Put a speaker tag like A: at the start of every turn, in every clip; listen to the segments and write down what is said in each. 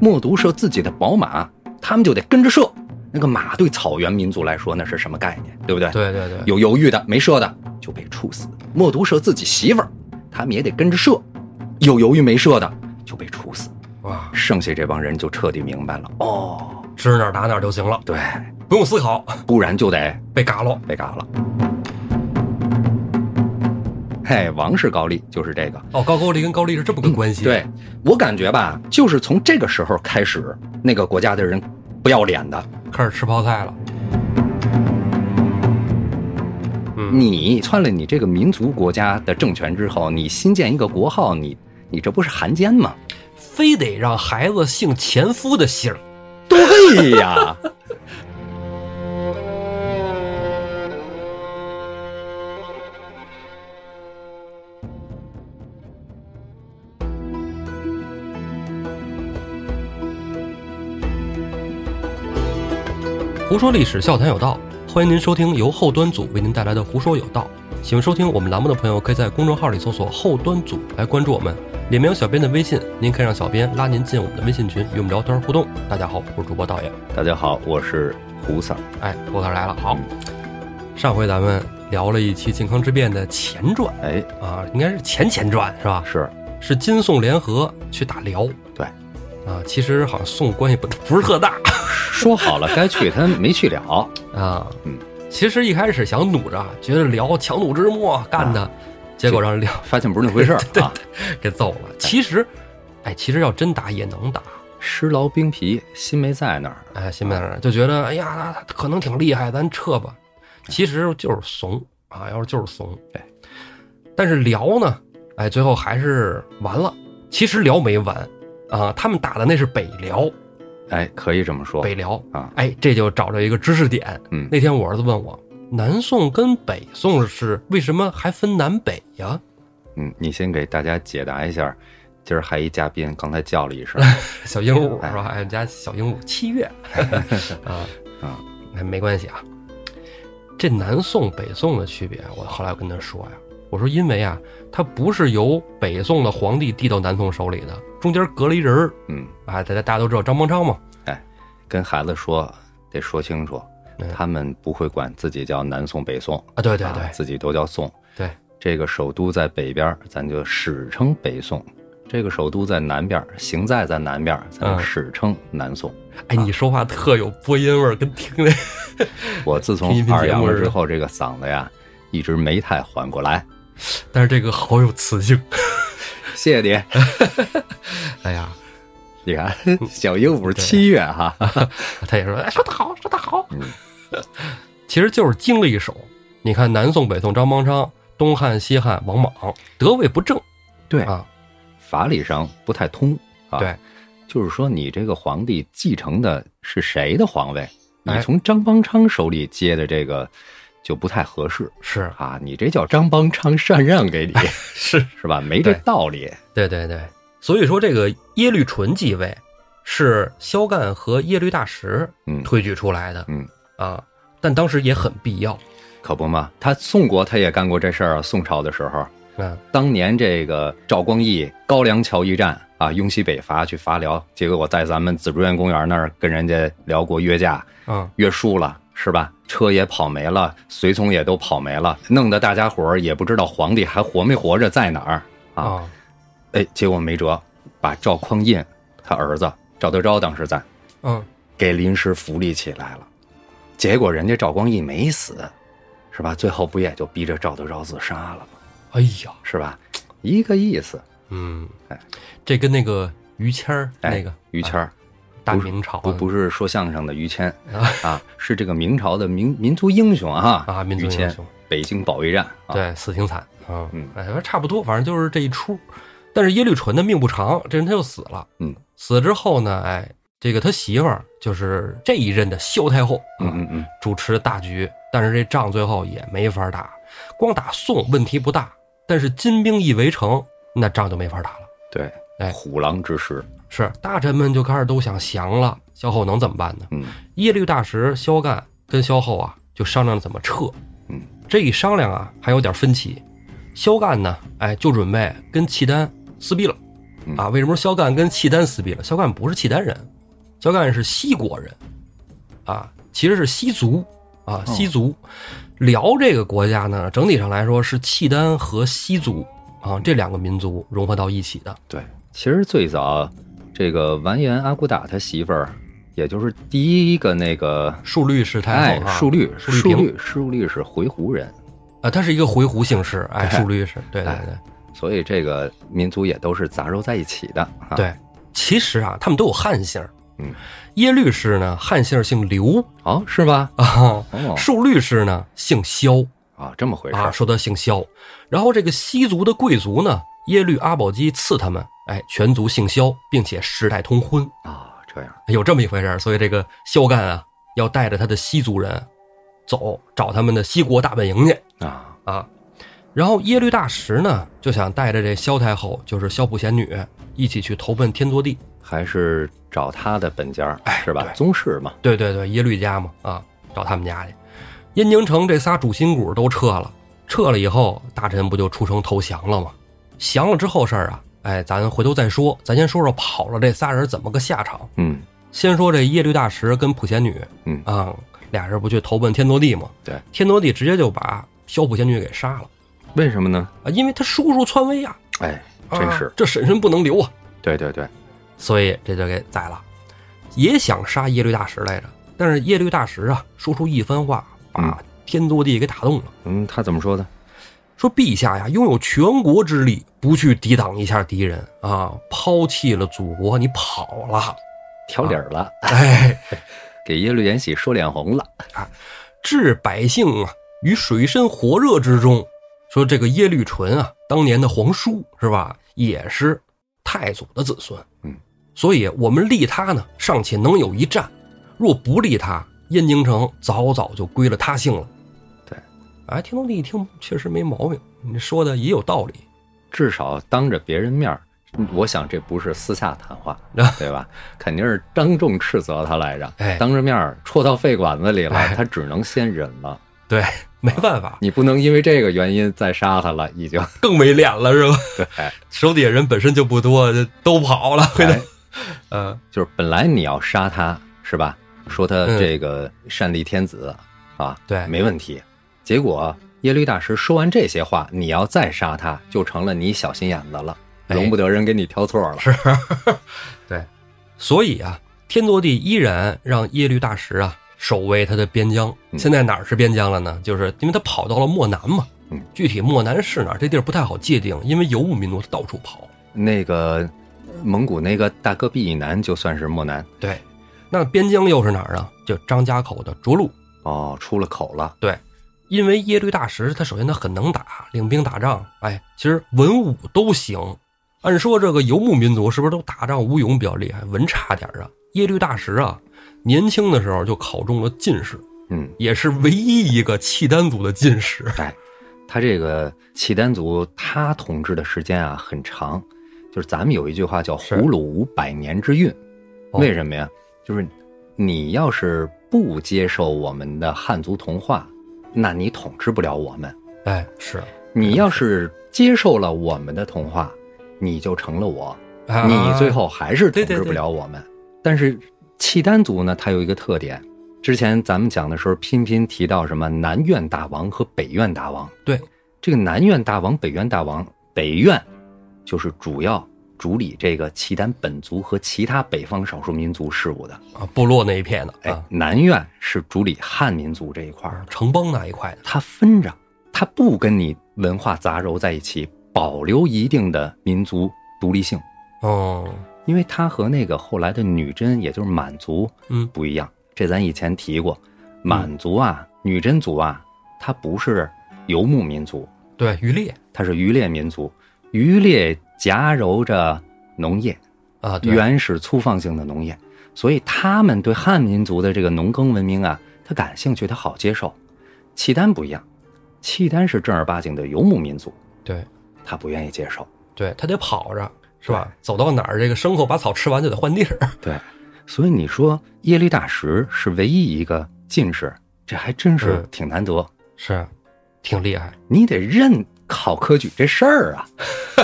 A: 默读射自己的宝马，他们就得跟着射。那个马对草原民族来说那是什么概念，对不对？
B: 对对对，
A: 有犹豫的没射的就被处死。默读射自己媳妇儿，他们也得跟着射，有犹豫没射的就被处死。
B: 哇，
A: 剩下这帮人就彻底明白了，哦，
B: 指哪儿打哪儿就行了，
A: 对，
B: 不用思考，
A: 不然就得
B: 被嘎了。
A: 被嘎了。嘿，王室高丽就是这个。
B: 哦，高句丽跟高丽是这么个关系。，
A: 嗯对我感觉吧，就是从这个时候开始，那个国家的人不要脸的，
B: 开始吃泡菜了。嗯，
A: 你篡了你这个民族国家的政权之后，你新建一个国号，你你这不是汉奸吗？
B: 非得让孩子姓前夫的姓儿。
A: 对呀，
B: 胡说历史，笑谈有道。欢迎您收听由后端组为您带来的《胡说有道》。喜欢收听我们栏目的朋友，可以在公众号里搜索“后端组”来关注我们，里面有小编的微信，您可以让小编拉您进我们的微信群，与我们聊天互动。大家好，我是主播导演，
A: 大家好，我是胡三儿。
B: 哎，郭老师来了。好，上回咱们聊了一期《健康之变》的前传
A: 哎，
B: 啊，应该是前前传是吧？
A: 是
B: 是金宋联合去打辽
A: 对，
B: 啊，其实好像宋关系不不是特大
A: 说好了该去，他没去了。
B: 啊。
A: 嗯，
B: 其实一开始想努着，觉得辽强弩之末干的，结果让辽
A: 发现不是那回事 儿啊！
B: 给揍了。其实，哎，其实要真打也能打。
A: 施劳兵皮，心没在那儿。
B: 哎，新北人就觉得，哎呀，他可能挺厉害，咱撤吧。其实就是怂啊，要是就是怂。
A: 对，
B: 但是辽呢，哎，最后还是完了。其实辽没完啊，他们打的那是北辽，
A: 哎，可以这么说
B: 北辽
A: 啊
B: 哎，这就找着一个知识点。
A: 嗯
B: 那天我儿子问我，南宋跟北宋是为什么还分南北呀？
A: 嗯，你先给大家解答一下。今儿还一嘉宾，刚才叫了一 声，
B: 小鹦鹉
A: 哎
B: 是吧？哎，我们家小鹦鹉七 月啊
A: 啊，
B: 哎，没关系啊。这南宋北宋的区别，我后来我跟他说呀，我说因为啊，它不是由北宋的皇帝递到南宋手里的，中间隔了一人儿
A: 嗯，
B: 啊，大家大家都知道张邦昌嘛，
A: 跟孩子说得说清楚
B: 嗯，
A: 他们不会管自己叫南宋北宋，
B: 啊，对对
A: 啊
B: 对
A: 自己都叫宋。
B: 对，
A: 这个首都在北边，咱就史称北宋；这个首都在南边，行在在南边，咱就
B: 嗯
A: 史称南宋。
B: 哎，你说话特有播音味儿，跟听那
A: 我自从
B: 听音频
A: 耳
B: 节
A: 阳
B: 目
A: 了
B: 似
A: 之
B: 的
A: 后，这个嗓子呀一直没太缓过来。
B: 但是这个好有磁性。
A: 谢谢你。
B: 哎呀，
A: 你 看，小鹦鹉七月哈，
B: 他也说，哎，说得好，说得好。
A: 嗯
B: 其实就是经了一手。你看南宋、北宋张邦昌，东汉、西汉王莽，得位不正
A: 对
B: 啊。
A: 法理上不太通啊。
B: 对，
A: 就是说你这个皇帝继承的是谁的皇位？你
B: 哎
A: 从张邦昌手里接的这个就不太合适
B: 是
A: 啊！你这叫张邦昌禅让给你，
B: 是，
A: 是吧？没这
B: 对
A: 道理。
B: 对对对。所以说，这个耶律淳继位是萧干和耶律大石
A: 嗯
B: 推举出来的，
A: 嗯
B: 啊，但当时也很必要。
A: 可不嘛，他宋国他也干过这事儿啊。宋朝的时候，
B: 嗯，
A: 当年这个赵光义高梁桥一战啊，雍西北伐去伐辽，结果我在咱们紫竹院公园那儿跟人家辽国约架，
B: 啊，
A: 约输了，是吧？车也跑没了，随从也都跑没了，弄得大家伙儿也不知道皇帝还活没活着，在哪儿啊？
B: 啊，
A: 哎，结果没辙，把赵匡胤他儿子赵德昭当时在
B: 嗯，
A: 给临时扶立起来了，结果人家赵光义没死，是吧？最后不也就逼着赵德昭自杀了吗？
B: 哎呀，
A: 是吧？一个意思。
B: 嗯
A: 哎，
B: 这跟那个于谦儿
A: 哎，
B: 那个
A: 于谦
B: 啊
A: 儿
B: 大
A: 不是
B: 明朝
A: 不
B: 的
A: 不是说相声的于谦
B: 啊
A: 啊，是这个明朝的民民族英雄啊
B: 啊民族英
A: 于谦
B: 雄，
A: 北京保卫战啊，
B: 对，死挺惨啊。
A: 嗯
B: 哎，反正差不多，反正就是这一出。但是耶律淳的命不长，这人他就死了。
A: 嗯，
B: 死了之后呢，哎，这个他媳妇儿就是这一任的萧太后，
A: 嗯
B: 啊
A: 嗯嗯，
B: 主持大局。但是这仗最后也没法打，光打宋问题不大，但是金兵一围城，那仗就没法打了。
A: 对，
B: 哎
A: 虎狼之师，
B: 是大臣们就开始都想降了，萧后能怎么办呢？
A: 嗯
B: 耶律大石萧干跟萧后啊就商量怎么撤。
A: 嗯，
B: 这一商量啊还有点分歧。萧干呢，哎，就准备跟契丹撕逼了。
A: 嗯
B: 啊，为什么说萧干跟契丹撕逼了？萧干不是契丹人，萧干是西国人，啊，其实是西族啊，西族。辽这个国家呢，整体上来说是契丹和西族啊这两个民族融合到一起的。
A: 对，其实最早这个完颜阿骨打他媳妇儿，也就是第一个那个
B: 述律是太
A: 哎
B: 后啊，
A: 述律，
B: 述
A: 述
B: 律平
A: 律，述律是回鹘人，
B: 啊，他是一个回鹘姓氏，哎，
A: 对
B: 述律是，对对
A: 哎
B: 对。
A: 所以这个民族也都是杂糅在一起的。啊、，
B: 对，其实啊，他们都有汉姓儿。
A: 嗯，
B: 耶律氏呢，汉姓儿姓刘
A: 哦，是吧？
B: 啊，
A: 哦，
B: 述律氏呢姓萧
A: 啊，这么回事
B: 啊，
A: 儿。
B: 说他姓萧。然后这个西族的贵族呢，耶律阿保机赐他们，哎，全族姓萧，并且世代通婚，哎
A: 啊，这样
B: 有这么一回事儿。所以这个萧干啊，要带着他的西族人走，找他们的西国大本营去。
A: 啊，
B: 啊。然后耶律大石呢，就想带着这萧太后，就是萧普贤女，一起去投奔天祚帝。
A: 还是找他的本家儿
B: 哎
A: 是吧？
B: 对
A: 宗室嘛，
B: 对对对，耶律家嘛，啊，找他们家去。燕京城这仨主心骨都撤了，撤了以后，大臣不就出城投降了吗？降了之后事儿啊，哎，咱回头再说，咱先说说跑了这仨人怎么个下场。
A: 嗯，
B: 先说这耶律大石跟普贤女，
A: 嗯
B: 啊，俩人不去投奔天祚帝吗？
A: 对，
B: 天祚帝直接就把萧普贤女给杀了
A: 为什么呢？
B: 啊，因为他叔叔篡位啊，
A: 哎，
B: 啊
A: 真是，
B: 这婶婶不能留啊，
A: 对对对，
B: 所以这就给宰了。也想杀耶律大石来着，但是耶律大石啊，说出一番话，
A: 嗯
B: 把天祚帝给打动了，
A: 嗯，他怎么说的？
B: 啊说陛下呀，拥有全国之力，不去抵挡一下敌人啊，抛弃了祖国，你跑了，
A: 挑理儿了，
B: 哎，
A: 给耶律延禧说脸红了。
B: 置百姓啊于水深火热之中。说这个耶律淳啊，当年的皇叔是吧，也是太祖的子孙。
A: 嗯，
B: 所以我们立他呢，尚且能有一战；若不立他，燕京城早早就归了他姓了。
A: 对，
B: 哎，天祚帝一听确实没毛病，你说的也有道理。
A: 至少当着别人面儿，我想这不是私下谈话，对吧？肯定是当众斥责他来着。
B: 啊哎
A: 当着面儿戳到肺管子里了
B: 哎，
A: 他只能先忍了。
B: 对， 没办法，
A: 你不能因为这个原因再杀他了，已经。
B: 更没脸了是吧？
A: 对，
B: 手底下人本身就不多，就都跑了，回头
A: 哎，
B: 呃，
A: 就是本来你要杀他是吧？说他这个擅立天子、啊，
B: 对
A: 没问题。结果耶律大石说完这些话，你要再杀他，就成了你小心眼子了，
B: 哎
A: 容不得人给你挑错了。是，
B: 所以啊，天祚帝依然让耶律大石啊守卫他的边疆。
A: 嗯
B: 现在哪儿是边疆了呢？就是因为他跑到了漠南嘛。
A: 嗯，
B: 具体漠南是哪儿，这地儿不太好界定，因为游牧民族到处跑。
A: 那个蒙古那个大戈壁以南就算是漠南
B: 对，那边疆又是哪儿啊？就张家口的涿鹿。
A: 哦，出了口了。
B: 对，因为耶律大石他首先他很能打，领兵打仗，哎，其实文武都行。按说这个游牧民族是不是都打仗武勇比较厉害，文差点儿啊？耶律大石啊，年轻的时候就考中了进士。
A: 嗯，
B: 也是唯一一个契丹族的进士。
A: 哎，他这个契丹族他统治的时间啊很长，就是咱们有一句话叫“
B: 是
A: 胡虏无百年之运”，
B: 哦
A: 为什么呀？就是你要是不接受我们的汉族同化，那你统治不了我们；
B: 哎，是，
A: 你要是接受了我们的同化，你就成了我，
B: 啊
A: 你最后还是
B: 对
A: 统
B: 对
A: 治不
B: 对
A: 了我们。但是契丹族呢，它有一个特点，之前咱们讲的时候频频提到什么南院大王和北院大王。
B: 对，
A: 这个南院大王、北院大王，北院就是主要主理这个契丹本族和其他北方少数民族事务的。
B: 啊，部落那一片的
A: 哎
B: 啊，，
A: 南院是主理汉民族这一块儿，
B: 城邦那一块的，
A: 它分着，它不跟你文化杂糅在一起，保留一定的民族独立性，
B: 哦，
A: 因为它和那个后来的女真，也就是满族
B: 嗯，
A: 不一样。这咱以前提过，满族啊、女真族啊，它不是游牧民族，
B: 对，渔猎
A: 它是渔猎民族，渔猎夹糅着农业，
B: 啊，对，
A: 原始粗放性的农业，所以他们对汉民族的这个农耕文明啊，他感兴趣，他好接受。契丹不一样，契丹是正儿八经的游牧民族，
B: 对，
A: 他不愿意接受。
B: 对，他得跑着，是吧？走到哪儿，这个牲口把草吃完就得换地儿，
A: 对，所以你说耶律大石是唯一一个进士，这还真是
B: 嗯
A: 挺难得。
B: 是，挺厉害，
A: 你得认考科举这事儿啊，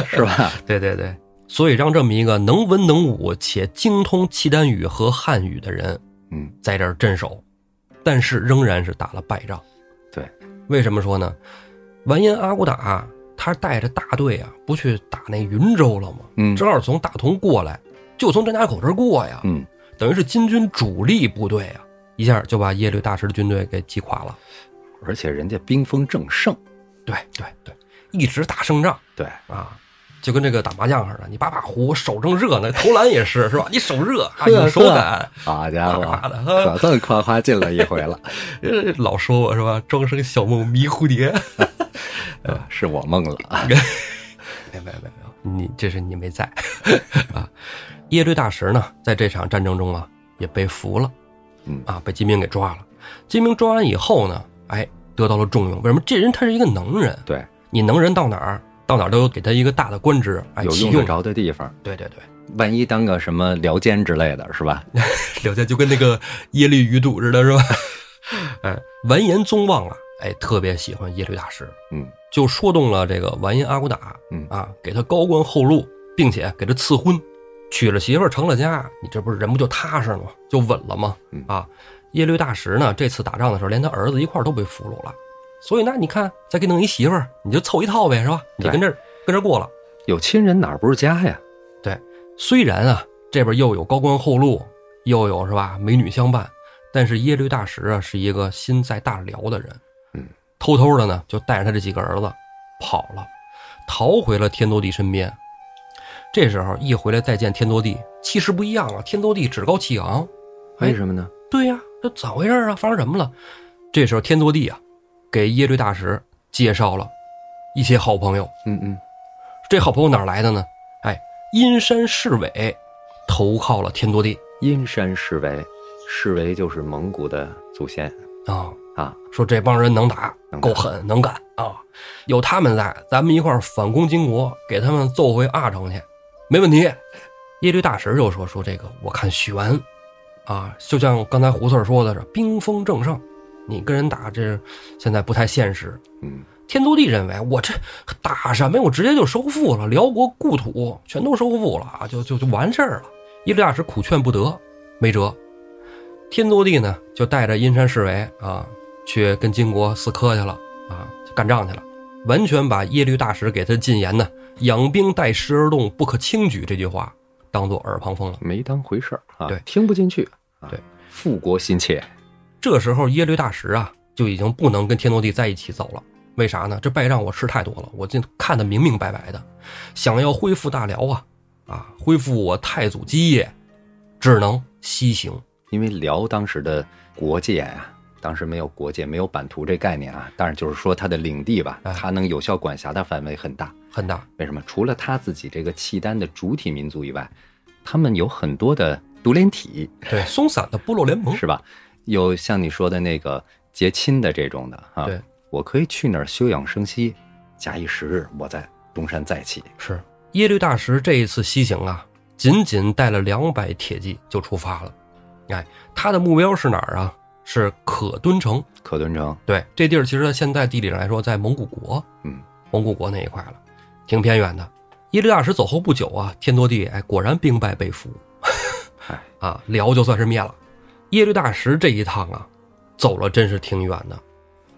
A: 是吧？
B: 对对对。所以让这么一个能文能武且精通契丹语和汉语的人
A: 嗯，
B: 在这儿镇守，但是仍然是打了败仗。
A: 对，
B: 为什么说呢？完颜阿骨打他带着大队啊，不去打那云州了吗？
A: 嗯
B: 正好从大同过来，就从张家口这儿过呀，
A: 嗯，
B: 等于是金军主力部队啊，一下就把耶律大石的军队给击垮了。
A: 而且人家兵锋正盛，
B: 对对对，一直打胜仗
A: 对，
B: 啊，就跟这个打麻将似的，你把把胡手正热呢，投篮也是是吧？你手热啊，
A: 呵
B: 有手感，
A: 好家
B: 夸
A: 伙，
B: 夸的，呵
A: 可算夸夸进了一回了，
B: 呃老说我是吧？庄生晓梦迷蝴蝶，
A: 啊是我梦了啊，
B: 没有没有没有，你这是你没在 啊。耶律大石呢，在这场战争中啊，也被俘了，
A: 嗯
B: 啊，被金兵给抓了。金兵抓完以后呢，哎，得到了重用。为什么？这人他是一个能人，
A: 对，
B: 你能人到哪儿，到哪儿都有给他一个大的官职，哎，
A: 有
B: 启
A: 用得着的地方，
B: 对对对，
A: 万一当个什么辽监之类的，是 吧？
B: 刘家就跟那个耶律余睹似的，是吧？ 哎，完颜宗望啊，哎，特别喜欢耶律大石，
A: 嗯
B: 就说动了这个完颜阿骨打，
A: 嗯
B: 啊，给他高官厚禄，并且给他赐婚，娶了媳妇儿成了家，你这不是人不就踏实了吗？就稳了吗
A: 嗯？
B: 啊，耶律大石呢，这次打仗的时候，连他儿子一块儿都被俘虏了，所以那你看，再给弄一媳妇儿，你就凑一套呗，是吧？你就
A: 对
B: 跟这儿跟这儿过了。
A: 有亲人哪儿不是家呀？
B: 虽然啊，这边又有高官厚禄，又有是吧美女相伴，但是耶律大石啊是一个心在大辽的人，
A: 嗯，
B: 偷偷的呢就带着他这几个儿子跑了，逃回了天祚帝身边。这时候一回来再见天祚帝，气势不一样了，天祚帝趾高气昂。哎
A: 为什么呢？
B: 对呀、这咋回事啊？发生什么了？这时候天祚帝啊，给耶律大石介绍了一些好朋友，
A: 嗯嗯，
B: 这好朋友哪儿来的呢？哎，阴山侍卫投靠了天祚帝
A: 阴山侍卫，侍卫就是蒙古的祖先
B: 啊，
A: 啊，
B: 说这帮人能打，
A: 能打
B: 够狠，能干啊！有他们在，咱们一块儿反攻金国，给他们揍回阿城去，没问题。耶律大石就说说这个，我看许完啊，就像刚才胡四儿说的是，兵锋正盛，你跟人打这现在不太现实。
A: 嗯，
B: 天祚帝认为我这打什么呀？我直接就收复了辽国故土，全都收复了啊，就就就完事儿了。耶律大石苦劝不得，没辙。天祚帝呢，就带着阴山侍卫啊，去跟金国死磕去了啊，干仗去了，完全把耶律大石给他的进言呢“养兵待时而动，不可轻举”这句话当做耳旁风了。
A: 没当回事儿啊，
B: 对
A: 听不进去啊，
B: 对，
A: 复国心切，
B: 这时候耶律大石啊，就已经不能跟天祚帝在一起走了。为啥呢？这败仗我吃太多了，我就看得明明白白的。想要恢复大辽啊，啊，恢复我太祖基业，只能西行。
A: 因为辽当时的国界啊，当时没有国界，没有版图这概念啊，但是就是说它的领地吧，
B: 哎
A: 它能有效管辖的范围很大。
B: 很大，
A: 为什么？除了他自己这个契丹的主体民族以外，他们有很多的独联体，
B: 对，松散的部落联盟
A: 是吧？有像你说的那个结亲的这种的啊，
B: 对，
A: 我可以去那儿休养生息，假以时日，我在东山再起。
B: 是耶律大石这一次西行啊，仅仅带了两百铁骑就出发了。哎，他的目标是哪儿啊？是可敦城。
A: 可敦城，
B: 对，这地儿其实在现在地理上来说，在蒙古国，
A: 嗯，
B: 蒙古国那一块了，挺偏远的。耶律大石走后不久啊，天祚帝哎果然兵败被俘
A: 哎，
B: 啊，辽就算是灭了。耶律大石这一趟啊，走了真是挺远的。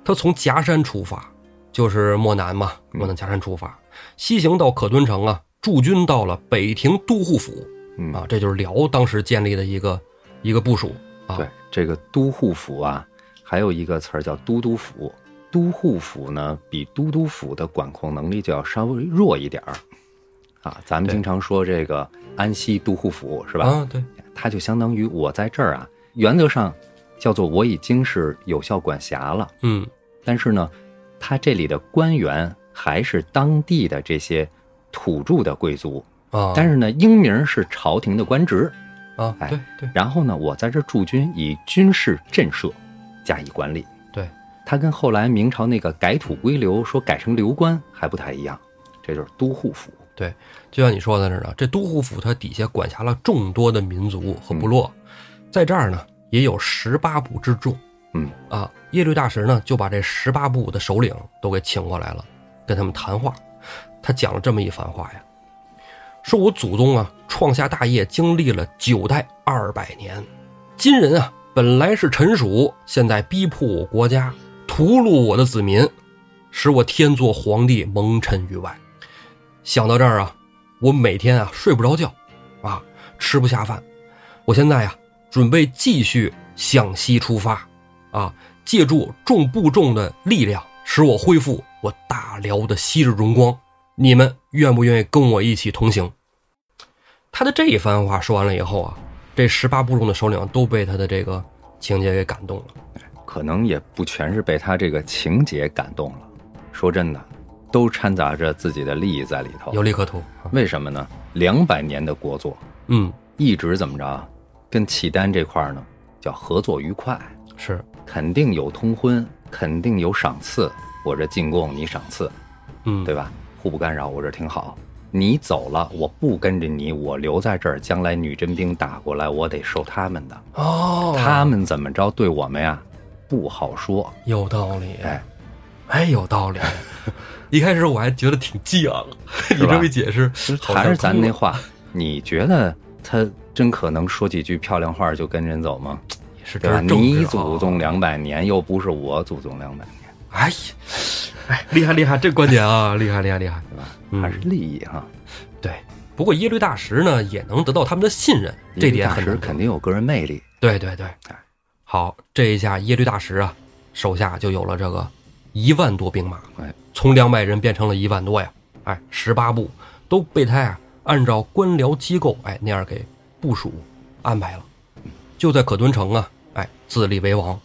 B: 他从夹山出发，就是漠南嘛，
A: 嗯
B: 漠南夹山出发，西行到可敦城啊，驻军到了北庭都护府
A: 嗯
B: 啊，这就是辽当时建立的一个一个部署啊。
A: 对，这个都护府啊，还有一个词儿叫都督府。都护府呢，比都督府的管控能力就要稍微弱一点儿，啊，咱们
B: 对
A: 经常说这个安西都护府是吧？
B: 啊，对，
A: 它就相当于我在这儿啊，原则上叫做我已经是有效管辖了，
B: 嗯，
A: 但是呢，它这里的官员还是当地的这些土著的贵族，
B: 啊，
A: 但是呢，英名是朝廷的官职。
B: 啊，
A: 哎
B: 对对
A: 然后呢，我在这儿驻军，以军事震慑加以管理。
B: 对，
A: 它跟后来明朝那个改土归流，说改成流官还不太一样，这就是都护府。
B: 对，就像你说的似的，这都护府它底下管辖了众多的民族和部落，在这儿呢也有十八部之众
A: 嗯，
B: 啊。耶律大石呢就把这十八部的首领都给请过来了，跟他们谈话。他讲了这么一番话呀，说我祖宗啊创下大业，经历了九代二百年，今人啊本来是臣属，现在逼迫我国家，屠戮我的子民，使我天作皇帝蒙尘于外。想到这儿啊，我每天啊睡不着觉，啊吃不下饭。我现在呀、啊准备继续向西出发，啊，借助重不重的力量，使我恢复我大辽的昔日荣光。你们愿不愿意跟我一起同行？他的这一番话说完了以后啊，这十八部众的首领都被他的这个情节给感动了。
A: 可能也不全是被他这个情节感动了。说真的，都掺杂着自己的利益在里头。
B: 有利可图。啊
A: 为什么呢？两百年的国祚，
B: 嗯，
A: 一直怎么着啊？跟契丹这块儿呢，叫合作愉快，
B: 是，
A: 肯定有通婚，肯定有赏赐。我这进贡你赏赐，
B: 嗯，
A: 对吧？互不干扰，我这挺好。你走了，我不跟着你，我留在这儿，将来女真兵打过来，我得受他们的。
B: 哦，
A: 他们怎么着对我们呀？不好说。
B: 有道理，
A: 哎，
B: 哎，有道理。一开始我还觉得挺激昂，你
A: 吧
B: 这么一解释，好像
A: 还是咱那
B: 通了
A: 话，你觉得他真可能说几句漂亮话就跟人走吗？
B: 也是
A: 对吧？
B: 真正
A: 你
B: 直啊
A: 祖宗两百年，又不是我祖宗两百年，
B: 哎呀，哎，厉害厉害，这观点啊，厉害厉害厉害。
A: 对吧？
B: 嗯
A: 还是利益哈。
B: 对，不过耶律大石呢也能得到他们的信任，这点很
A: 时
B: 难得
A: 肯定有个人魅力。
B: 对对对，好，这一下耶律大石啊，手下就有了这个一万多兵马了，
A: 哎，
B: 从两百人变成了一万多呀，哎，十八部都被他呀按照官僚机构哎那样给部署安排了，就在可敦城啊，哎自立为王。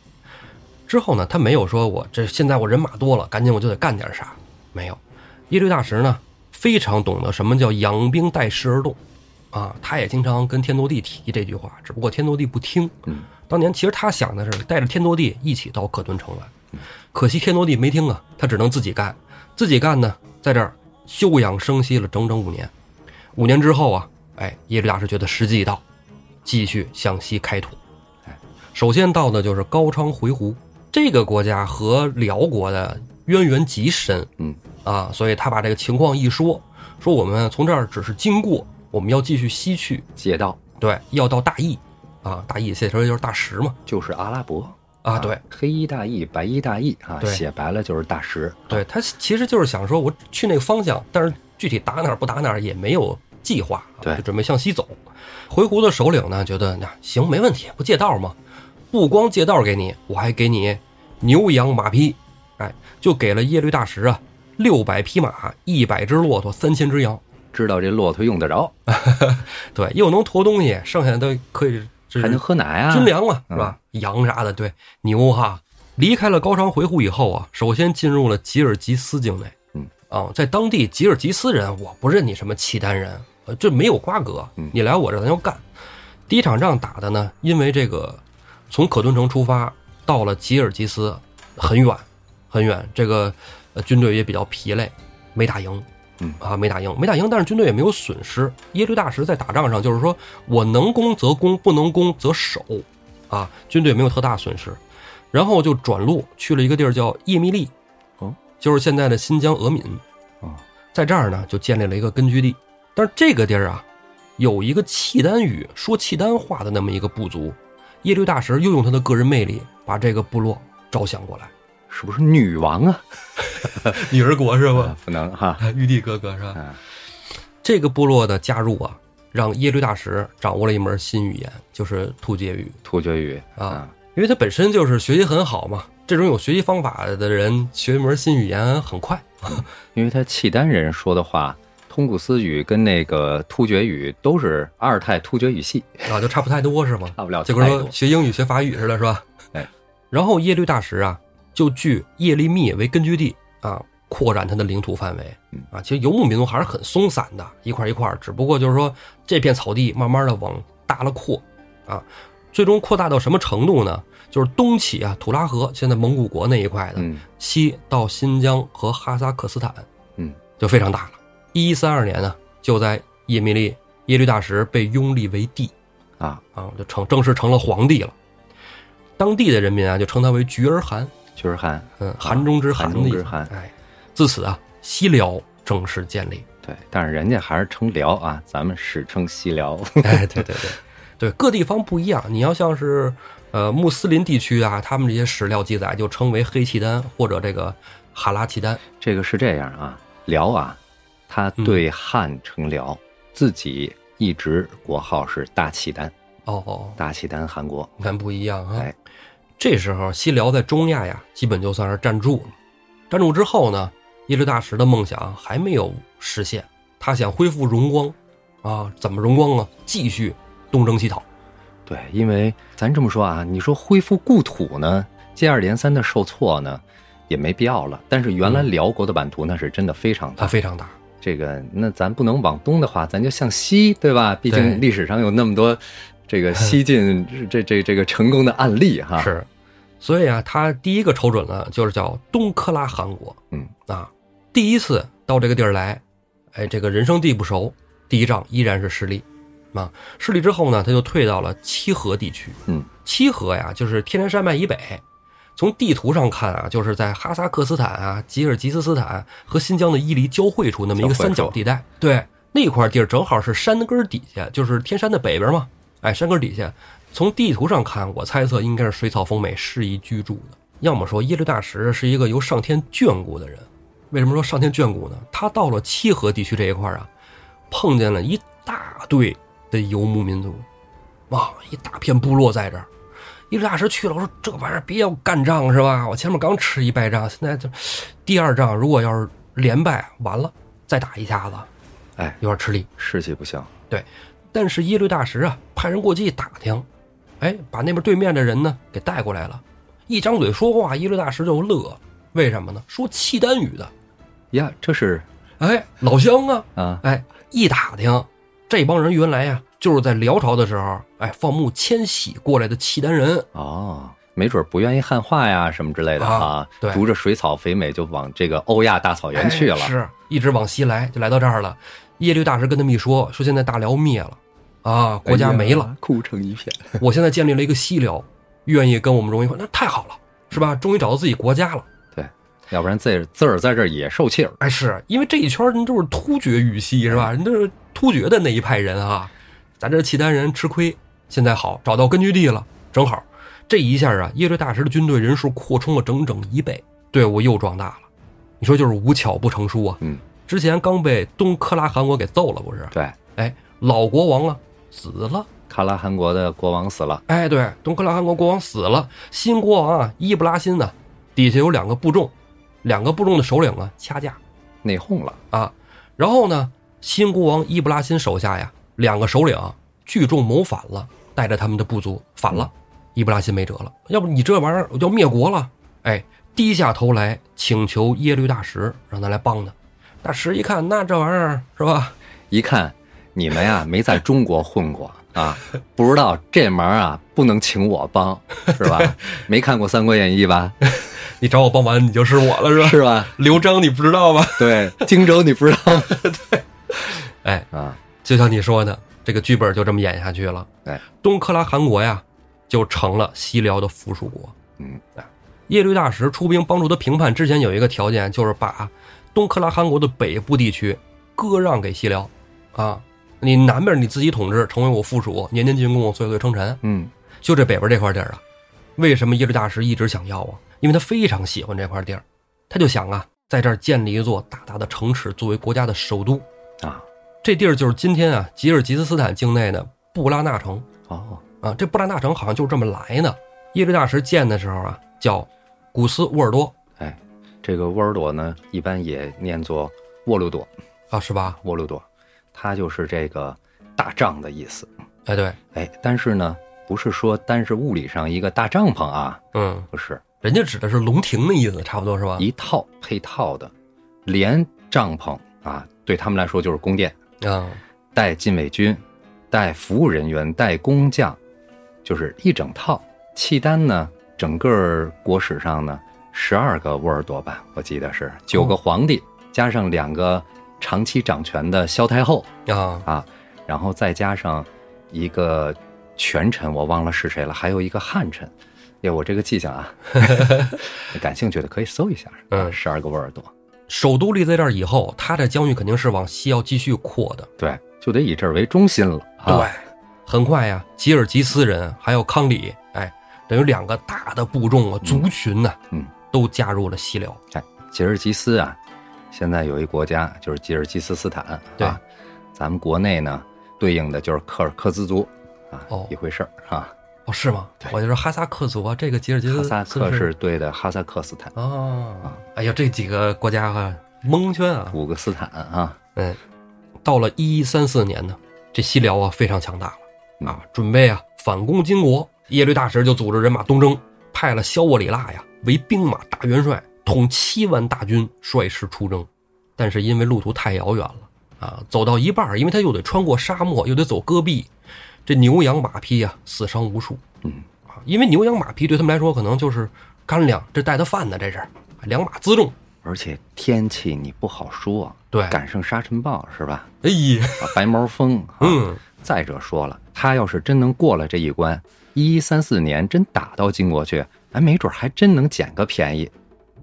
B: 之后呢，他没有说我这现在我人马多了，赶紧我就得干点啥，没有。耶律大石呢，非常懂得什么叫养兵待时而动，啊，他也经常跟天祚帝提这句话，只不过天祚帝不听。
A: 嗯，
B: 当年其实他想的是带着天祚帝一起到可敦城来，可惜天祚帝没听啊，他只能自己干。自己干呢，在这儿休养生息了整整五年。五年之后啊，哎，耶律大石觉得时机已到，继续向西开拓。首先到的就是高昌回鹘，这个国家和辽国的渊源极深，
A: 嗯
B: 啊，所以他把这个情况一说，说我们从这儿只是经过，我们要继续西去，
A: 借道
B: 对，要到大邑，啊，大邑这时候就是大石嘛，
A: 就是阿拉伯
B: 啊，对，，
A: 黑衣大义，白衣大义啊，
B: 对
A: 写白了就是大石。
B: 对，他其实就是想说我去那个方向，但是具体打哪儿不打哪儿也没有计划，啊
A: 对
B: 就准备向西走。回鹘的首领呢，觉得那行没问题，不借道吗？不光借道给你，我还给你牛羊马匹，哎，就给了耶律大石啊六百匹马、一百只骆驼、三千只羊，
A: 知道这骆驼用得着，
B: 对，又能驮东西，剩下的可以这
A: 还能喝奶啊，
B: 军粮嘛，是吧？羊啥的，对，牛哈。离开了高昌回鹘以后啊，首先进入了吉尔吉斯境内。
A: 嗯，
B: 啊，在当地吉尔吉斯人，我不认你什么契丹人，呃这没有瓜葛
A: 嗯。
B: 你来我这儿咱就干。第一场仗打的呢，因为这个从可敦城出发到了吉尔吉斯，很远很远，这个呃军队也比较疲累，没打赢。
A: 嗯
B: 啊，没打赢，没打赢，但是军队也没有损失。耶律大石在打仗上就是说我能攻则攻，不能攻则守，啊，军队没有特大损失。然后就转路去了一个地儿叫叶密利，
A: 哦，
B: 就是现在的新疆俄敏。
A: 哦，
B: 在这儿呢就建立了一个根据地。但是这个地儿啊，有一个契丹语说契丹话的那么一个部族，耶律大石又用他的个人魅力把这个部落招降过来，
A: 是不是女王啊？
B: 女儿国是吧？
A: 啊不能哈，
B: 哎玉帝哥哥是吧？
A: 啊
B: 这个部落的加入啊，让耶律大石掌握了一门新语言，就是突厥语。
A: 突厥语
B: 啊，因为他本身就是学习很好嘛，这种有学习方法的人学一门新语言很快。
A: 因为他契丹人说的话，通古斯语跟那个突厥语都是阿尔泰突厥语系，
B: 啊，就差不太多是吗？
A: 差不了
B: 就
A: 太
B: 跟
A: 多。
B: 说学英语学法语似的，是吧？
A: 哎，
B: 然后耶律大石啊，就据耶利密为根据地啊，扩展他的领土范围
A: 嗯。
B: 啊，其实游牧民族还是很松散的，一块一块儿，只不过就是说这片草地慢慢的往大了扩，啊，最终扩大到什么程度呢？就是东起啊，土拉河，现在蒙古国那一块的，
A: 嗯
B: 西到新疆和哈萨克斯坦，
A: 嗯，
B: 就非常大了。一三二年呢，就在叶密利耶律大石被拥立为帝
A: 啊，
B: 啊，就成正式成了皇帝了。当地的人民啊，就称他为菊儿汗，
A: 居尔汗
B: 嗯，汗中之汗
A: 汗
B: 的意
A: 中
B: 思。
A: 之汗
B: 哎，自此啊，西辽正式建立。
A: 对，但是人家还是称辽啊，咱们史称西辽。
B: 哎，对对对， 对各地方不一样。你要像是呃穆斯林地区啊，他们这些史料记载就称为黑契丹或者这个哈拉契丹。
A: 这个是这样啊，辽啊，他对汉称辽，自己一直国号是大契丹，
B: 哦哦，
A: 大契丹汗国。
B: 你看不一样啊。
A: 哎，
B: 这时候西辽在中亚呀，基本就算是站住了。站住之后呢，耶律大石的梦想还没有实现，他想恢复荣光，啊，怎么荣光啊？继续东征西讨。
A: 对，因为咱这么说啊，你说恢复故土呢，接二连三的受挫呢，也没必要了。但是原来辽国的版图那是真的非常大，
B: 啊，非常大。
A: 这个那咱不能往东的话，咱就向西，对吧？毕
B: 对
A: 竟历史上有那么多这个西晋这这这个成功的案例哈。，
B: 是，所以啊，他第一个瞅准了就是叫东克拉汗国。
A: 嗯
B: 啊，第一次到这个地儿来，哎，这个人生地不熟，第一仗依然是失利。啊，失利之后呢，他就退到了七河地区。
A: 嗯，
B: 七河呀，就是天山山脉以北。从地图上看啊，就是在哈萨克斯坦啊、吉尔吉斯斯坦和新疆的伊犁交汇处那么一个
A: 交汇
B: 三
A: 处
B: 角地带。对，那块地儿正好是山根儿底下，就是天山的北边嘛。哎，山根儿底下，从地图上看，我猜测应该是水草丰美、适宜居住的。要么说耶律大石是一个由上天眷顾的人。为什么说上天眷顾呢？他到了七河地区这一块儿啊，碰见了一大队的游牧民族，哇，一大片部落在这儿。耶律大石去了，我说这玩意儿别要干仗是吧？我前面刚吃一败仗，现在就第二仗如果要是连败，完了再打一下子
A: 哎，
B: 有点吃力。
A: 士气不行。
B: 对，但是耶律大石啊，派人过去一打听，哎，把那边对面的人呢给带过来了，一张嘴说话，耶律大石就乐，为什么呢？说契丹语的，
A: 呀，这是
B: 哎，老乡啊，
A: 啊，
B: 哎，一打听，这帮人原来呀、就是在辽朝的时候，哎，放牧迁徙过来的契丹人，
A: 哦，没准不愿意汉化呀什么之类的啊
B: 啊，对
A: 读着水草肥美就往这个欧亚大草原去了。
B: 哎是一直往西来，就来到这儿了。耶律大石跟他们一说，说现在大辽灭了，啊，国家没了，
A: 哎呀，哭成一片。
B: 我现在建立了一个西辽，愿意跟我们融为一块，那太好了，是吧？终于找到自己国家了。
A: 对，要不然自自个儿在这儿也受气儿。
B: 哎，是因为这一圈人都是突厥语系是吧？人都是突厥的那一派人啊，咱这契丹人吃亏。现在好，找到根据地了，正好。这一下啊，耶律大石的军队人数扩充了整整一倍，队伍又壮大了。你说就是无巧不成书啊！
A: 嗯，
B: 之前刚被东克拉汗国给揍了，不是？
A: 对，
B: 哎，老国王啊死了。
A: 喀拉汗国的国王死了，
B: 哎，对，东克拉汗国国王死了，新国王啊伊布拉欣呢、底下有两个部众，两个部众的首领啊掐架，
A: 内讧了。
B: 啊。然后呢，新国王伊布拉欣手下呀，两个首领聚众谋反了，带着他们的部族反了。伊布拉欣没辙了，要不你这玩意儿我就要灭国了。哎，低下头来请求耶律大石，让他来帮他。大石一看，那这玩意儿是吧？
A: 一看你们呀、没在中国混过啊，不知道这忙啊不能请我帮，是吧？没看过《三国演义》吧？
B: 你找我帮忙，你就是我了，是吧？
A: 是吧？
B: 刘璋，你不知道吧？
A: 对，荆州你不知道吗？
B: 哎，
A: 啊，
B: 就像你说的，这个剧本就这么演下去了。
A: 哎，
B: 东克拉汗国呀，就成了西辽的附属国。啊
A: 嗯，
B: 耶律大石出兵帮助他平叛之前，有一个条件，就是把东克拉汗国的北部地区割让给西辽，啊，你南边你自己统治，成为我附属，年年进贡，岁岁称臣。
A: 嗯，
B: 就这北边这块地儿啊，为什么耶律大石一直想要啊？因为他非常喜欢这块地儿，他就想啊，在这儿建立一座大大的城池，作为国家的首都。
A: 啊，
B: 这地儿就是今天啊吉尔吉斯斯坦境内的布拉纳城。
A: 哦，
B: 啊，这布拉纳城好像就是这么来的。耶律大石建的时候啊，叫古斯沃尔多
A: 哎，这个沃尔朵呢，一般也念作沃鲁朵，
B: 啊，是吧？
A: 沃鲁朵，它就是这个大帐的意思。
B: 哎，对，
A: 哎，但是呢，不是说单是物理上一个大帐篷啊，
B: 嗯，
A: 不是
B: 人家指的是龙庭的意思，差不多是吧？
A: 一套配套的，连帐篷啊，对他们来说就是宫殿。
B: 啊，
A: 带禁卫军，带服务人员，带工匠，就是一整套。契丹呢，整个国史上呢，十二个沃尔多吧，我记得是九个皇帝，加上两个长期掌权的萧太后
B: 啊，
A: 啊，然后再加上一个权臣，我忘了是谁了，还有一个汉臣。哎，我这个记性啊，感兴趣的可以搜一下。
B: 嗯
A: 十二个沃尔多，
B: 首都立在这儿以后，它这疆域肯定是往西要继续扩的。
A: 对，就得以这儿为中心了。
B: 对，
A: 啊、
B: 很快呀，吉尔吉斯人还有康里，哎，等于两个大的部众啊、族群呐，
A: 嗯，
B: 都加入了西辽。
A: 吉尔吉斯啊，现在有一国家就是吉尔吉斯斯坦，
B: 对
A: 啊，咱们国内呢对应的就是柯尔克孜族啊，
B: 哦
A: 一回事儿啊。
B: 哦，是吗？
A: 对
B: 我就说哈萨克族啊，这个吉尔吉斯
A: 哈萨克
B: 斯
A: 是对的哈萨克斯坦，
B: 啊，哎呀，这几个国家啊，蒙圈啊。
A: 五个斯坦啊，
B: 嗯，到了一一三四年呢，这西辽啊非常强大
A: 嗯
B: 了啊，准备啊反攻金国。耶律大石就组织人马东征，派了萧沃里腊呀为兵马大元帅，统七万大军率师出征。但是因为路途太遥远了啊，走到一半儿，因为他又得穿过沙漠，又得走戈壁，这牛羊马匹啊死伤无数。
A: 嗯
B: 啊，因为牛羊马匹对他们来说可能就是干粮，这带的饭呢，这是两马辎重。
A: 而且天气你不好说，
B: 对，
A: 赶上沙尘暴是吧？
B: 哎呀，
A: 啊，白毛风，啊、
B: 嗯，
A: 再者说了，他要是真能过了这一关，一一三四年真打到金国去，哎，没准还真能捡个便宜，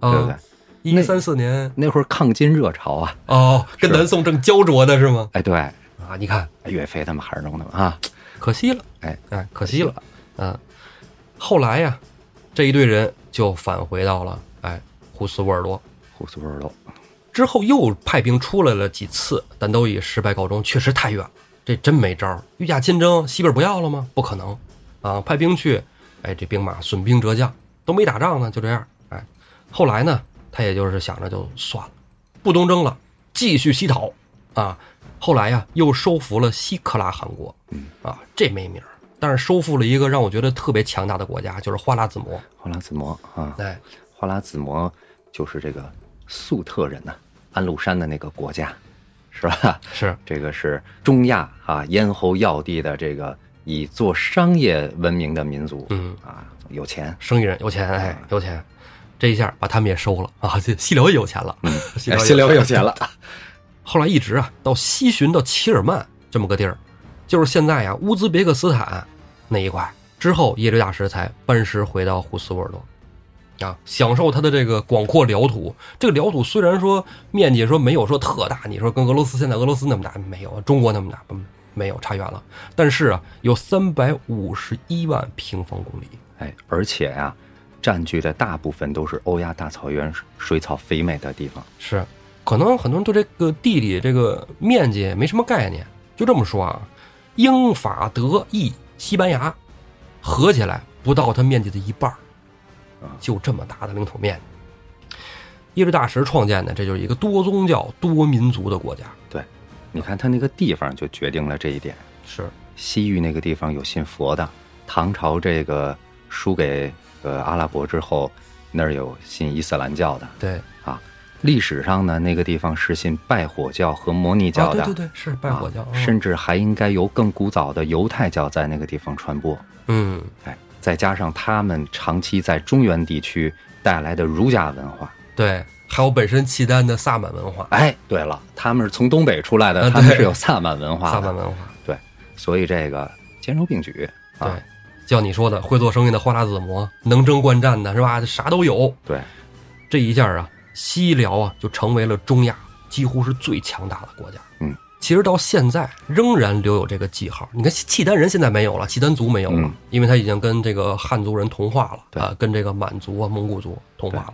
B: 啊、
A: 对不对？
B: 一三四年
A: 那会儿抗金热潮啊，
B: 哦，跟
A: 是
B: 南宋正焦灼呢是吗？
A: 哎，对，
B: 啊，你看，
A: 岳飞他们还是弄的啊，
B: 可惜了，
A: 哎，
B: 哎，可惜了，嗯、后来呀，这一队人就返回到了哎胡斯沃尔多，
A: 胡苏尔都，
B: 之后又派兵出来了几次，但都以失败告终，确实太远，这真没招儿。御驾亲征，西边不要了吗？不可能啊！派兵去，哎，这兵马损兵折将，都没打仗呢，就这样。哎，后来呢，他也就是想着就算了，不东征了，继续西讨啊。后来呀，又收服了西克拉汗国，啊，这没名儿，但是收复了一个让我觉得特别强大的国家，就是花剌子模。
A: 花剌子模啊，
B: 哎，
A: 花剌子模就是这个粟特人呐、安禄山的那个国家，是吧？
B: 是
A: 这个是中亚啊咽喉要地的这个以做商业闻名的民族，
B: 嗯
A: 啊，有钱，
B: 生意人有钱，哎，
A: 嗯
B: 有钱，这一下把他们也收了啊！ 这西辽也有钱了， 西
A: 哎
B: 辽
A: 西辽
B: 也
A: 有钱了，
B: 后来一直啊到西巡到齐尔曼这么个地儿，就是现在呀、啊乌兹别克斯坦那一块。之后，耶律大石才班师回到胡斯沃尔多，啊，享受他的这个广阔辽土。这个辽土虽然说面积说没有说特大，你说跟俄罗斯现在俄罗斯那么大没有，中国那么大嗯没有差远了，但是啊，有三百五十一万平方公里。
A: 哎，而且呀、占据的大部分都是欧亚大草原水草肥美的地方，
B: 是，可能很多人对这个地理这个面积没什么概念。就这么说啊，英法德意西班牙合起来不到它面积的一半儿
A: 啊
B: 就这么大的领土面积。耶律大石创建的，这就是一个多宗教、多民族的国家。
A: 对，你看它那个地方就决定了这一点。
B: 是，
A: 西域那个地方有信佛的，唐朝这个输给呃阿拉伯之后，那儿有信伊斯兰教的
B: 对，
A: 啊。历史上呢，那个地方是信拜火教和摩尼
B: 啊，
A: 教
B: 对
A: 的，
B: 对对，是拜火教。
A: 啊
B: 嗯
A: 甚至还应该由更古早的犹太教在那个地方传播。
B: 嗯，
A: 哎，再加上他们长期在中原地区带来的儒家文化。
B: 对，还有本身契丹的萨满文化，
A: 哎，对了，他们是从东北出来的，
B: 啊
A: 他们
B: 对
A: 是有萨满文化的，
B: 萨满文化。
A: 所以这个兼容并举啊
B: 对，，叫你说的会做生意的花剌子模，能征惯战的是吧？啥都有。
A: 对，
B: 这一下啊，西辽啊就成为了中亚几乎是最强大的国家。
A: 嗯，
B: 其实到现在仍然留有这个记号。你看契契丹人现在没有了，契丹族没有了，
A: 嗯
B: 因为他已经跟这个汉族人同化了，
A: 对
B: 啊，跟这个满族啊、蒙古族同化了。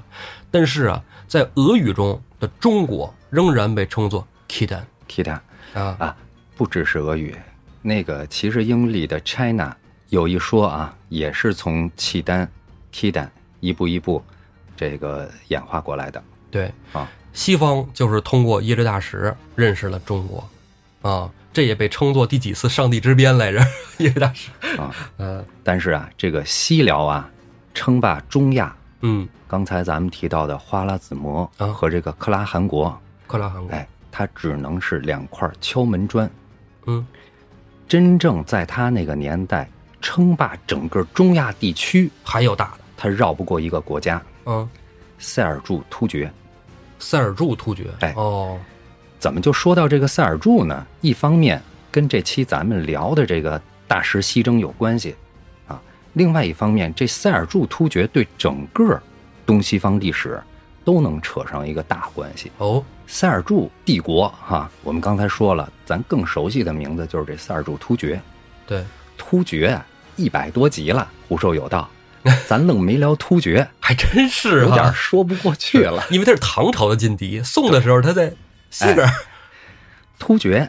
B: 但是啊，在俄语中的中国仍然被称作契丹
A: k i t a
B: 啊，
A: 啊，不只是俄语，那个其实英里的 China 有一说啊，也是从契丹、契丹一步一步这个演化过来的
B: 对。
A: 啊。
B: 西方就是通过耶律大石认识了中国，啊，这也被称作第几次上帝之鞭来着？ 耶律大石，
A: 啊，
B: 呃，
A: 但是啊，这个西辽啊，称霸中亚。
B: 嗯，
A: 刚才咱们提到的花剌子模
B: 啊
A: 和这个克拉汗国，
B: 克拉汗国，
A: 哎，它只能是两块敲门砖。
B: 嗯，
A: 真正在他那个年代称霸整个中亚地区，
B: 还有大的，
A: 他绕不过一个国家
B: 嗯，
A: ——塞尔柱突厥。
B: 塞尔柱突厥，
A: 哎
B: 哦，
A: 怎么就说到这个塞尔柱呢？一方面跟这期咱们聊的这个大石西征有关系，啊，另外一方面，这塞尔柱突厥对整个东西方历史都能扯上一个大关系。
B: 哦，
A: 塞尔柱帝国哈、我们刚才说了，咱更熟悉的名字就是这塞尔柱突厥。
B: 对，
A: 突厥一百多集了，胡说有道，咱愣没聊突厥，
B: 还真是、啊、
A: 有点说不过去了。
B: 因为他是唐朝的劲敌，宋的时候他在西边儿，
A: 突厥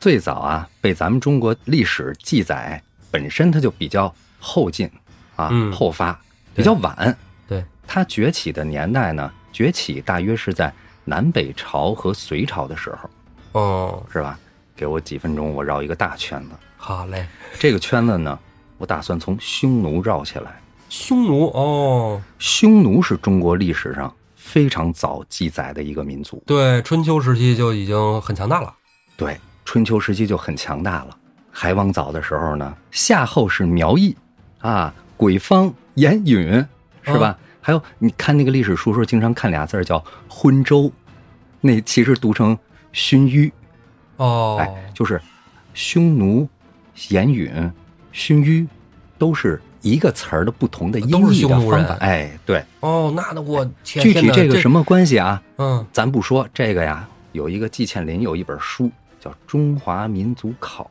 A: 最早啊，被咱们中国历史记载本身它就比较后进啊，
B: 嗯
A: 后发
B: 对
A: 比较晚。
B: 对，
A: 它崛起的年代呢，崛起大约是在南北朝和隋朝的时候，
B: 哦，
A: 是吧？给我几分钟，我绕一个大圈子。
B: 好嘞，
A: 这个圈子呢，我打算从匈奴绕起来。
B: 匈奴哦，
A: 匈奴是中国历史上非常早记载的一个民族，
B: 对，春秋时期就已经很强大了。
A: 对，春秋时期就很强大了。还往早的时候呢，夏后氏苗裔，啊，鬼方严允，是
B: 嗯
A: 吧？还有你看那个历史书说，经常看俩字儿叫“昏州”，那其实读成“熏迂”，
B: 哦，
A: 哎，就是匈奴、严允、熏迂，都是一个词儿的不同的音
B: 都是
A: 译的
B: 匈奴
A: 方
B: 人
A: 法。哎，对，
B: 哦，那那我天，
A: 具体这个什
B: 么，
A: 么关系啊？
B: 嗯，
A: 咱不说这个呀，有一个季羡林有一本书叫《中华民族考》，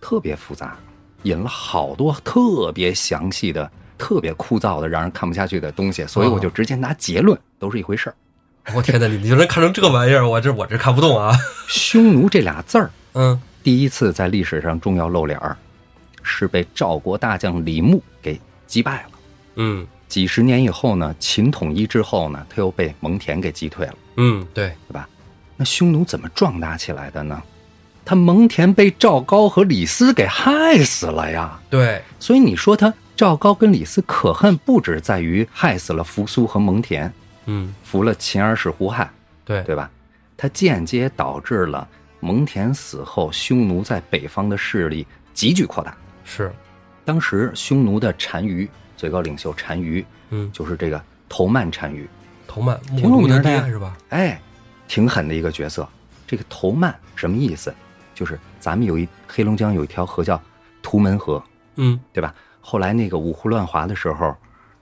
A: 特别复杂，引了好多特别详细的、特别枯燥的、让人看不下去的东西，所以我就直接拿结论，都是一回事儿。
B: 我天哪，你你就能看成这玩意儿，我这我这看不懂 啊。
A: 匈奴这俩字儿，
B: 嗯，
A: 第一次在历史上重要露脸儿，是被赵国大将李牧给击败了。
B: 嗯
A: 几十年以后呢，秦统一之后呢，他又被蒙恬给击退了。
B: 嗯，对，
A: 对吧？那匈奴怎么壮大起来的呢？他蒙恬被赵高和李斯给害死了呀，
B: 对，
A: 所以你说他赵高跟李斯可恨，不止在于害死了扶苏和蒙恬，
B: 嗯，
A: 服了秦而使胡亥，
B: 对，
A: 对吧？他间接导致了蒙恬死后，匈奴在北方的势力急剧扩大。
B: 是，
A: 当时匈奴的单于最高领袖单于
B: 嗯，
A: 就是这个头曼单于，
B: 头曼
A: 挺有
B: 我奴
A: 名
B: 的
A: 的
B: 爹
A: 呀
B: 是吧？
A: 哎，挺狠的一个角色。这个头曼什么意思？就是咱们有一黑龙江有一条河叫图门河，
B: 嗯，
A: 对吧？后来那个五胡乱华的时候，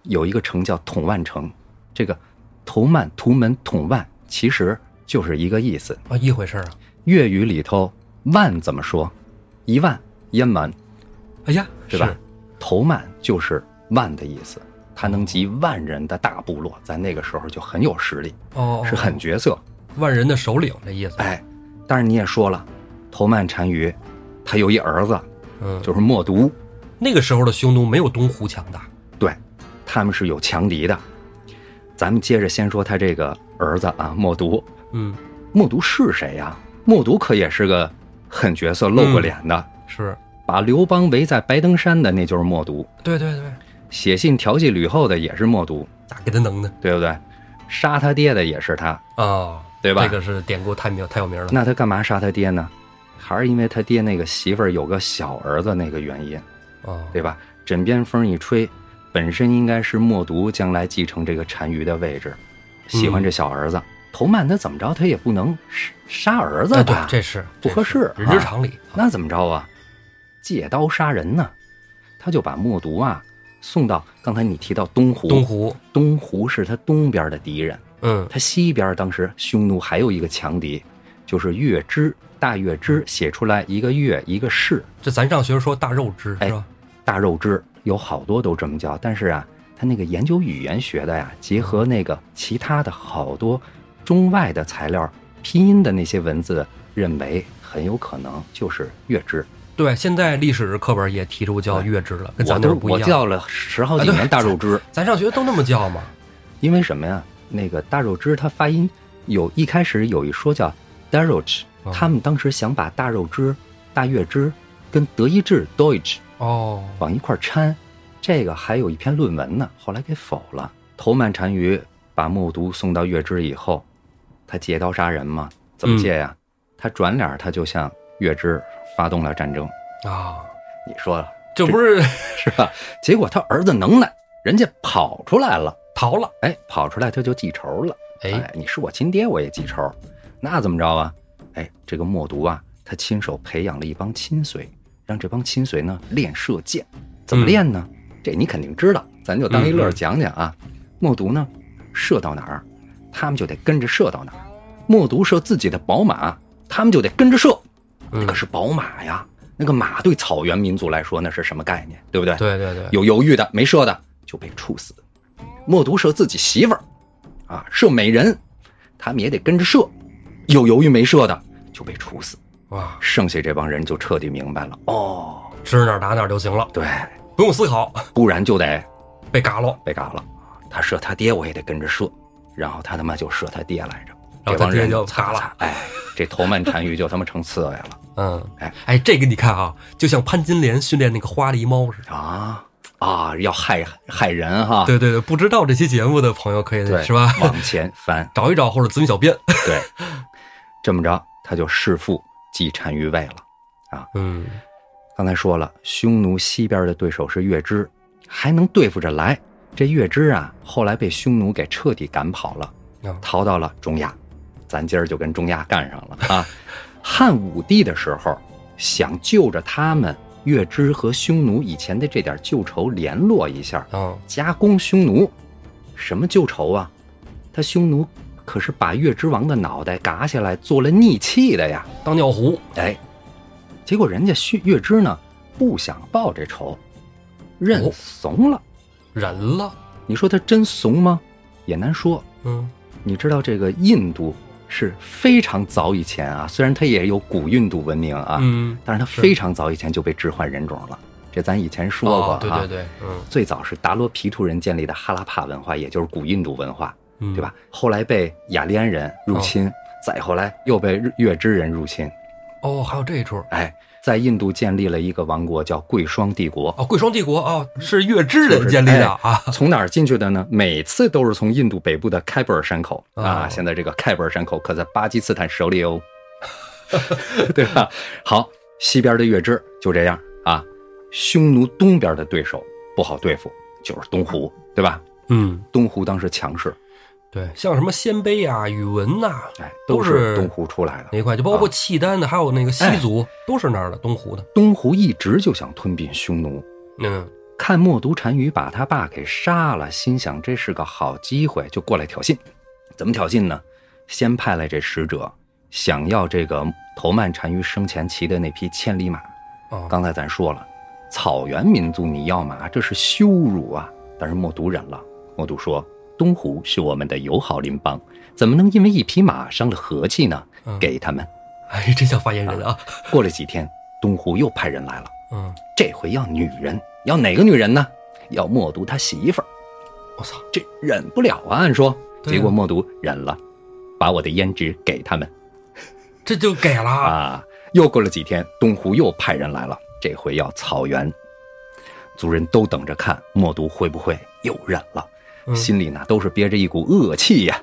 A: 有一个城叫统万城，这个头曼、图门、统万其实就是一个意思。
B: 啊，一回事儿啊。
A: 粤语里头万怎么说？一万燕满，
B: 哎呀，
A: 对吧？头曼就是万的意思，它能集万人的大部落，在那个时候就很有实力，
B: 是？哦，
A: 是狠角色。
B: 万人的首领这意思。
A: 哎，但是你也说了，头曼单于，他有一儿子，
B: 嗯，
A: 就是默毒。
B: 那个时候的匈奴没有东胡强大。
A: 对，他们是有强敌的。咱们接着先说他这个儿子啊，默毒。
B: 嗯，
A: 默毒是谁呀、默毒可也是个狠角色，露过脸的，
B: 是，
A: 把刘邦围在白登山的那就是默毒，
B: 对对对，
A: 写信调戏吕后的也是默毒，
B: 咋给他能的
A: 对不对？杀他爹的也是他。
B: 啊？
A: 对吧
B: 这个是典故太名太有名了。
A: 那他干嘛杀他爹呢？还是因为他爹那个媳妇儿有个小儿子那个原因。
B: 啊，
A: 对吧？枕边风一吹，本身应该是默读将来继承这个单于的位置，喜
B: 嗯
A: 欢这小儿子。头曼他怎么着，他也不能杀杀儿子
B: 哎对
A: 吧？，
B: 这是
A: 不合
B: 这是
A: 适
B: 人之
A: 啊
B: 常理。
A: 那怎么着啊？借刀杀人呢？他就把默读啊送到刚才你提到东湖，
B: 东胡，
A: 东湖是他东边的敌人，
B: 嗯，
A: 他西边当时匈奴还有一个强敌，就是月支。大月支
B: 嗯
A: 写出来一个月一个氏，
B: 这咱上学说大肉之
A: 哎
B: 是吧？
A: 大肉汁有好多都这么叫，但是啊，他那个研究语言学的呀，结合那个其他的好多中外的材料拼音的那些文字，认为很有可能就是月支。
B: 对，现在历史课本也提出叫
A: 对
B: 月支了，跟咱
A: 我
B: 那
A: 都
B: 儿不
A: 我
B: 一样。
A: 叫了十好几
B: 啊对
A: 年大肉汁，
B: 咱上学都那么 叫嘛？
A: 因为什么呀？那个大肉汁它发音有一开始有一说叫 d a r o c h
B: 哦
A: 他们当时想把大肉汁、大月汁跟德意志 Deutsch
B: 哦，
A: 往一块儿掺，这个还有一篇论文呢，后来给否了。头曼单于把木渎送到月支以后，他借刀杀人嘛，怎么借呀、他转脸他就向月支发动了战争，
B: 啊，
A: 你说了
B: 这不是
A: 是吧？结果他儿子能耐，人家跑出来了，
B: 逃了？
A: 哎，跑出来他就记仇了。
B: 哎
A: 哎，，你是我亲爹，我也记仇，那怎么着啊？哎，这个默读啊，他亲手培养了一帮亲随，让这帮亲随呢练射箭，怎么练呢？这你肯定知道，咱就当一乐儿讲讲啊。默读呢，射到哪儿，他们就得跟着射到哪儿。默读射自己的宝马，他们就得跟着射。那
B: 嗯
A: 可，是宝马呀，那个马对草原民族来说那是什么概念，对不对？
B: 对对对，
A: 有犹豫的没射的就被处死。默读射自己媳妇儿，啊，射美人，他们也得跟着射。有犹豫没射的就被处死。
B: 哇，
A: 剩下这帮人就彻底明白了，哦，
B: 指哪儿打哪儿就行了，
A: 对，
B: 不用思考，
A: 不然就得
B: 被嘎了。
A: 被嘎了。他射他爹，我也得跟着射。然后他他妈就射他爹来着，
B: 然后
A: 这帮
B: 他爹
A: 人
B: 就
A: 擦
B: 嘎了
A: 擦，哎，这头曼单于就他妈成刺猬了
B: 嗯，
A: 哎
B: 哎，这个你看啊，就像潘金莲训练那个花狸猫似的。
A: 啊啊！要害害人哈，
B: 对对对，不知道这期节目的朋友可以
A: 对
B: 是吧？
A: 往前翻，
B: 找一找或者子女小编。
A: 对，这么着他就弑父继单于位了。
B: 嗯
A: 刚才说了，匈奴西边的对手是月支，还能对付着来。这月支啊，后来被匈奴给彻底赶跑了
B: 啊，
A: 逃到了中亚。咱今儿就跟中亚干上了啊！汉武帝的时候，想就着他们月支和匈奴以前的这点旧仇联络一下，
B: 嗯
A: 加工匈奴。什么旧仇啊？他匈奴可是把月支王的脑袋嘎下来做了逆气的呀！
B: 当尿壶，
A: 哎，结果人家薛月支呢不想报这仇，认
B: 哦
A: 怂了。
B: 忍了。
A: 你说他真怂吗？也难说。
B: 嗯
A: 你知道这个印度是非常早以前啊，虽然它也有古印度文明啊，
B: 嗯，
A: 但是它
B: 是
A: 非常早以前就被置换人种了。这咱以前说过啊，
B: 哦对对对，嗯
A: 最早是达罗毗荼人建立的哈拉帕文化，也就是古印度文化，
B: 嗯，
A: 对吧？？后来被雅利安人入侵，再后来又被日月支人入侵。
B: 哦，还有这一出
A: 哎，在印度建立了一个王国，叫贵霜帝 国。
B: 哦，贵霜帝国哦，是月支人建立的啊。
A: 从哪儿进去的呢？每次都是从印度北部的开伯尔山口啊。
B: 哦
A: 现在这个开伯尔山口可在巴基斯坦手里哦， 对吧？好，西边的月支就这样啊。匈奴东边的对手不好对付，就是东胡，对吧？
B: 嗯，
A: 东胡当时强势，
B: 对，像什么鲜卑啊、宇文呐、
A: 哎，
B: 都
A: 都
B: 是
A: 是东胡出来的。
B: 那一块，就包括契丹的，还有那个西
A: 啊哎
B: 族，都是那儿的东胡的。
A: 东胡一直就想吞并匈奴，
B: 嗯，
A: 看默读单于把他爸给杀了，心想这是个好机会，就过来挑衅。怎么挑衅呢？先派来这使者，想要这个头曼单于生前骑的那匹千里马。
B: 哦，
A: 刚才咱说了，草原民族你要马，这是羞辱啊！但是默读忍了。默读说：“东胡是我们的友好邻邦，怎么能因为一匹马伤了和气呢？
B: 嗯
A: 给他们。
B: 哎，这叫发言人啊。”
A: 过了几天，东胡又派人来了，
B: 嗯，
A: 这回要女人，要哪个女人呢？要默读他媳妇儿。
B: 我操，
A: 这忍不了啊！按说，
B: 对啊
A: 结果默读忍了，把我的胭脂给他们
B: 这就给了啊。
A: 啊。又过了几天，东胡又派人来了，这回要草原。族人都等着看默读会不会又忍了，
B: 嗯
A: 心里那都是憋着一股恶气呀、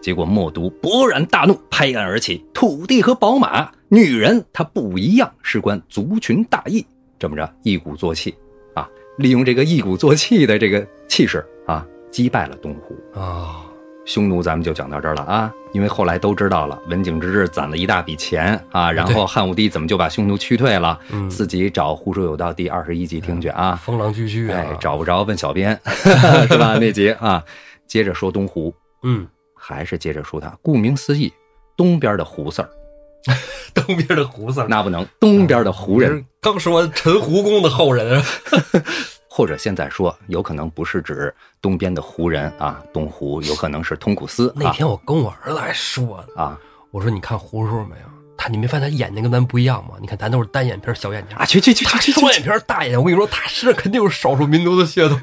A: 结果默读勃然大怒，拍案而起：土地和宝马，女人她不一样，事关族群大义。这么着，一鼓作气啊，利用这个一鼓作气的这个气势啊，击败了东胡。
B: 啊，
A: 匈奴咱们就讲到这儿了啊，因为后来都知道了，文景之治攒了一大笔钱啊，然后汉武帝怎么就把匈奴驱退了？
B: 嗯
A: 自己找《胡说有道》第二十一集听去啊，
B: 风狼居胥
A: 哎
B: 啊，，
A: 找不着问小编是吧？那集啊，接着说东胡，
B: 嗯，
A: 还是接着说他，顾名思义，东边的胡四儿，
B: 东边的胡子儿
A: 那不能，东边的胡人，啊
B: 是刚说完陈胡公的后人，啊
A: 或者现在说，有可能不是指东边的胡人啊，东胡有可能是通古斯
B: 那
A: 啊
B: 天我跟我儿子还说呢，
A: 啊
B: 我说你看胡叔没有？他你没发现他眼睛跟咱不一样吗？你看咱都是单眼皮儿小眼睛儿
A: 啊，，去去去
B: 他
A: 去去
B: 双
A: 去
B: 眼皮儿大眼睛。我跟你说，他身上肯定有少数民族的血统。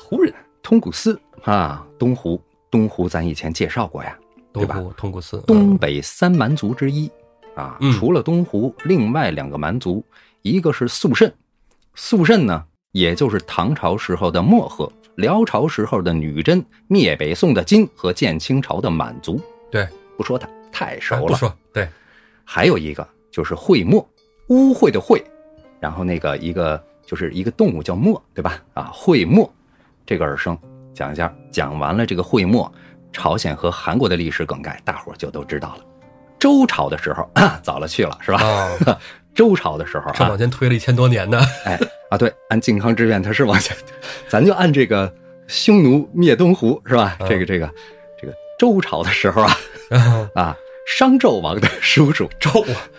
B: 胡人，
A: 通古斯啊，东胡，东胡咱以前介绍过呀，
B: 东
A: 对吧
B: 古通古嗯斯，
A: 东呃北三蛮族之一啊。
B: 嗯
A: 除了东胡，另外两个蛮族，一个是肃慎，肃慎呢，也就是唐朝时候的漠河，辽朝时候的女真，灭北宋的金和建清朝的满族。
B: 对，
A: 不说它太
B: 哎
A: 熟
B: 不
A: 了。
B: 说对，
A: 还有一个就是喙沫，污秽的秽，然后那个一个就是一个动物叫沫，对吧？啊，喙沫，这个耳声讲一下。讲完了这个喙沫，朝鲜和韩国的历史梗概，大伙儿就都知道了。周朝的时候， 早了去了是吧？
B: 啊，
A: 周朝的时候
B: 这
A: 啊，
B: 往前推了一千多年呢。
A: 哎啊，对，按靖康之变它是往前，咱就按这个匈奴灭东胡是吧？
B: 嗯
A: 这个这个这个周朝的时候啊
B: 啊
A: 啊，商纣王的叔叔
B: 周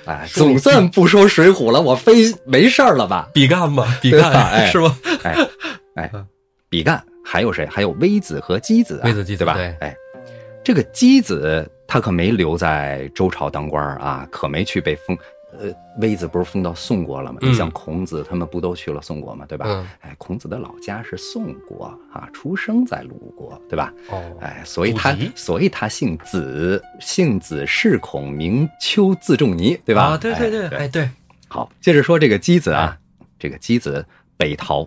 A: 哎，
B: 叔
A: 总算不说《水浒》了，我非没事儿了吧？
B: 比干吧，比
A: 对吧
B: 干
A: 哎
B: 是吧？
A: 哎哎
B: 嗯，
A: 比干还有谁？还有微子和箕子、啊，
B: 微子箕子
A: 对吧？
B: 对
A: 哎，这个箕子他可没留在周朝当官儿啊，可没去被封。呃，微子不是封到宋国了吗？
B: 嗯
A: 你像孔子他们不都去了宋国吗？对吧？
B: 嗯
A: 哎，孔子的老家是宋国啊，出生在鲁国，对吧？
B: 哦，
A: 哎，所以他
B: 祖籍
A: 所以他姓子，姓子是孔，名丘，字仲尼，对
B: 对
A: 吧？
B: 啊，对对
A: 哎
B: 对，哎对，
A: 好，接着说这个箕子
B: 哎
A: 啊，这个箕子北逃，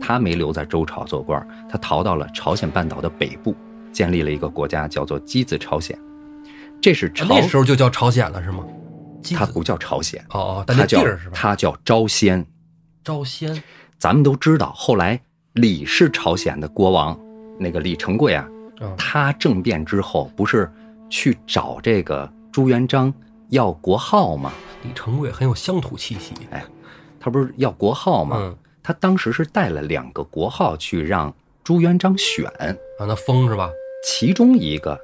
A: 他没留在周朝做官儿，他逃到了朝鲜半岛的北部，建立了一个国家，叫做箕子朝鲜。这是朝，
B: 啊那时候就叫朝鲜了是吗？箕
A: 它
B: 子
A: 不叫朝鲜，
B: 哦哦，但
A: 它
B: 那地
A: 叫
B: 儿是吧？
A: 它叫朝鲜。
B: 朝鲜
A: 咱们都知道，后来李是朝鲜的国王，那个李成桂啊，
B: 啊，
A: 他政变之后不是去找这个朱元璋要国号吗？
B: 李成桂很有乡土气息。
A: 他不是要国号吗？
B: 嗯，
A: 他当时是带了两个国号去让朱元璋选，
B: 让他封啊是吧？
A: 其中一个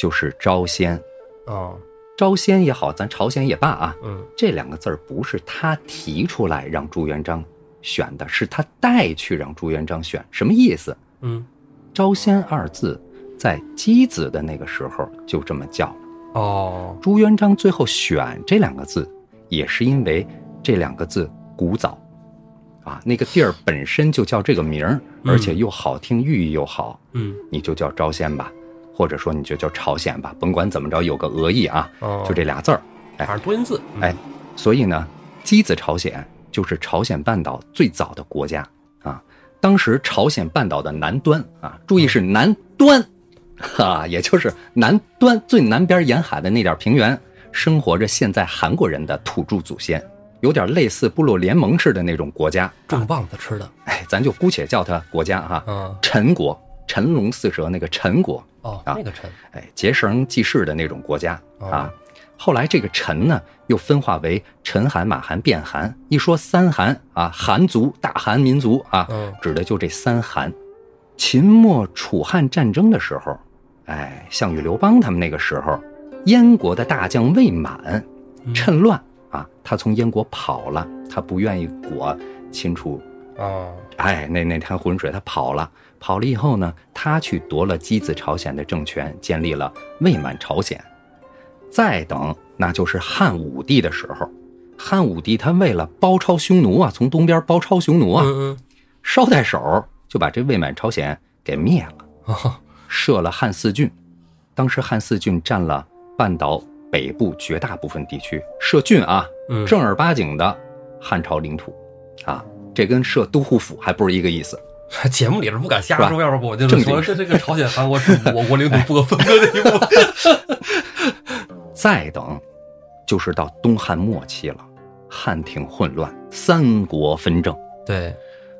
A: 就是招鲜，
B: 哦，
A: 招鲜也好，咱朝鲜也罢啊，
B: 嗯，
A: 这两个字儿不是他提出来让朱元璋选的，是他带去让朱元璋选，什么意思？
B: 嗯，
A: 招鲜二字在箕子的那个时候就这么叫，
B: 哦，
A: 朱元璋最后选这两个字，也是因为这两个字古早，啊，那个地儿本身就叫这个名儿，
B: 嗯
A: 而且又好听，寓意又好，
B: 嗯，
A: 你就叫朝鲜吧，或者说你就叫朝鲜吧，甭管怎么着，有个俄译啊，
B: 哦，
A: 就这俩字儿。哎
B: 反正多音字。嗯
A: 哎，所以呢，箕子朝鲜就是朝鲜半岛最早的国家啊。当时朝鲜半岛的南端啊，注意是南端， 哈、也就是南端最南边沿海的那点平原，生活着现在韩国人的土著祖先，有点类似部落联盟似的那种国家。
B: 种棒子吃的。
A: 哎，咱就姑且叫它国家哈、
B: 嗯，
A: 陈国，陈龙四蛇那个陈国，
B: 哦，
A: 啊
B: 那个陈。
A: 哎，结绳记事的那种国家
B: 哦
A: 啊。后来这个陈呢，又分化为陈韩、马韩、卞韩。一说三韩啊，韩族、大韩民族啊，
B: 嗯
A: 指的就这三韩。秦末楚汉战争的时候，哎，项羽、刘邦他们那个时候，燕国的大将魏满
B: 嗯
A: 趁乱啊，他从燕国跑了，他不愿意裹秦楚
B: 哦，
A: 哎，那那滩浑水，他跑了，跑了以后呢，他去夺了箕子朝鲜的政权，建立了魏满朝鲜。再等，那就是汉武帝的时候，汉武帝他为了包抄匈奴啊，从东边包抄匈奴啊，
B: 嗯嗯
A: 捎带手就把这魏满朝鲜给灭了，
B: 哦，
A: 设了汉四郡。当时汉四郡占了半岛北部绝大部分地区，设郡啊，
B: 嗯，
A: 正儿八经的汉朝领土，啊，这跟设都护府还不是一个意思。
B: 节目里是不敢瞎
A: 是
B: 说，
A: 吧
B: 要不我就
A: 正
B: 是
A: 经哎
B: 说这这个朝鲜、韩国是我 国领土不可分割的一部分。
A: 再等，就是到东汉末期了，汉廷混乱，三国纷争。
B: 对，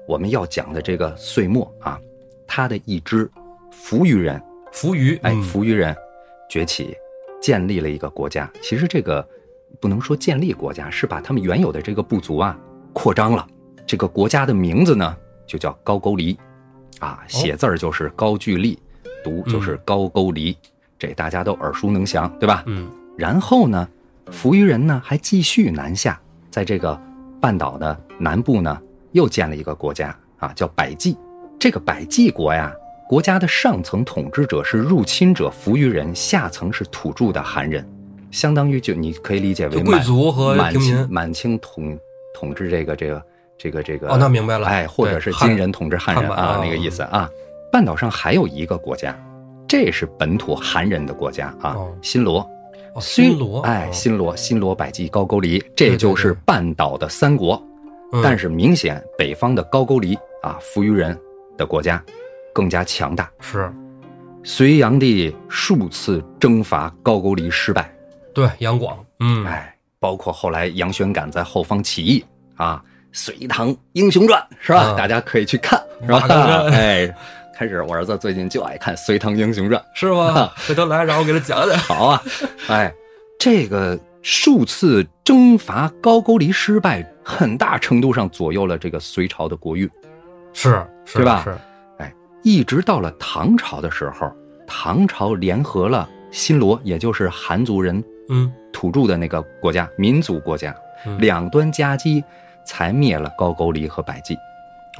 A: 我们要讲的这个岁末啊，他的一支扶余人，
B: 扶余，
A: 哎，
B: 嗯
A: 扶余人崛起，建立了一个国家。其实这个不能说建立国家，是把他们原有的这个部族啊扩张了。这个国家的名字呢，就叫高句丽，啊，写字儿就是高句丽，读就是高句丽，这大家都耳熟能详，对吧？
B: 嗯
A: 然后呢，扶余人呢还继续南下，在这个半岛的南部呢又建了一个国家啊，叫百济。这个百济国呀，国家的上层统治者是入侵者扶余人，下层是土著的汉人，相当于就你可以理解为
B: 就贵
A: 满
B: 族和
A: 满
B: 平民
A: 清满清统统治这个这个这个这个
B: 哦那明白了
A: 哎，或者
B: 对
A: 是
B: 汉
A: 金人统治汉人
B: 汉满
A: 啊
B: 啊
A: 那个意思啊。半岛上还有一个国家，这是本土韩人的国家啊
B: 哦，
A: 新罗。
B: 哦，
A: 虽
B: 新罗，
A: 哎，
B: 哦，
A: 新罗，新罗百济、高句丽，
B: 对
A: 这
B: 对
A: 就是
B: 对
A: 半岛的三国。
B: 嗯
A: 但是明显，北方的高句丽啊，扶余人的国家更加强大。
B: 嗯是
A: 隋炀帝数次征伐高句丽失败，
B: 对杨广，嗯，
A: 哎，包括后来杨玄感在后方起义啊，《隋唐英雄传》是吧？
B: 嗯
A: 大家可以去看，是吧
B: 马 上看？
A: 哎，开始我儿子最近就爱看《隋唐英雄传》，
B: 是 吗？回头来，让我给他讲讲。
A: 好啊，哎，这个数次征伐高句丽失败，很大程度上左右了这个隋朝的国运。
B: 是是
A: 对吧
B: 是，
A: 哎，一直到了唐朝的时候，唐朝联合了新罗，也就是韩族人
B: 嗯
A: 土著的那个国家、民族国家，
B: 嗯
A: 两端夹击，才灭了高句丽和百济。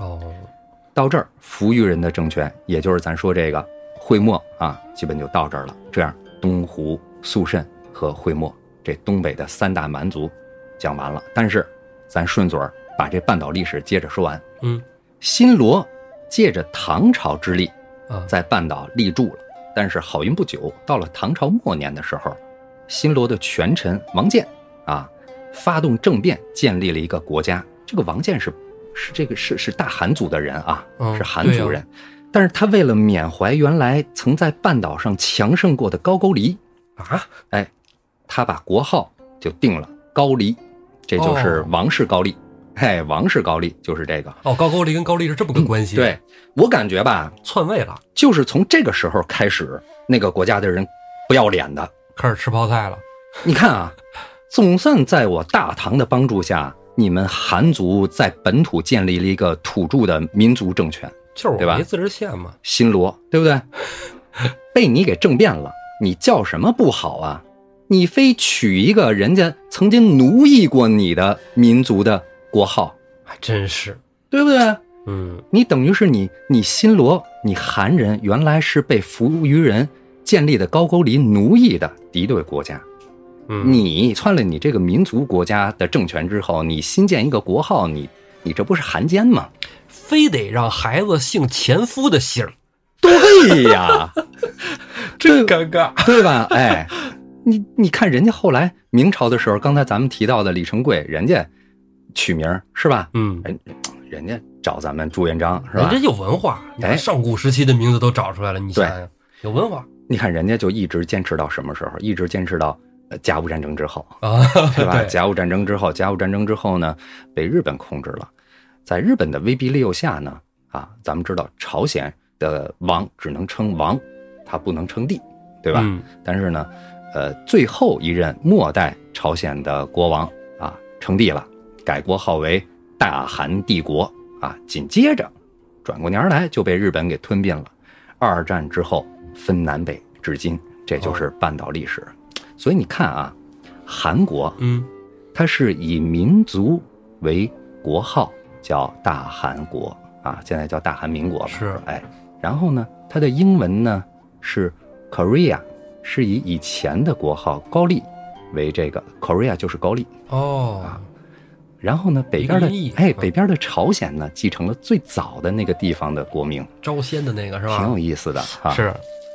B: 哦
A: 到这儿，扶余人的政权，也就是咱说这个会末啊，基本就到这儿了。这样，东胡、肃慎和会末这东北的三大蛮族讲完了。但是，咱顺嘴儿把这半岛历史接着说完。
B: 嗯
A: 新罗借着唐朝之力，
B: 啊
A: 在半岛立住了。但是好运不久，到了唐朝末年的时候，新罗的权臣王建啊，发动政变，建立了一个国家。这个王建是是这个是是大韩族的人啊，
B: 嗯
A: 是韩族人。但是他为了缅怀原来曾在半岛上强盛过的高句丽，
B: 啊
A: 哎，他把国号就定了高丽，这就是
B: 哦
A: 王室高丽。哎，王室高丽就是这个。
B: 哦，高句丽跟高丽是这么个关
A: 嗯
B: 系，
A: 对，我感觉吧，
B: 篡位了，
A: 就是从这个时候开始，那个国家的人不要脸的。
B: 开始吃泡菜了，
A: 你看啊，总算在我大唐的帮助下，你们韩族在本土建立了一个土著的民族政权
B: 就是
A: 对
B: 我
A: 吧
B: 没自治县嘛，
A: ——新罗，对不对？ 被你给政变了，你叫什么不好啊？你非取一个人家曾经奴役过你的民族的国号，
B: 还真是，
A: 对不对？
B: 嗯
A: 你等于是你，你新罗，你韩人原来是被扶余人建立的高句丽奴役的敌对国家。
B: 嗯，
A: 你篡了你这个民族国家的政权之后，你新建一个国号，你你这不是汉奸吗？
B: 非得让孩子姓前夫的姓儿，
A: 对 呀，这
B: 尴尬，
A: 对吧？哎，你你看人家后来明朝的时候，刚才咱们提到的李成桂，人家取名儿是吧？
B: 嗯，
A: 哎，人家找咱们朱元璋是
B: 人
A: 吧
B: 家？有文化，你看
A: 哎
B: 上古时期的名字都找出来了，你
A: 对
B: 想想，有文化
A: 你看人家就一直坚持到什么时候？一直坚持到呃甲午战争之后。
B: 啊，
A: 对吧？
B: 对
A: 甲午战争之后，甲午战争之后呢，被日本控制了。在日本的威逼利诱下呢，啊，咱们知道朝鲜的王只能称王，他不能称帝，对吧？
B: 嗯
A: 但是呢，呃，最后一任末代朝鲜的国王啊称帝了，改国号为大韩帝国啊。紧接着，转过年儿来就被日本给吞并了。二战之后分南北，至今这就是半岛历史。所以你看啊，韩国
B: 嗯，
A: 它是以民族为国号，叫大韩国啊，现在叫大韩民国了。
B: 是
A: 哎，然后呢，它的英文呢是 Korea，是以以前的国号高丽为这个 Korea 就是高丽。
B: 哦，
A: 然后呢，北边的
B: 一个音译
A: 哎，
B: 嗯
A: 北边的朝鲜呢，继承了最早的那个地方的国名，
B: 招仙的那个是吧？
A: 挺有意思的啊哈。
B: 是，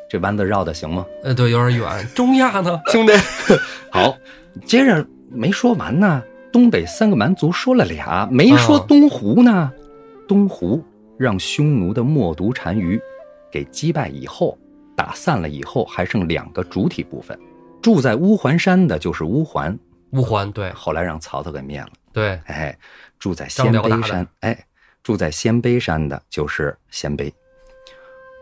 A: 这弯子绕的行吗？
B: 呃，对，有点远。中 亚呢，兄弟，
A: 好，接着没说完呢，东北三个蛮族说了俩，没说
B: 嗯
A: 东胡呢。东胡让匈奴的冒毒单于给击败以后，打散了以后，还剩两个主体部分。住在乌桓山的就是乌桓，
B: 乌桓，对
A: 后来让曹操给灭了。
B: 对，
A: 哎，住在
B: 张
A: 鲜
B: 辽打
A: 卑
B: 的
A: 山，哎，住在鲜卑山的就是鲜卑。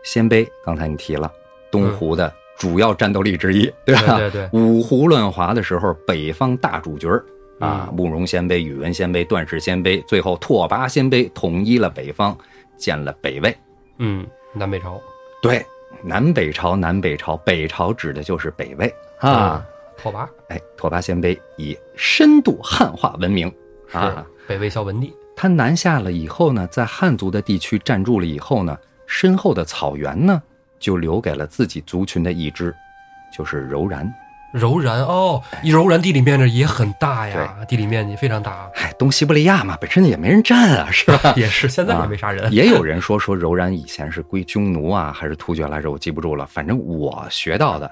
A: 鲜卑，刚才你提了，东
B: 嗯
A: 胡的主要战斗力之一，对吧？
B: 对对对
A: 五胡乱华的时候，北方大主角儿啊，
B: 嗯
A: 慕容鲜卑、宇文鲜卑、段氏鲜卑，最后拓跋鲜卑统一了北方，建了北魏。
B: 嗯，南北朝
A: 对，南北朝，南北朝，北朝指的就是北魏啊。，
B: 嗯拓跋
A: 哎，拓跋鲜卑以深度汉化闻名啊
B: 是。北魏孝文帝，
A: 他南下了以后呢，在汉族的地区站住了以后呢，身后的草原呢，就留给了自己族群的一支，就是柔然。
B: 柔然哦，柔然地理面积也很大呀，地理面积非常大，？
A: 哎，东西伯利亚嘛，本身也没人占啊，是吧
B: 也是现在也
A: 啊
B: 没啥人。
A: 也有人说说柔然以前是归匈奴啊，还是突厥来着？我记不住了。反正我学到的，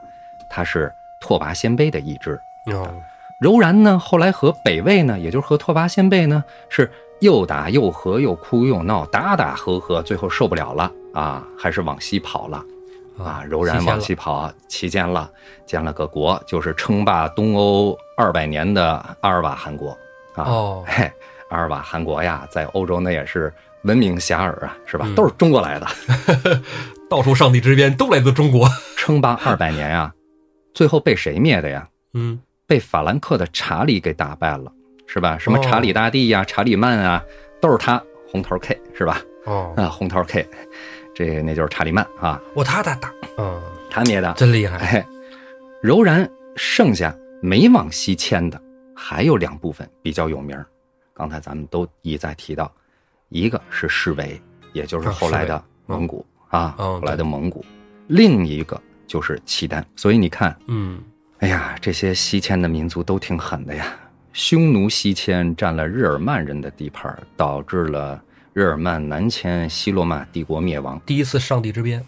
A: 他是拓跋鲜卑的一支。啊
B: 嗯，
A: 柔然呢，后来和北魏呢，也就是和拓跋鲜卑呢，是又打又和，又哭又闹，打打和和，最后受不了了啊，还是往西跑了啊。柔然往西
B: 西
A: 跑，期间了，建了个国，就是称霸东欧二百年的阿尔瓦汗国啊。
B: 哦，
A: 嘿，阿尔瓦汗国呀，在欧洲那也是闻名遐迩啊，是吧？
B: 嗯
A: 都是中国来的，
B: 到处上帝之鞭都来自中国。
A: 称霸二百年呀，最后被谁灭的呀？
B: 嗯，
A: 被法兰克的查理给打败了，是吧？什么
B: 哦
A: 查理大帝呀、查理曼啊，都是他红头 K 是吧？
B: 哦，
A: 啊，红头 K，这个那就是查理曼啊，
B: 我他他他，嗯，
A: 他捏的。
B: 真厉害，
A: 哎，柔然剩下没往西迁的还有两部分比较有名儿，刚才咱们都一再提到，一个是市围，也就是
B: 啊
A: 后来的
B: 嗯
A: 蒙古啊，后
B: 嗯
A: 来的蒙古；另一个就是契丹。所以你看，
B: 嗯，
A: 哎呀，这些西迁的民族都挺狠的呀。匈奴西迁占了日耳曼人的地盘儿，导致了日耳曼南迁，西罗马帝国灭亡。
B: 第一次上帝 之鞭，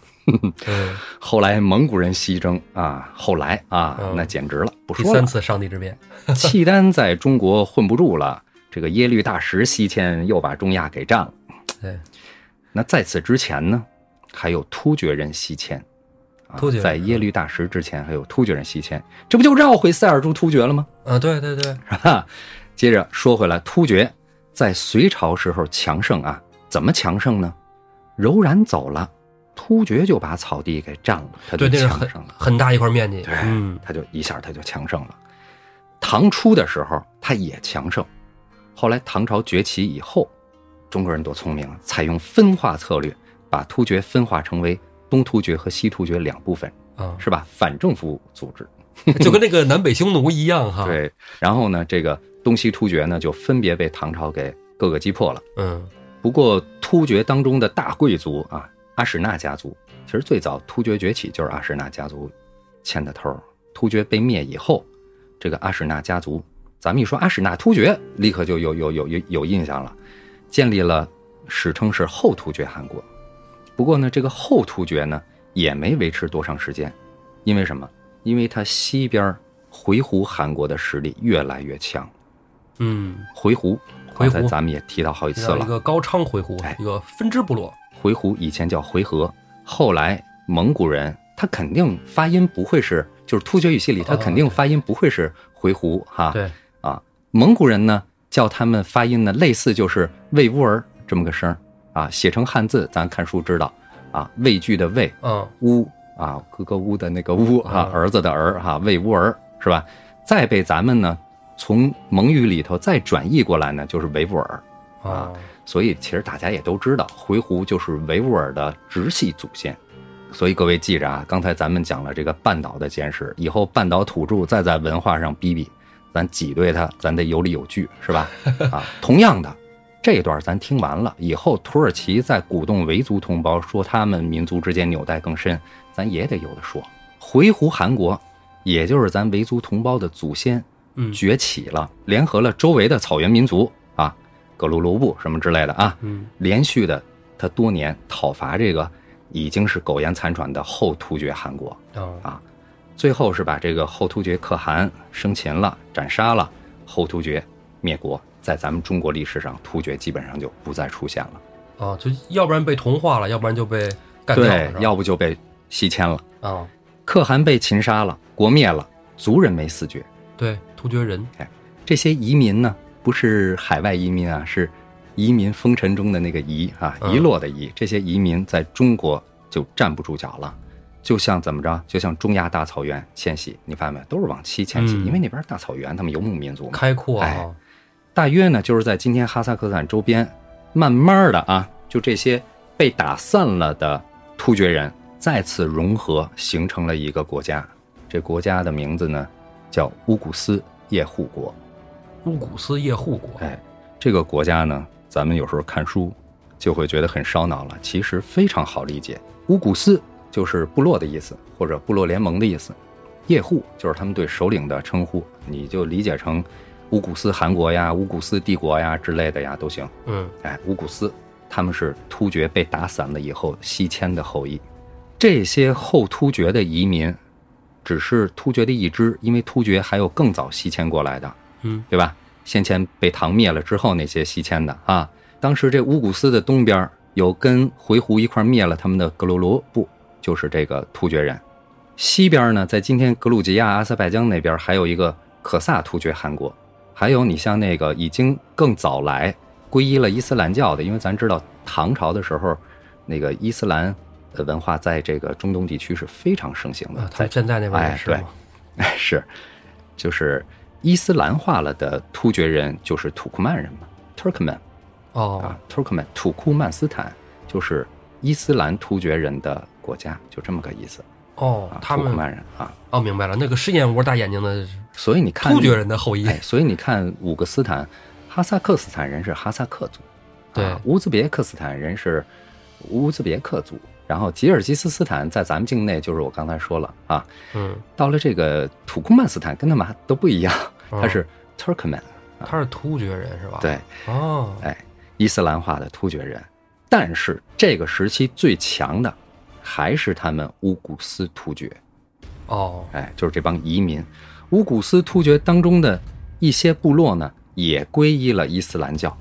B: 嗯，
A: 后来蒙古人西征啊，后来啊，
B: 嗯
A: 那简直了，不
B: 第
A: 说
B: 三
A: 了。
B: 次上帝之鞭，
A: 契丹在中国混不住了，这个耶律大石西迁又把中亚给占了。
B: 对，
A: 那在此之前呢，还有突厥人西迁。啊
B: 突厥人
A: 在耶律大石之前还有突厥人西迁，这不就绕回塞尔柱突厥了吗？
B: 啊，对对对，
A: 是吧？接着说回来，突厥在隋朝时候强盛啊，怎么强盛呢？柔然走了，突厥就把草地给占了，他就
B: 对，那是
A: 强
B: 很
A: 盛了。
B: 很大一块面积，
A: 对
B: 嗯，
A: 他就一下他就强盛了。唐初的时候，他也强盛，后来唐朝崛起以后，中国人多聪明啊，采用分化策略，把突厥分化成为东突厥和西突厥两部分，
B: 啊，
A: 是吧？反政府组织。
B: 就跟那个南北匈奴一样哈，，
A: 对，然后呢，这个东西突厥呢，就分别被唐朝给各个击破了。
B: 嗯，
A: 不过，突厥当中的大贵族啊，阿史那家族，其实最早突厥崛起就是阿史那家族牵的头儿。突厥被灭以后，这个阿史那家族，咱们一说阿史那突厥，立刻就有有有有有印象了，建立了史称是后突厥汗国。不过呢，这个后突厥呢也没维持多长时间，因为什么？因为它西边儿回鹘汗国的实力越来越强。
B: 嗯，
A: 回鹘，
B: 回鹘
A: 刚才咱们也提到好几
B: 提
A: 次
B: 到一
A: 了。
B: 个高昌回鹘
A: 哎，
B: 一个分支部落，
A: 回鹘以前叫回纥，后来蒙古人他肯定发音不会是，就是突厥语系里他
B: 哦
A: 肯定发音不会是回鹘哈。
B: 对，
A: 啊，蒙古人呢叫他们发音呢类似就是魏乌儿这么个声儿啊，写成汉字咱看书知道啊，畏惧的畏，
B: 嗯，
A: 乌啊，哥哥乌的那个乌啊
B: 嗯，
A: 儿子的儿哈、魏乌儿是吧？再被咱们呢从蒙语里头再转译过来呢，就是维吾尔。
B: 啊，
A: 所以其实大家也都知道，回鹘就是维吾尔的直系祖先。所以各位记着啊，刚才咱们讲了这个半岛的简史，以后半岛土著再在文化上逼逼，咱挤兑他，咱得有理有据，是吧？啊，同样的，这段咱听完了以后，土耳其在鼓动维族同胞说他们民族之间纽带更深，咱也得有的说。回鹘汗国，也就是咱维族同胞的祖先，
B: 嗯，
A: 崛起了，联合了周围的草原民族啊，格鲁卢布什么之类的啊，
B: 嗯，
A: 连续的他多年讨伐这个已经是苟延残喘的后突厥汗国，
B: 啊，
A: 最后是把这个后突厥可汗生擒了，斩杀了，后突厥灭国，在咱们中国历史上，突厥基本上就不再出现了，
B: 啊，就要不然被同化了，要不然就被干掉了
A: 对
B: 是吧，，
A: 要不就被西迁了，
B: 啊，
A: 可汗被擒杀了，国灭了，族人没死绝，
B: 对，突厥人，
A: 哎这些移民呢，不是海外移民啊，是移民风尘中的那个移啊，
B: 嗯
A: 遗落的遗。这些移民在中国就站不住脚了，就像怎么着，就像中亚大草原迁徙，你发现没有，都是往西迁徙，
B: 嗯
A: 因为那边大草原，他们游牧民族嘛。
B: 开阔
A: 哎
B: 啊，
A: 大约呢，就是在今天哈萨克斯坦周边，慢慢的啊，就这些被打散了的突厥人再次融合，形成了一个国家。这国家的名字呢，叫乌古斯叶护国。
B: 乌古斯叶护国，
A: 哎，这个国家呢，咱们有时候看书就会觉得很烧脑了，其实非常好理解。乌古斯就是部落的意思，或者部落联盟的意思。叶护就是他们对首领的称呼，你就理解成乌古斯汗国呀、乌古斯帝国呀之类的呀都行。
B: 嗯，
A: 哎，乌古斯他们是突厥被打散了以后西迁的后裔。这些后突厥的移民只是突厥的一支，因为突厥还有更早西迁过来的，
B: 嗯，
A: 对吧？先前被唐灭了之后，那些西迁的啊，当时这乌古斯的东边有跟回鹘一块儿灭了他们的格鲁罗布，就是这个突厥人；西边呢，在今天格鲁吉亚、阿塞拜疆那边还有一个可萨突厥汗国，还有你像那个已经更早来皈依了伊斯兰教的，因为咱知道唐朝的时候，那个伊斯兰呃文化在这个中东地区是非常盛行的
B: 啊，他
A: 在
B: 们现在那边
A: 哎
B: 也是
A: 对
B: 嘛，
A: 哎，是，就是伊斯兰化了的突厥人就是土库曼人嘛，Turkmen
B: 哦
A: 啊，Turkmen 土库曼斯坦就是伊斯兰突厥人的国家，就这么个意思
B: 哦
A: 啊，。
B: 他
A: 土库
B: 们
A: 曼人啊，
B: 哦，明白了，那个狮眼窝大眼睛的
A: 所以你看
B: 突厥人的后裔，
A: 哎，所以你看，五个斯坦，哈萨克斯坦人是哈萨克族，
B: 对
A: 啊乌兹别克斯坦人是乌兹别克族，然后吉尔吉斯斯坦在咱们境内就是我刚才说了啊，
B: 嗯，
A: 到了这个土库曼斯坦跟他们还都不一样，
B: 嗯
A: 它是 Turkmen，、
B: 他是突厥人是吧？，
A: 对，
B: 哦，
A: 哎，伊斯兰化的突厥人，但是这个时期最强的还是他们乌古斯突厥，
B: 哦，
A: 哎，就是这帮移民。乌古斯突厥当中的一些部落呢，也皈依了伊斯兰教。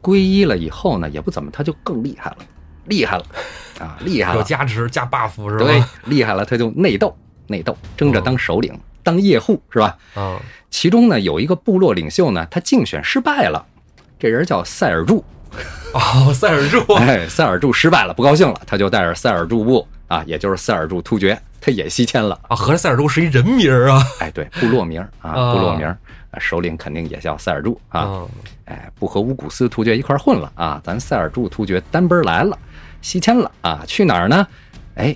A: 皈依了以后呢，也不怎么，他就更厉害了，厉害了，啊，厉害
B: 有
A: 了，
B: 加持加 buff 是
A: 对
B: 吧？，
A: 厉害了，他就内斗，内斗，争着当首领，当夜护是吧？
B: 嗯，
A: 其中呢，有一个部落领袖呢，他竞选失败了，这人叫塞尔柱，
B: 哦，塞尔柱，
A: 哎，塞尔柱失败了，不高兴了，他就带着塞尔柱部啊，也就是塞尔柱突厥，他也西迁 了。
B: 啊，合着塞尔柱是一人名儿啊！
A: 哎，对，部落名儿
B: 啊
A: 啊，部落名儿，啊首领肯定也叫塞尔柱啊。
B: 嗯，
A: 哎，不和乌古斯突厥一块儿混了啊，咱塞尔柱突厥单奔儿来了，西迁了啊，去哪儿呢？哎，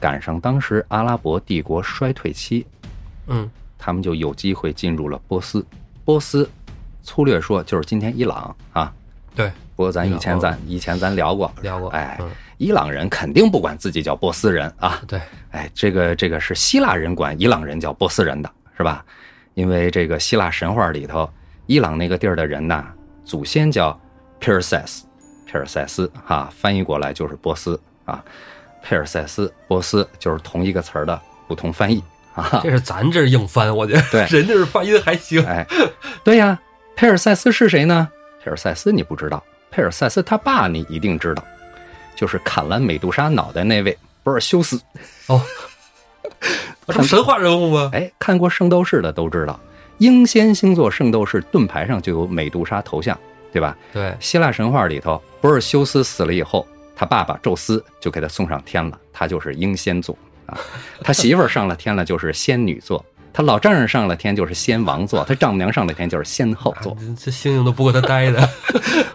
A: 赶上当时阿拉伯帝国衰退期，
B: 嗯，
A: 他们就有机会进入了波斯。波斯，粗略说就是今天伊朗啊。
B: 对，
A: 不过咱
B: 伊
A: 以
B: 朗
A: 前咱以前咱聊过，
B: 聊过，
A: 哎
B: 嗯，
A: 伊朗人肯定不管自己叫波斯人啊，
B: 对，
A: 哎，这个这个是希腊人管伊朗人叫波斯人的是吧？因为这个希腊神话里头，伊朗那个地儿的人呐，祖先叫皮尔塞斯，皮尔塞斯哈、翻译过来就是波斯啊，皮尔塞斯、波斯就是同一个词儿的不同翻译啊。
B: 这是咱这是硬翻，我觉得，
A: 对
B: 人家是发音还行，
A: 哎，对呀，佩尔塞斯是谁呢？佩尔塞斯你不知道，佩尔塞斯他爸你一定知道，就是砍烂美杜莎脑袋那位博尔修斯。
B: 哦，啊这不神话人物吗？
A: 哎，看过《圣斗士》的都知道，英仙星座圣斗士盾牌上就有美杜莎头像，对吧？
B: 对，
A: 希腊神话里头，博尔修斯死了以后，他爸爸宙斯就给他送上天了，他就是英仙座啊。他媳妇儿上了天了就是仙女座，他老丈人上了天就是仙王座，他丈母娘上了天就是仙后
B: 啊
A: 座。
B: 这这星星都不够他 呆的，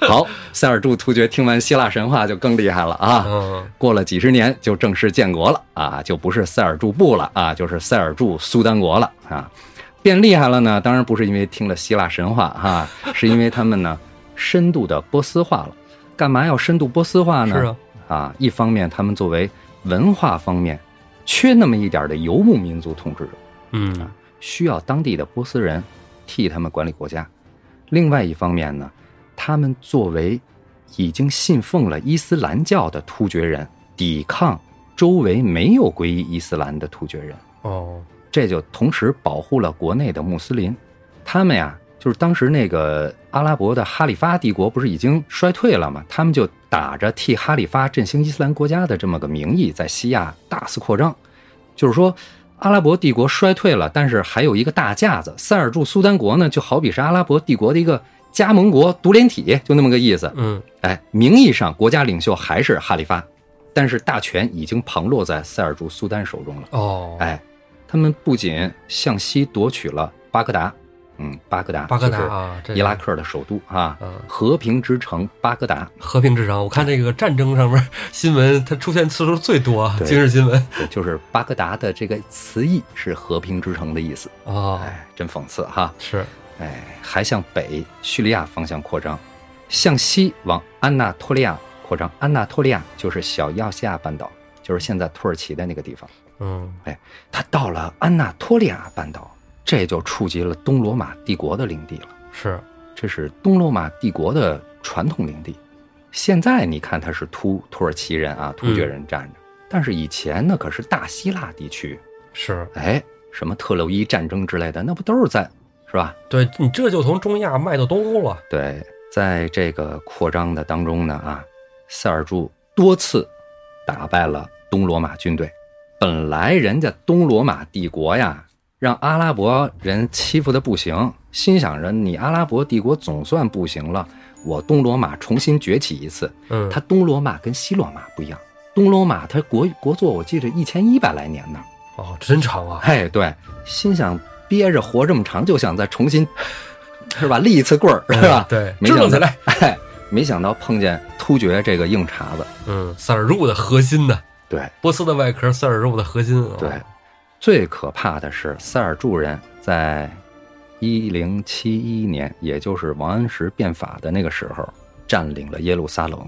A: 好，塞尔柱突厥听完希腊神话就更厉害了啊！
B: 嗯，
A: 过了几十年就正式建国了啊，就不是塞尔柱部了啊，就是塞尔柱苏丹国了啊。变厉害了呢，当然不是因为听了希腊神话哈、 是因为他们呢深度的波斯化了。干嘛要深度波斯化
B: 是
A: 呢？
B: 啊，
A: 啊，一方面他们作为文化方面缺那么一点的游牧民族统治者，
B: 嗯，
A: 需要当地的波斯人替他们管理国家。另外一方面呢，他们作为已经信奉了伊斯兰教的突厥人，抵抗周围没有皈依伊斯兰的突厥人，
B: 哦，
A: 这就同时保护了国内的穆斯林。他们呀，就是当时那个阿拉伯的哈里发帝国不是已经衰退了吗？他们就打着替哈里发振兴伊斯兰国家的这么个名义，在西亚大肆扩张。就是说，阿拉伯帝国衰退了，但是还有一个大架子。塞尔柱苏丹国呢，就好比是阿拉伯帝国的一个加盟国、独联体，就那么个意思。
B: 嗯，
A: 哎，名义上国家领袖还是哈里发，但是大权已经旁落在塞尔柱苏丹手中了。
B: 哦，
A: 哎，他们不仅向西夺取了巴格达，嗯，巴格达，
B: 巴格达啊，这
A: 伊拉克的首都啊，
B: 嗯
A: 和平之城巴格达，
B: 和平之城，我看这个战争上面新闻，它出现次数最多啊，
A: 对
B: 今日新闻
A: 对就是巴格达的这个词义是和平之城的意思。
B: 哦，
A: 哎，真讽刺哈！
B: 是，
A: 哎，还向北叙利亚方向扩张，向西往安纳托利亚扩张。安纳托利亚就是小亚细亚半岛，就是现在土耳其的那个地方。
B: 嗯，
A: 他到了安纳托利亚半岛，这就触及了东罗马帝国的领地了。
B: 是，
A: 这是东罗马帝国的传统领地。现在你看，它是突土耳其人啊，突厥人占着，但是以前那可是大希腊地区，
B: 是，
A: 哎，什么特洛伊战争之类的，那不都是在是吧？
B: 对你这就从中亚卖到东欧了，
A: 对，在这个扩张的当中呢，啊，塞尔柱多次打败了东罗马军队。本来人家东罗马帝国呀，让阿拉伯人欺负的不行，心想着你阿拉伯帝国总算不行了，我东罗马重新崛起一次。
B: 嗯，
A: 它东罗马跟西罗马不一样，东罗马它国国祚我记着一千一百来年呢。
B: 哦，真长啊，
A: 哎，对，心想憋着 活这么长，就想再重新，是吧？立一次棍儿，是吧？
B: 哎对
A: 没想
B: 支棱起
A: 到
B: 来。
A: 哎， 没想到碰见突厥这个硬茬子。
B: 嗯，塞尔柱的核心呢？
A: 对
B: 波斯的外壳，塞尔柱的核心啊。
A: 对，最可怕的是塞尔柱人在一零七一年，也就是王安石变法的那个时候，占领了耶路撒冷。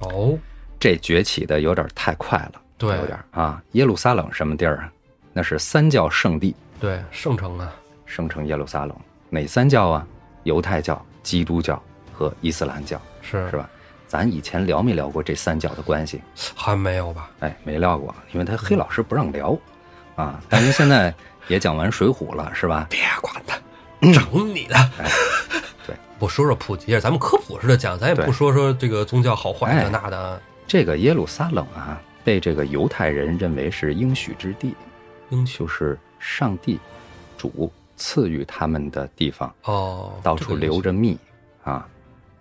B: 哦，
A: 这崛起的有点太快了，
B: 对
A: 有点儿啊。耶路撒冷什么地儿啊？那是三教圣地，
B: 对，圣城啊，
A: 圣城耶路撒冷。哪三教啊？犹太教、基督教和伊斯兰教，
B: 是
A: 是吧？咱以前聊没聊过这三教的关系？
B: 还没有吧？
A: 哎，没聊过，因为他
B: 嗯
A: 黑老师不让聊，啊，但是现在也讲完《水浒》了，是吧？
B: 别管他，整你的。
A: 嗯哎对，
B: 我说说普及一啊下，咱们科普似的讲，咱也
A: 对
B: 不说说这个宗教好坏
A: 哎
B: 这那的啊。
A: 这个耶路撒冷啊，被这个犹太人认为是应许之地，
B: 英雄
A: 就是上帝主赐予他们的地方，
B: 哦，
A: 到
B: 这
A: 处
B: 个英
A: 留
B: 雄
A: 着蜜啊。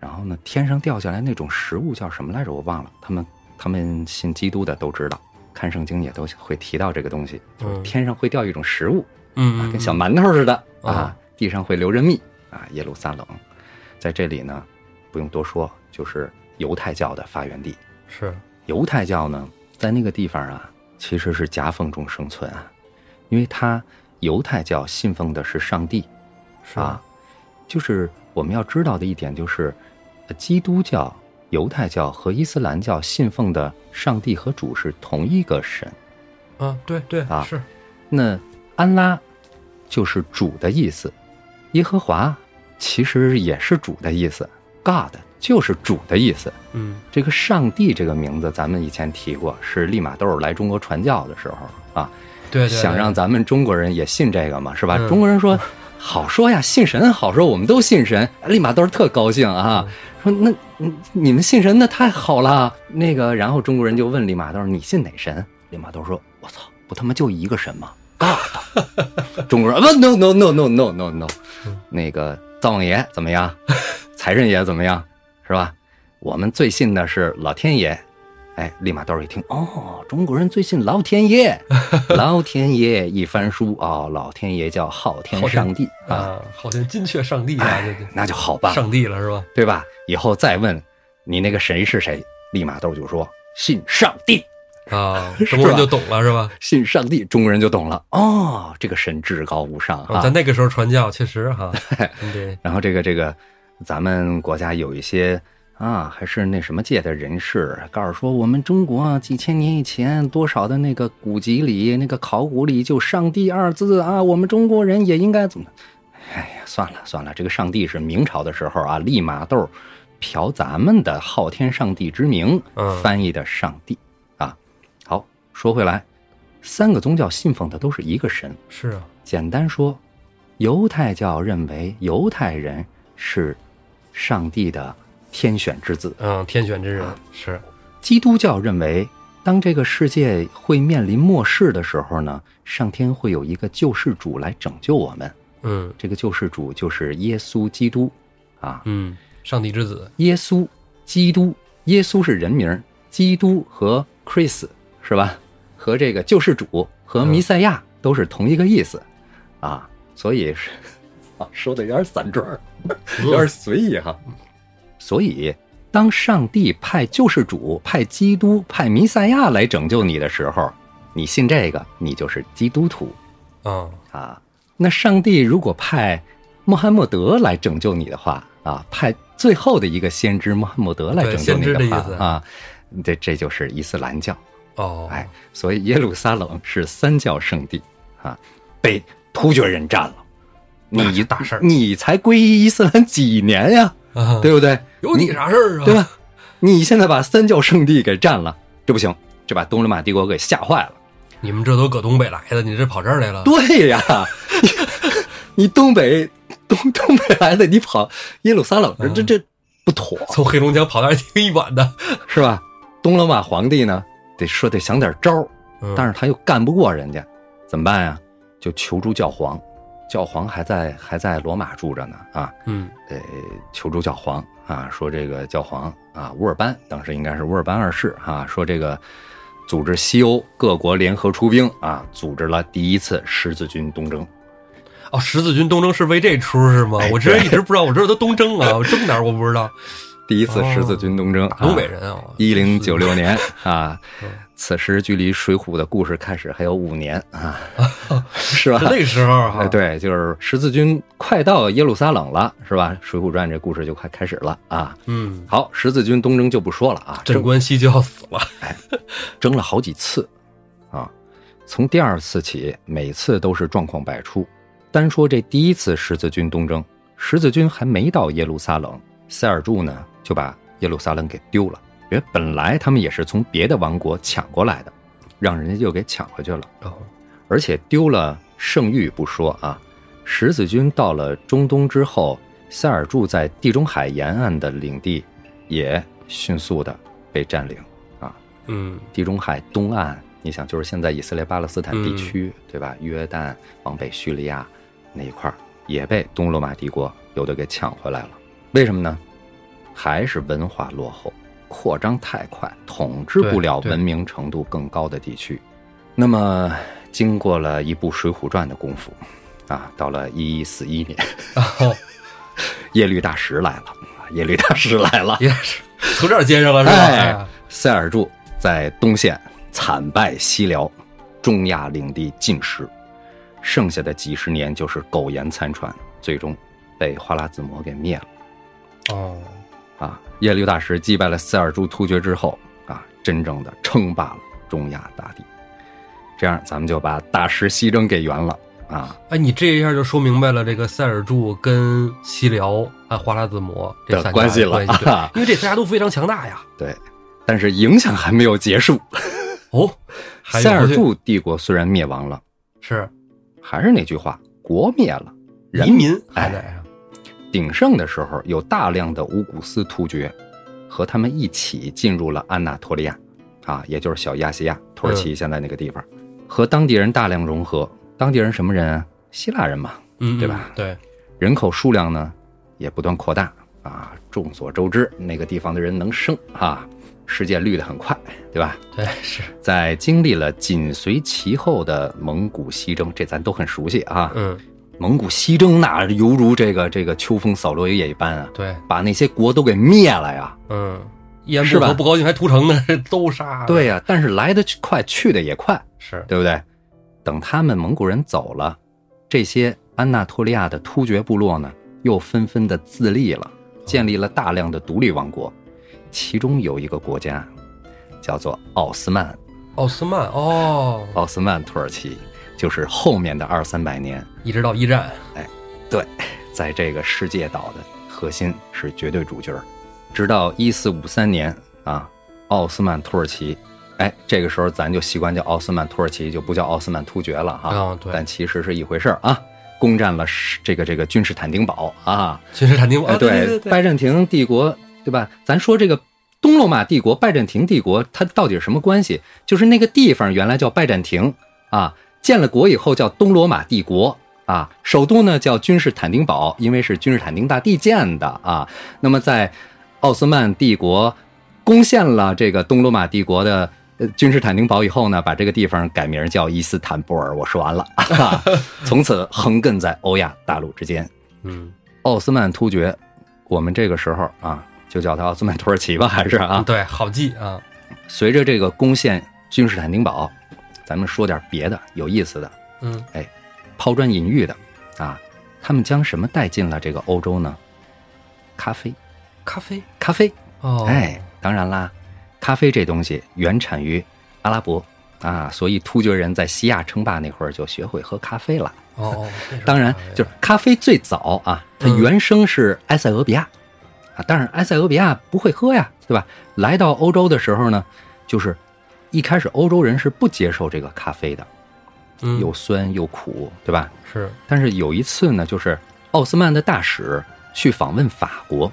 A: 然后呢，天上掉下来那种食物叫什么来着？我忘了。他们他们信基督的都知道，看圣经也都会提到这个东西，就是
B: 嗯
A: 天上会掉一种食物，啊
B: 嗯，，
A: 跟小馒头似的
B: 嗯
A: 啊，地上会留着蜜啊。耶路撒冷，在这里呢，不用多说，就是犹太教的发源地。
B: 嗯是
A: 犹太教呢，在那个地方啊，其实是夹缝中生存啊，因为它犹太教信奉的是上帝
B: 是
A: 啊，，就是我们要知道的一点就是，呃基督教、犹太教和伊斯兰教信奉的上帝和主是同一个神。
B: 啊，对对
A: 啊
B: 是
A: 那安拉就是主的意思，耶和华其实也是主的意思，God 就是主的意思。
B: 嗯
A: 这个上帝这个名字，咱们以前提过，是利玛窦来中国传教的时候啊，
B: 对对对
A: 想让咱们中国人也信这个嘛，是吧？
B: 嗯
A: 中国人说好说呀，信神好说，我们都信神。利玛窦特高兴啊，说那嗯你们信神那太好了。那个，然后中国人就问利玛窦，你信哪神？利玛窦说，我操，不他妈就一个神吗？God。中国 人问 no no no no no no no，
B: 嗯
A: 那个灶王爷怎么样？财神爷怎么样？是吧？我们最信的是老天爷。哎，立马豆一听，哦，中国人最信老天爷，老天爷一翻书啊、哦，老天爷叫昊天上帝啊，
B: 啊，好像金雀上帝啊，
A: 哎
B: 这这
A: 那就好办，
B: 上帝了是吧？
A: 对吧？以后再问你那个谁是谁，立马豆就说信上帝，
B: 啊，中国人就懂了是吧？
A: 信上帝，中国人就懂了，哦，这个神至高无上
B: 啊，
A: 啊
B: 在。那个时候传教确实啊 嗯哈，你得
A: 然后这个这个，咱们国家有一些啊，还是那什么界的人士，啊告诉说我们中国啊几千年以前多少的那个古籍里、那个考古里就“上帝”二字啊，我们中国人也应该怎么？哎呀，算了算了，这个上帝是明朝的时候啊，利玛窦嫖咱们的昊天上帝之名
B: 嗯
A: 翻译的上帝啊。好，说回来，三个宗教信奉的都是一个神，
B: 是啊，
A: 简单说，犹太教认为犹太人是上帝的天选之子；
B: 嗯，天选之
A: 啊
B: 人是
A: 基督教认为，当这个世界会面临末世的时候呢，上天会有一个救世主来拯救我们。
B: 嗯
A: 这个救世主就是耶稣基督，啊，
B: 嗯，上帝之子
A: 耶稣、基督，耶稣是人名儿，基督和 Chris 是吧？和这个救世主和弥赛亚都是同一个意思，啊，所以是 啊，说的有点散装儿，有点随意哈。所以，当上帝派救世主、派基督、派弥赛亚来拯救你的时候，你信这个，你就是基督徒
B: 啊，
A: 啊。那上帝如果派穆罕默德来拯救你的话啊，派最后的一个先知穆罕默德来拯救你
B: 对先知的
A: 话
B: 意思
A: 啊，这这就是伊斯兰教。
B: 哦，
A: 哎，所以耶路撒冷是三教圣地啊，被突厥人占了。你
B: 哎大事儿
A: 你才皈依伊斯兰几年呀？
B: 啊，
A: 对不对？
B: 有你啥事儿啊？
A: 对吧？你现在把三教圣地给占了，这不行，这把东罗马帝国给吓坏了。
B: 你们这都搁东北来的，你这跑这儿来 了？
A: 对呀，你你东北东东北来的，你跑耶路撒冷，这这不妥
B: 从黑龙江跑那儿挺远的，
A: 是吧？东罗马皇帝呢，得说得想点招儿，
B: 嗯
A: 但是他又干不过人家，怎么办呀？就求助教皇，教皇还在还在罗马住着呢啊，
B: 嗯
A: 呃，求助教皇啊，说这个教皇啊，乌尔班当时应该是乌尔班二世啊，说这个组织西欧各国联合出兵啊，组织了第一次十字军东征。
B: 哦，十字军东征是为这出是吗？
A: 哎
B: 我之前一直不知道，我知道他东征啊，我征哪儿我不知道。
A: 第一次十字军东征，
B: 东北人啊，
A: 一零九六年 啊
B: 嗯，
A: 此时距离《水浒》的故事开始还有五年 啊，是吧？
B: 那时候啊哈，
A: 哎，，对，就是十字军快到耶路撒冷了，是吧？《水浒传》这故事就快开始了啊。
B: 嗯，
A: 好，十字军东征就不说了啊，
B: 镇
A: 争
B: 关西就要死了，
A: 争了好几次啊。从第二次起，每次都是状况百出。单说这第一次十字军东征，十字军还没到耶路撒冷，塞尔柱呢就把耶路撒冷给丢了。因为本来他们也是从别的王国抢过来的，让人家又给抢回去了。
B: 然后
A: 而且丢了圣域不说啊，十字军到了中东之后，塞尔柱在地中海沿岸的领地也迅速的被占领啊。
B: 嗯
A: 地中海东岸，你想就是现在以色列巴勒斯坦地区，
B: 嗯
A: 对吧？约旦往北叙利亚那一块儿也被东罗马帝国有的给抢回来了。为什么呢？还是文化落后，扩张太快，统治不了
B: 对对
A: 文明程度更高的地区。那么，经过了一部《水浒传》的功夫，啊，到了一一四一年，
B: 然后
A: 耶律大石来了，啊耶律大石来了，
B: 也是从这儿接上了是吧？
A: 哎
B: 哎，
A: 塞尔柱在东线惨败西辽，中亚领地尽失，剩下的几十年就是苟延残喘，最终被花剌子模给灭了。
B: 哦，
A: 啊，耶律大石击败了塞尔柱突厥之后，啊，真正的称霸了中亚大地。这样，咱们就把大石西征给圆了啊！
B: 哎，你这一下就说明白了这个塞尔柱跟西辽啊花剌子模这
A: 的
B: 三家
A: 关系
B: 系
A: 了啊
B: 对因为这三家都非常强大呀。
A: 对，但是影响还没有结束。
B: 哦，还有
A: 塞尔
B: 回去
A: 柱帝国虽然灭亡了，
B: 是
A: 还是那句话，国灭了，人
B: 移民还
A: 哎
B: 在啊，
A: 鼎盛的时候，有大量的乌古斯突厥和他们一起进入了安纳托利亚，啊，也就是小亚细亚，土耳其现在那个地方，和当地人大量融合。当地人什么人啊？希腊人嘛，
B: 嗯，
A: 对
B: 嗯
A: 吧？
B: 对，
A: 人口数量呢也不断扩大啊。众所周知，那个地方的人能生啊，世界绿得很快，对吧？
B: 对是，
A: 在经历了紧随其后的蒙古西征，这咱都很熟悉啊。
B: 嗯，
A: 蒙古西征那犹如这个这个秋风扫落叶一般啊。
B: 对，
A: 把那些国都给灭了呀。
B: 嗯，一言
A: 是
B: 不
A: 吧
B: 合不高兴还屠城呢，都杀了。
A: 对呀、但是来得快，去得也快，
B: 是，
A: 对不对？等他们蒙古人走了，这些安纳托利亚的突厥部落呢，又纷纷的自立了，建立了大量的独立王国，其中有一个国家叫做奥斯曼，
B: 奥斯曼哦，
A: 奥斯曼土耳其，就是后面的二三百年，
B: 一直到一战，
A: 对，在这个世界岛的核心是绝对主角儿。直到一四五三年啊，奥斯曼土耳其，哎，这个时候咱就习惯叫奥斯曼土耳其，就不叫奥斯曼突厥了哈。
B: 啊对
A: 但其实是一回事儿啊。攻占了是这个这个君士坦丁堡啊，
B: 君士坦丁堡
A: 哎
B: 啊，对对
A: 拜占庭帝国对吧？咱说这个东罗马帝国、拜占庭帝国，它到底是什么关系？就是那个地方原来叫拜占庭啊，建了国以后叫东罗马帝国啊，首都呢叫君士坦丁堡，因为是君士坦丁大帝建的啊。那么在奥斯曼帝国攻陷了这个东罗马帝国的。呃君士坦丁堡以后呢，把这个地方改名叫伊斯坦布尔。我说完了， 啊、从此横亘在欧亚大陆之间。
B: 嗯，
A: 奥斯曼突厥，我们这个时候啊，就叫它奥斯曼土耳其吧，还是啊？
B: 嗯对，好记啊，
A: 随着这个攻陷君士坦丁堡，咱们说点别的有意思的，
B: 嗯，
A: 抛砖引玉的啊。他们将什么带进了这个欧洲呢？咖啡，
B: 咖啡
A: 咖啡，
B: 哦，
A: 哎，当然啦，咖啡这东西原产于阿拉伯啊，所以突厥人在西亚称霸那会儿就学会喝咖啡了。
B: 哦 哦，那时候
A: 当然
B: 咖啡，
A: 就是咖啡最早啊，它
B: 嗯
A: 原生是埃塞俄比亚啊，但是埃塞俄比亚不会喝呀，对吧？来到欧洲的时候呢，就是一开始欧洲人是不接受这个咖啡的，
B: 嗯
A: 又酸又苦，对吧？
B: 是
A: 但是有一次呢，就是奥斯曼的大使去访问法国，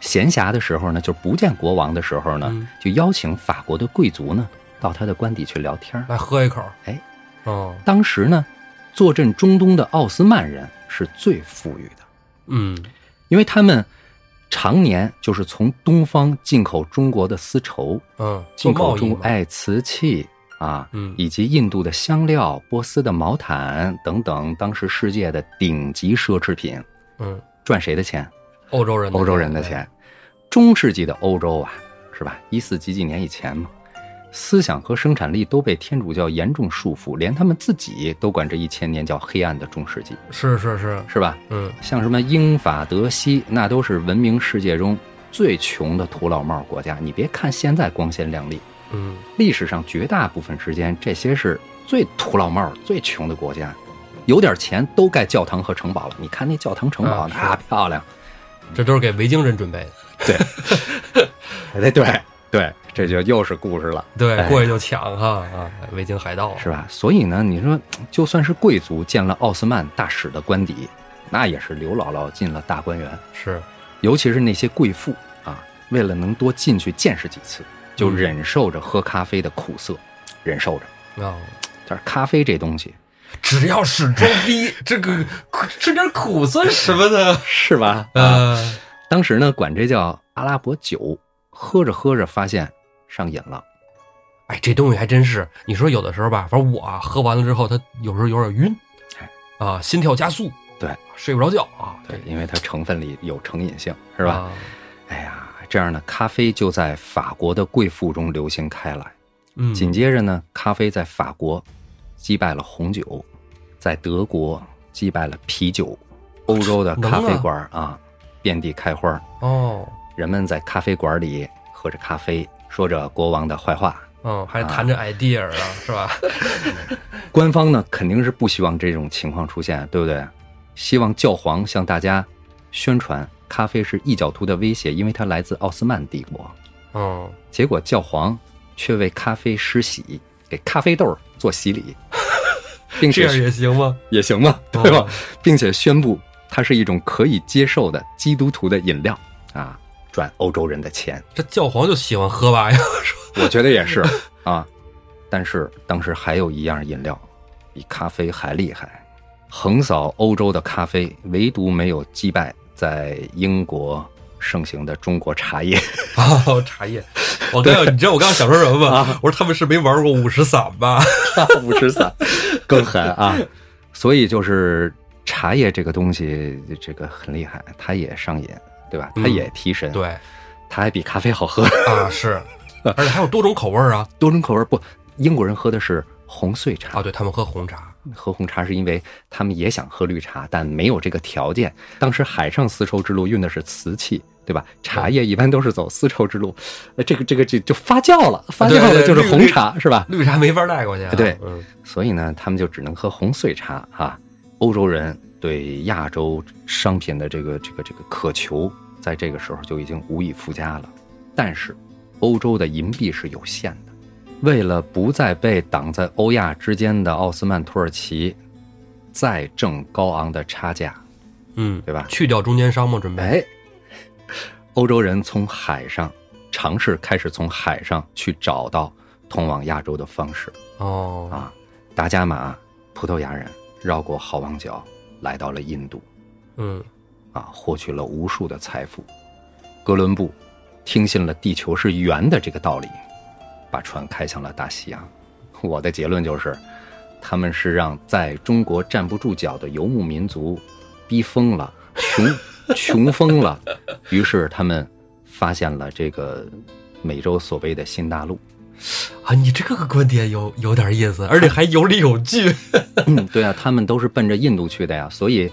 A: 闲暇的时候呢，就不见国王的时候呢，
B: 嗯
A: 就邀请法国的贵族呢到他的官邸去聊天儿。
B: 来喝一口，
A: 哎，
B: 哦，
A: 当时呢，坐镇中东的奥斯曼人是最富裕的。
B: 嗯，
A: 因为他们常年就是从东方进口中国的丝绸，
B: 嗯，做
A: 进
B: 贸
A: 口
B: 易
A: 中哎
B: 嘛，
A: 爱瓷器啊，
B: 嗯
A: 以及印度的香料、波斯的毛毯等等，当时世界的顶级奢侈品，
B: 嗯，
A: 赚谁的钱？
B: 欧洲人的
A: 欧洲人的钱。中世纪的欧洲啊，是吧？一四几几年以前嘛，思想和生产力都被天主教严重束缚，连他们自己都管这一千年叫黑暗的中世纪，
B: 是是是，
A: 是吧？
B: 嗯，
A: 像什么英法德西，那都是文明世界中最穷的土老帽国家。你别看现在光鲜亮丽，
B: 嗯，
A: 历史上绝大部分时间，这些是最土老帽、最穷的国家，有点钱都盖教堂和城堡了。你看那教堂、城堡
B: 啊
A: 那、漂亮，
B: 这都是给维京人准备的。
A: 哎， 对对，这就又是故事了，
B: 对，
A: 哎
B: 过去就抢哈啊，维京海盗
A: 是吧？所以呢，你说就算是贵族见了奥斯曼大使的官邸，那也是刘姥姥进了大观园。
B: 是，
A: 尤其是那些贵妇啊，为了能多进去见识几次，就
B: 嗯
A: 忍受着喝咖啡的苦涩，忍受着。
B: 啊，
A: 但是咖啡这东西，
B: 只要是装逼，这个苦吃点苦算什 么呢？
A: 是吧？
B: 呃，
A: 啊当时呢，管这叫阿拉伯酒，喝着喝着发现上瘾了。
B: 哎，这东西还真是，你说有的时候吧，反正我啊喝完了之后，它有时候有点晕
A: 哎，
B: 啊，心跳加速，
A: 对，
B: 睡不着觉啊，
A: 对，因为它成分里有成瘾性，是
B: 是
A: 吧？？哎呀，这样呢，咖啡就在法国的贵妇中流行开来。
B: 嗯，
A: 紧接着呢，咖啡在法国击败了红酒，在德国击败了啤酒，欧洲的咖啡馆啊遍地开花，
B: 哦，
A: 人们在咖啡馆里喝着咖啡，说着国王的坏话。
B: 嗯，还谈着 idea 啊，是吧？
A: 官方呢肯定是不希望这种情况出现，对不对？希望教皇向大家宣传咖啡是异教徒的威胁，因为它来自奥斯曼帝国。
B: 嗯，
A: 结果教皇却为咖啡施洗，给咖啡豆儿做洗 礼，并
B: 这
A: 且
B: 样也行吗？
A: 也行嘛，对吧？
B: 哦
A: 并且宣布它是一种可以接受的基督徒的饮料啊，赚欧洲人的钱，
B: 这教皇就喜欢喝吧呀？
A: 我觉得也是啊。但是当时还有一样饮料比咖啡还厉害，横扫欧洲的咖啡，唯独没有击败在英国盛行的中国茶叶。
B: 哦，茶叶，我刚要你知道我刚刚想说什么
A: 啊
B: 吗？我说他们是没玩过五十散吧？
A: 五十散，更狠啊！所以就是茶叶这个东西，这个很厉害，它也上瘾，对吧？
B: 嗯
A: 它也提神，，
B: 对
A: 它还比咖啡好喝，
B: 啊，是，而且还有多种口味儿啊
A: 多种口味。不，英国人喝的是红碎茶，
B: 啊！对他们喝红茶，
A: 喝红茶是因为他们也想喝绿茶，但没有这个条件。当时海上丝绸之路运的是瓷器。对吧？茶叶一般都是走丝绸之路，呃，这个这个就就发酵了，发酵
B: 对
A: 了
B: 对
A: 就是
B: 绿
A: 红茶，是吧？
B: 绿茶没法带过去啊。
A: 对
B: 嗯
A: 所以呢，他们就只能喝红碎茶啊。欧洲人对亚洲商品的这个这个这个渴求，在这个时候就已经无以复加了。但是，欧洲的银币是有限的，为了不再被挡在欧亚之间的奥斯曼土耳其再挣高昂的差价，
B: 嗯，
A: 对吧？
B: 去掉中间商嘛，准备。
A: 哎，欧洲人从海上尝试开始从海上去找到通往亚洲的方式。
B: 哦，
A: 啊，达伽马，葡萄牙人绕过好望角，来到了印度，
B: 嗯，
A: 啊，获取了无数的财富。哥伦布听信了地球是圆的这个道理，把船开向了大西洋。我的结论就是，他们是让在中国站不住脚的游牧民族逼疯了，穷穷疯了，于是他们发现了这个美洲所谓的新大陆。
B: 啊，你这个观点有有点意思，而且还有理有据。
A: 嗯对啊，他们都是奔着印度去的呀，所以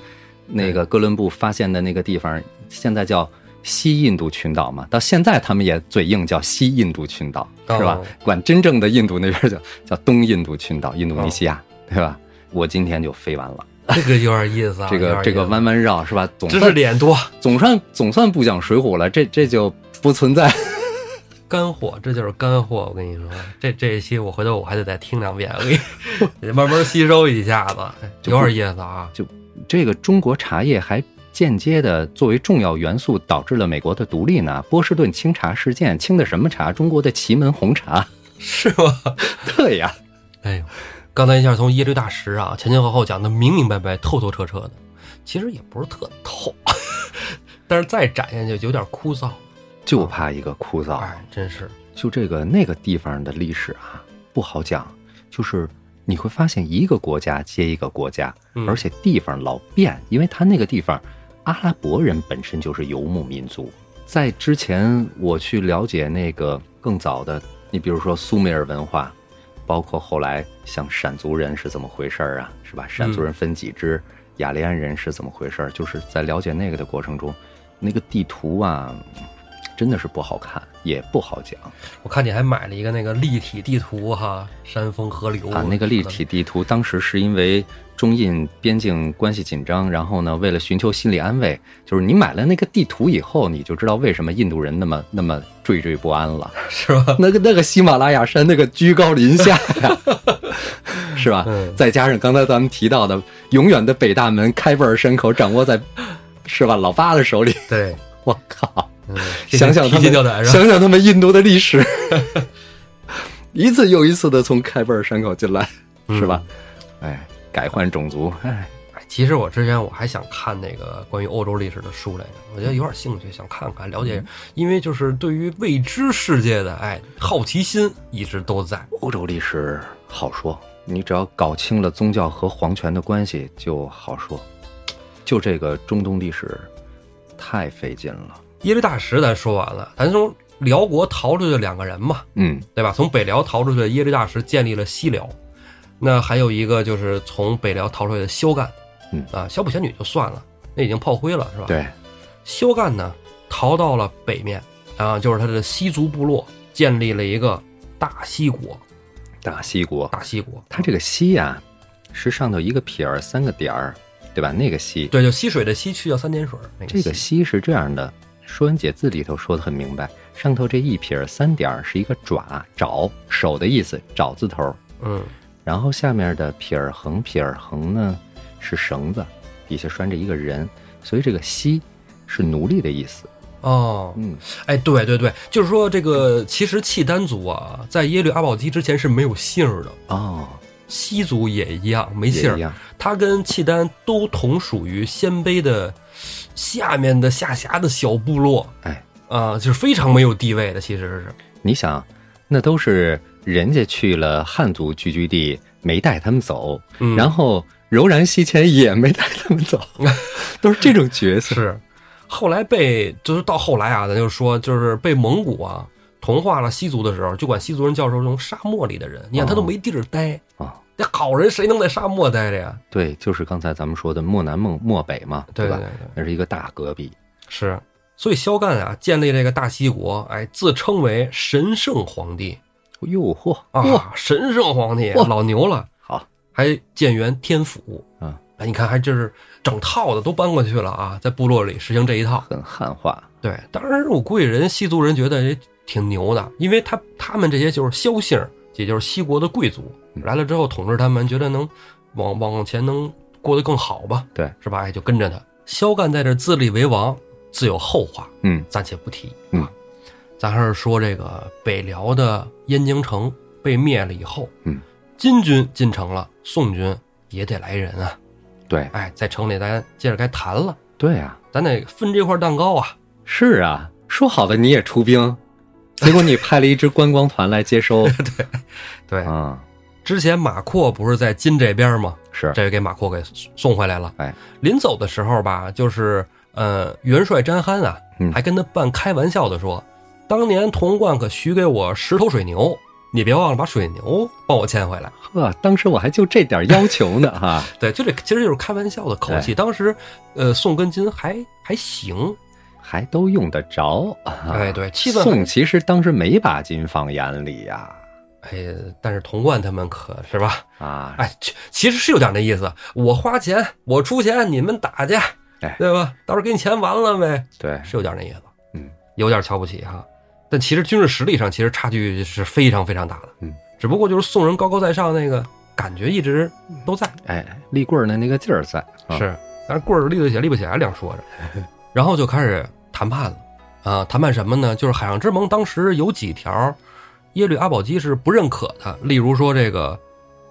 A: 那个哥伦布发现的那个地方，现在叫西印度群岛嘛，到现在他们也嘴硬叫西印度群岛，
B: 哦
A: 是吧？管真正的印度那边叫叫东印度群岛，印
B: 哦
A: 度尼西亚，对吧？我今天就飞完了，
B: 这个有点意思啊，
A: 这
B: 有
A: 个
B: 点
A: 这个
B: 意思，
A: 弯弯绕是吧？总
B: 知识
A: 算
B: 点多，
A: 总算总算不讲水浒了，这这就不存在。
B: 干货，这就是干货。我跟你说，这这一期我回头我还得再听两遍，我给你 慢慢吸收一下子，哎有点意思啊。
A: 这个中国茶叶还间接的作为重要元素导致了美国的独立呢。波士顿清茶事件，清的什么茶？中国的祁门红茶。
B: 是吗？
A: 对呀，
B: 哎呦，刚才一下从耶律大石啊前前后后讲的明明白白、透透彻彻的，其实也不是特透， 但是再展现就有点枯燥。
A: 啊就怕一个枯燥。
B: 哎，真是，
A: 就这个那个地方的历史啊，不好讲。就是你会发现一个国家接一个国家，
B: 嗯
A: 而且地方老变，因为它那个地方，阿拉伯人本身就是游牧民族，在之前我去了解那个更早的，你比如说苏美尔文化，包括后来像闪族人是怎么回事儿啊，是吧？闪族人分几支，雅利安人是怎么回事儿？就是在了解那个的过程中，那个地图啊，真的是不好看，也不好讲
B: 我看你还买了一个那个立体地图哈，山峰河流
A: 啊。那个立体地图当时是因为中印边境关系紧张，然后呢，为了寻求心理安慰，就是你买了那个地图以后，你就知道为什么印度人那么那么惴惴不安了。
B: 是吧？
A: 那个那个喜马拉雅山那个居高临下呀， 是吧？
B: 嗯
A: 再加上刚才咱们提到的，永远的北大门开贝尔山口掌握在，是吧？老八的手里，
B: 对，
A: 我靠！
B: 嗯，
A: 想想
B: 提
A: 他
B: 心吊胆
A: 们，
B: 是吧？
A: 想想他们印度的历史， 一次又一次的从开贝尔山口进来，
B: 嗯
A: 是吧？哎，改换种族，哎，
B: 哎其实我之前我还想看那个关于欧洲历史的书来着，我觉得有点兴趣，想看看了解，
A: 嗯
B: 因为就是对于未知世界的哎好奇心一直都在。
A: 欧洲历史好说，你只要搞清了宗教和皇权的关系就好说。就这个中东历史太费劲了，
B: 耶律大石咱说完了，咱从辽国逃出去两个人嘛，
A: 嗯，
B: 对吧？从北辽逃出去的耶律大石建立了西辽，那还有一个就是从北辽逃出来的萧干，
A: 嗯
B: 啊，小普贤女就算了，那已经炮灰了是吧？，
A: 对，
B: 萧干呢逃到了北面啊，就是他的西族部落建立了一个大西国，
A: 大西国，
B: 大西国，
A: 它这个西呀、是上头一个撇儿三个点儿，对吧？那个西，
B: 对，就西水的西去掉三点水那
A: 这
B: 个西，
A: 个西是这样的，《说文解字》里头说的很明白，上头这一撇儿三点儿是一个爪、爪、手的意思，爪字头。
B: 嗯，
A: 然后下面的撇儿横撇儿横呢是绳子，底下拴着一个人，所以这个西是奴隶的意思。
B: 哦，
A: 嗯，
B: 哎，对对对，就是说这个其实契丹族啊，在耶律阿保机之前是没有姓儿的，
A: 哦，
B: 西族也一样没
A: 也
B: 姓儿
A: 一，样。
B: 它跟契丹都同属于鲜卑的下面的下辖的小部落
A: 哎，
B: 啊，就是非常没有地位的，其实是
A: 你想，那都是人家去了汉族聚居地，没带他们走，
B: 嗯
A: 然后柔然西迁也没带他 们走，都是这种角色。
B: 是后来被就是到后来啊，咱就说就是被蒙古啊同化了西族的时候，就管西族人叫做这种沙漠里的人，你看他都没地儿待
A: 哦。
B: 那好人谁能在沙漠待着呀？
A: 对，就是刚才咱们说的漠南、漠漠北嘛，
B: 对
A: 吧？
B: 对对，
A: 那是一个大戈壁。
B: 是。所以萧干啊，建立这个大西国，哎，自称为神圣皇帝
A: 哟嚯，
B: 啊，神圣皇帝
A: 哇
B: 老牛了。
A: 好，
B: 还建元天府
A: 嗯，
B: 哎，你看还就是整套的都搬过去了啊，在部落里实行这一套。
A: 很汉化。
B: 对，当然我估计人西族人觉得也挺牛的，因为他他们这些就是萧姓儿，也就是西国的贵族
A: 嗯
B: 来了之后统治他们，觉得能往往前能过得更好吧？
A: 对，
B: 是吧？哎，就跟着他。萧干在这自立为王，自有后话，
A: 嗯，
B: 暂且不提。
A: 嗯
B: 啊，咱还是说这个北辽的燕京城被灭了以后，
A: 嗯，
B: 金军进城了，宋军也得来人啊。
A: 对
B: 哎，在城里咱接着该谈了，
A: 对啊，
B: 咱得分这块蛋糕啊。
A: 是啊，说好的你也出兵，结果你派了一支观光团来接 收
B: 对，
A: 啊、
B: 之前马扩不是在金这边吗？
A: 是
B: 这给马扩给送回来了。
A: 哎，
B: 临走的时候吧，就是呃，元帅詹憨啊
A: 嗯，
B: 还跟他半开玩笑的说，当年童贯可许给我十头水牛，你别忘了把水牛帮我牵回来。
A: 呵，当时我还就这点要求呢哈、
B: 对，就这其实就是开玩笑的口
A: 哎
B: 气。当时，呃，宋跟金还还行，
A: 还都用得着。啊
B: 哎，对，气氛
A: 宋其实当时没把金放眼里呀、
B: 哎，但是童贯他们可是吧？
A: 啊，
B: 哎，其其实是有点那意思，我花钱，我出钱，你们打去
A: 哎，
B: 对吧？到时候给你钱完了呗，
A: 对，
B: 是有点那意思，
A: 嗯，
B: 有点瞧不起哈。但其实军事实力上其实差距是非常非常大的，
A: 嗯，
B: 只不过就是宋人高高在上那个感觉一直都在，
A: 哎，立棍儿的那个劲儿在，啊、
B: 是，但是棍儿立得起来立不起来，两说着。 然后就开始谈判了，啊，谈判什么呢？就是海上之盟当时有几条耶律阿保机是不认可的，例如说这个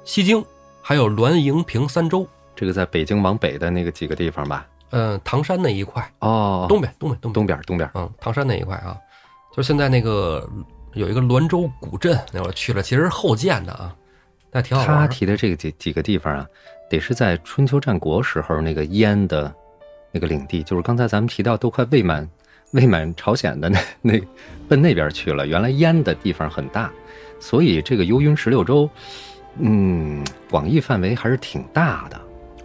B: 西京，还有滦营平三州，
A: 这个在北京往北的那个几个地方吧。
B: 嗯、唐山那一块，
A: 哦，
B: 东北，东北，东北，
A: 东边儿，东边儿，
B: 嗯，唐山那一块啊，就是现在那个有一个滦州古镇，那我去了，其实是后建的啊，那挺好玩
A: 他
B: 儿。
A: 提的这个几几个地方啊，得是在春秋战国时候那个燕的那个领地，就是刚才咱们提到都快魏满未满朝鲜的那 那奔那边去了。原来淹的地方很大，所以这个游云十六州，嗯，广义范围还是挺大的。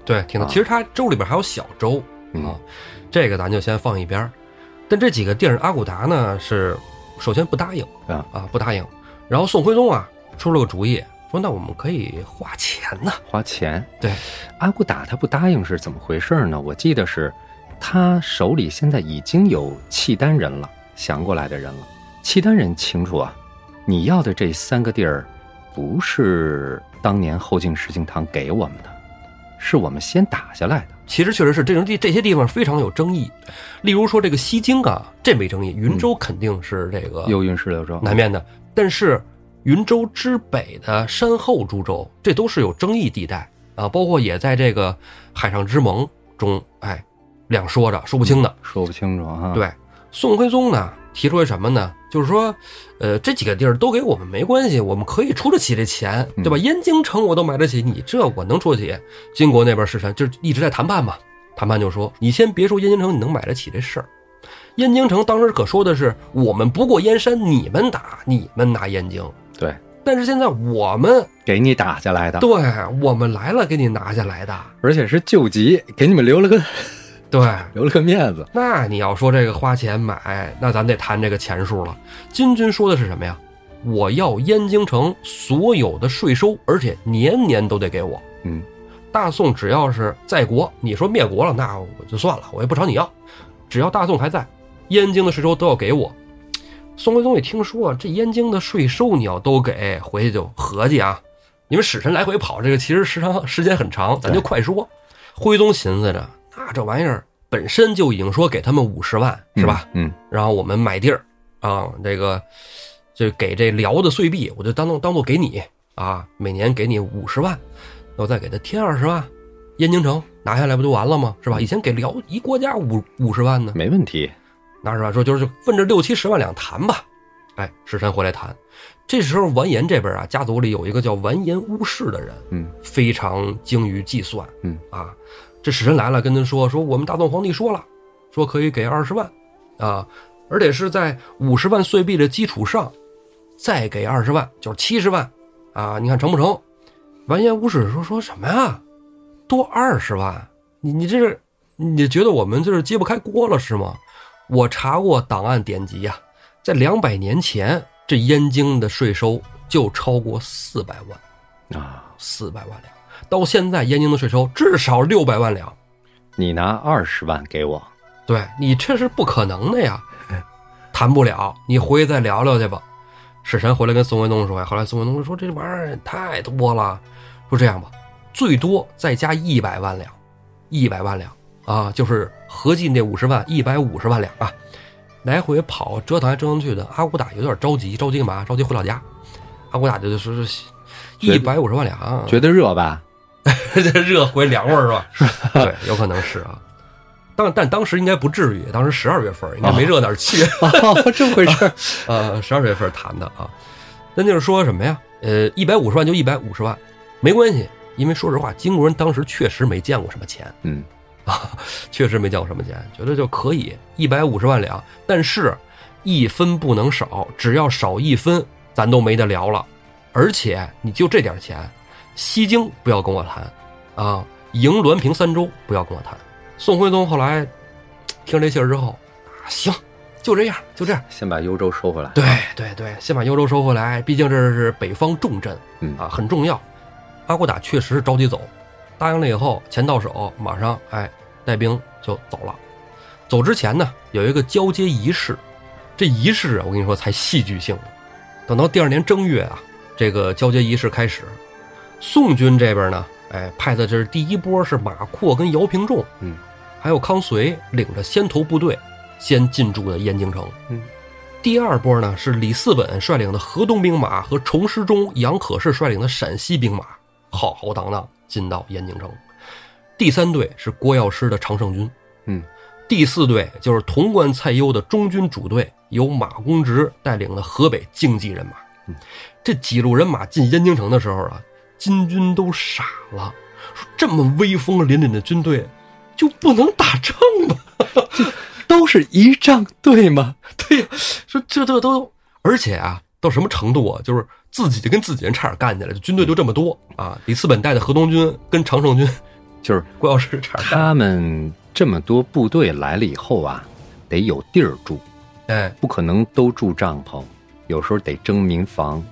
B: 对，挺多。
A: 啊
B: 其实它州里边还有小州
A: 嗯
B: 啊，这个咱就先放一边儿。但这几个地儿，阿骨达呢是首先不答应
A: 啊
B: 不答应。然后宋徽宗啊出了个主意，说那我们可以花钱呐、
A: 花钱。
B: 对，
A: 阿骨打他不答应是怎么回事呢？我记得是他手里现在已经有契丹人了，降过来的人了。契丹人清楚啊，你要的这三个地儿不是当年后晋石敬瑭给我们的，是我们先打下来的。
B: 其实确实是这种地这些地方非常有争议，例如说这个西京啊，这没争议，
A: 嗯
B: 云州肯定是这个
A: 幽云十六州，
B: 南面的，但是云州之北的山后诸州，这都是有争议地带啊，包括也在这个海上之盟中，哎，两说着说不清的。
A: 说不清楚啊。，
B: 对，宋徽宗呢提出来什么呢？就是说，呃，这几个地儿都给我们没关系，我们可以出得起这钱，
A: 嗯
B: 对吧？燕京城我都买得起，你这我能出得起？金国那边是啥？就是一直在谈判嘛，谈判就说，你先别说燕京城你能买得起这事儿。燕京城当时可说的是，我们不过燕山，你们打，你们拿燕京。
A: 对，啊
B: 但是现在我们
A: 给你打下来的，
B: 对我们来了，给你拿下来的。
A: 而且是救急，给你们留了个
B: 对，
A: 留了个面子。
B: 那你要说这个花钱买，那咱得谈这个钱数了。金军说的是什么呀？我要燕京城所有的税收，而且年年都得给我。
A: 嗯，
B: 大宋只要是在国，你说灭国了，那我就算了，我也不找你要。只要大宋还在，燕京的税收都要给我。宋徽宗一听说这燕京的税收你要都给，回去就合计啊，你们使臣来回跑，这个其实时长时间很长，咱就快说。徽宗寻思着，那这玩意儿本身就已经说给他们五十万是吧？
A: 嗯？
B: 然后我们买地儿啊，这个就给这辽的岁币，我就当当做给你啊，每年给你五十万，我再给他添二十万，燕京城拿下来不就完了吗？是吧？以前给辽一国家五五十万呢
A: 嗯，，没问题。
B: 拿十万说就是奔着六七十万两谈吧。哎，使臣回来谈。这时候完颜这边啊，家族里有一个叫完颜乌氏的人，
A: 嗯，
B: 非常精于计算，
A: 嗯
B: 啊，这使臣来了，跟他说说我们大宋皇帝说了，说可以给二十万，啊，而且是在五十万岁币的基础上，再给二十万，就是七十万，啊，你看成不成？完颜乌氏说说什么呀？多二十万？你你这是你觉得我们这是揭不开锅了是吗？我查过档案典籍呀、在两百年前，这燕京的税收就超过四百万。嗯
A: 啊，
B: 四百万两，到现在燕京的税收至少六百万两，
A: 你拿二十万给我，
B: 对你这是不可能的呀， 谈不了，你回去再聊聊去吧。使臣回来跟宋徽宗说呀，后来宋徽宗说这玩意儿太多了，说这样吧，最多再加一百万两，一百万两啊，就是合计那五十万，一百五十万两啊，来回跑折腾来折腾去的，阿骨打有点着急，着急干嘛？着急回老家。阿骨打就说是一
A: 觉
B: 百五十万两，啊
A: 觉得热吧？
B: 这热回凉味儿是吧？ 对，有可能是啊。当但当时应该不至于，当时十二月份儿应该没热哪儿去。
A: 哦，这么回事儿。
B: 呃，十二月份儿谈的啊。那就是说什么呀？呃，一百五十万就一百五十万，没关系，因为说实话，金国人当时确实没见过什么钱，
A: 嗯，
B: 确实没见过什么钱，觉得就可以一百五十万两，但是一分不能少，只要少一分，咱都没得聊了。而且你就这点钱，西京不要跟我谈，啊，营滦平三州不要跟我谈。宋徽宗后来嘖听这信儿之后，啊，行，就这样，就这样。
A: 先把幽州收回来。
B: 对对对，先把幽州收回来，毕竟这是北方重镇，
A: 嗯
B: 啊，很重要。阿骨打确实是着急走，答应了以后，钱到手，马上哎带兵就走了。走之前呢，有一个交接仪式，这仪式啊，我跟你说才戏剧性的。等到第二年正月啊，这个交接仪式开始，宋军这边呢，哎派的这是第一波是马扩跟姚平仲，
A: 嗯，
B: 还有康绥领着先头部队先进驻的燕京城，
A: 嗯。
B: 第二波呢是李嗣本率领的河东兵马和崇师中、杨可士率领的陕西兵马，浩浩荡荡进到燕京城。第三队是郭药师的常胜军，
A: 嗯，
B: 第四队就是潼关蔡攸的中军主队，由马公直带领的河北竞技人马。这几路人马进燕京城的时候啊，金军都傻了，说这么威风凛凛的军队就不能打仗吗？
A: 都是仪仗队吗？
B: 对呀，说这这都，而且啊，到什么程度啊？就是自己跟自己人差点干起来，就军队就这么多啊！李斯本带的河东军跟常胜军、
A: 就是
B: 郭药师差点干
A: 他们这么多部队来了以后啊，得有地儿住，
B: 哎，
A: 不可能都住帐篷，有时候得争民房。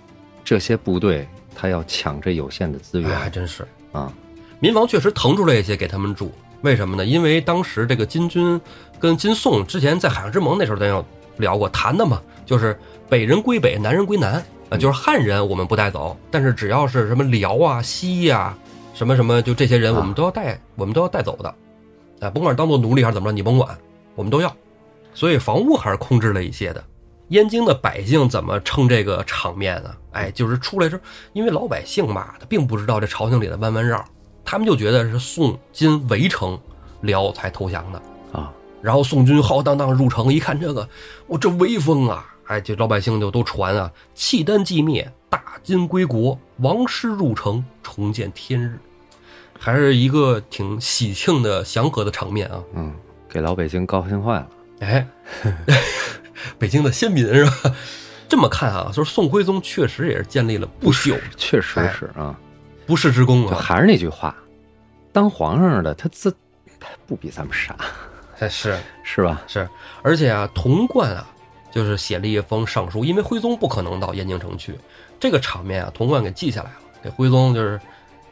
A: 这些部队他要抢这有限的资
B: 哎，
A: 源
B: 还真是
A: 啊，
B: 民房确实腾出来一些给他们住，为什么呢？因为当时这个金军跟金宋之前在海上之盟那时候咱有聊过谈的嘛，就是北人归北，南人归南啊，就是汉人我们不带走，但是只要是什么辽啊、西呀、什么什么，就这些人
A: 啊
B: 我们都要带，我们都要带走的，哎，甭管是当做奴隶还是怎么着，你甭管，我们都要。所以房屋还是控制了一些的。燕京的百姓怎么称这个场面呢？哎，就是出来之后，因为老百姓嘛，他并不知道这朝廷里的弯弯绕，他们就觉得是宋金围城，辽才投降的。
A: 啊，
B: 然后宋军浩浩荡荡入城，一看这个，我这威风啊！哎，这老百姓就都传啊，契丹既灭，大金归国，王师入城，重见天日，还是一个挺喜庆的祥和的场面啊！
A: 嗯，给老北京高兴坏了。
B: 哎， 北京的先民是吧？这么看啊，就是宋徽宗确实也是建立了不朽
A: 确实是啊，
B: 不世之功
A: 就
B: 啊，
A: 还是那句话，当皇上的他自他不比咱们傻，
B: 哎是
A: 是吧？
B: 是，而且啊，童贯啊，就是写了一封上书，因为徽宗不可能到燕京城去，这个场面啊，童贯给记下来了，给徽宗就是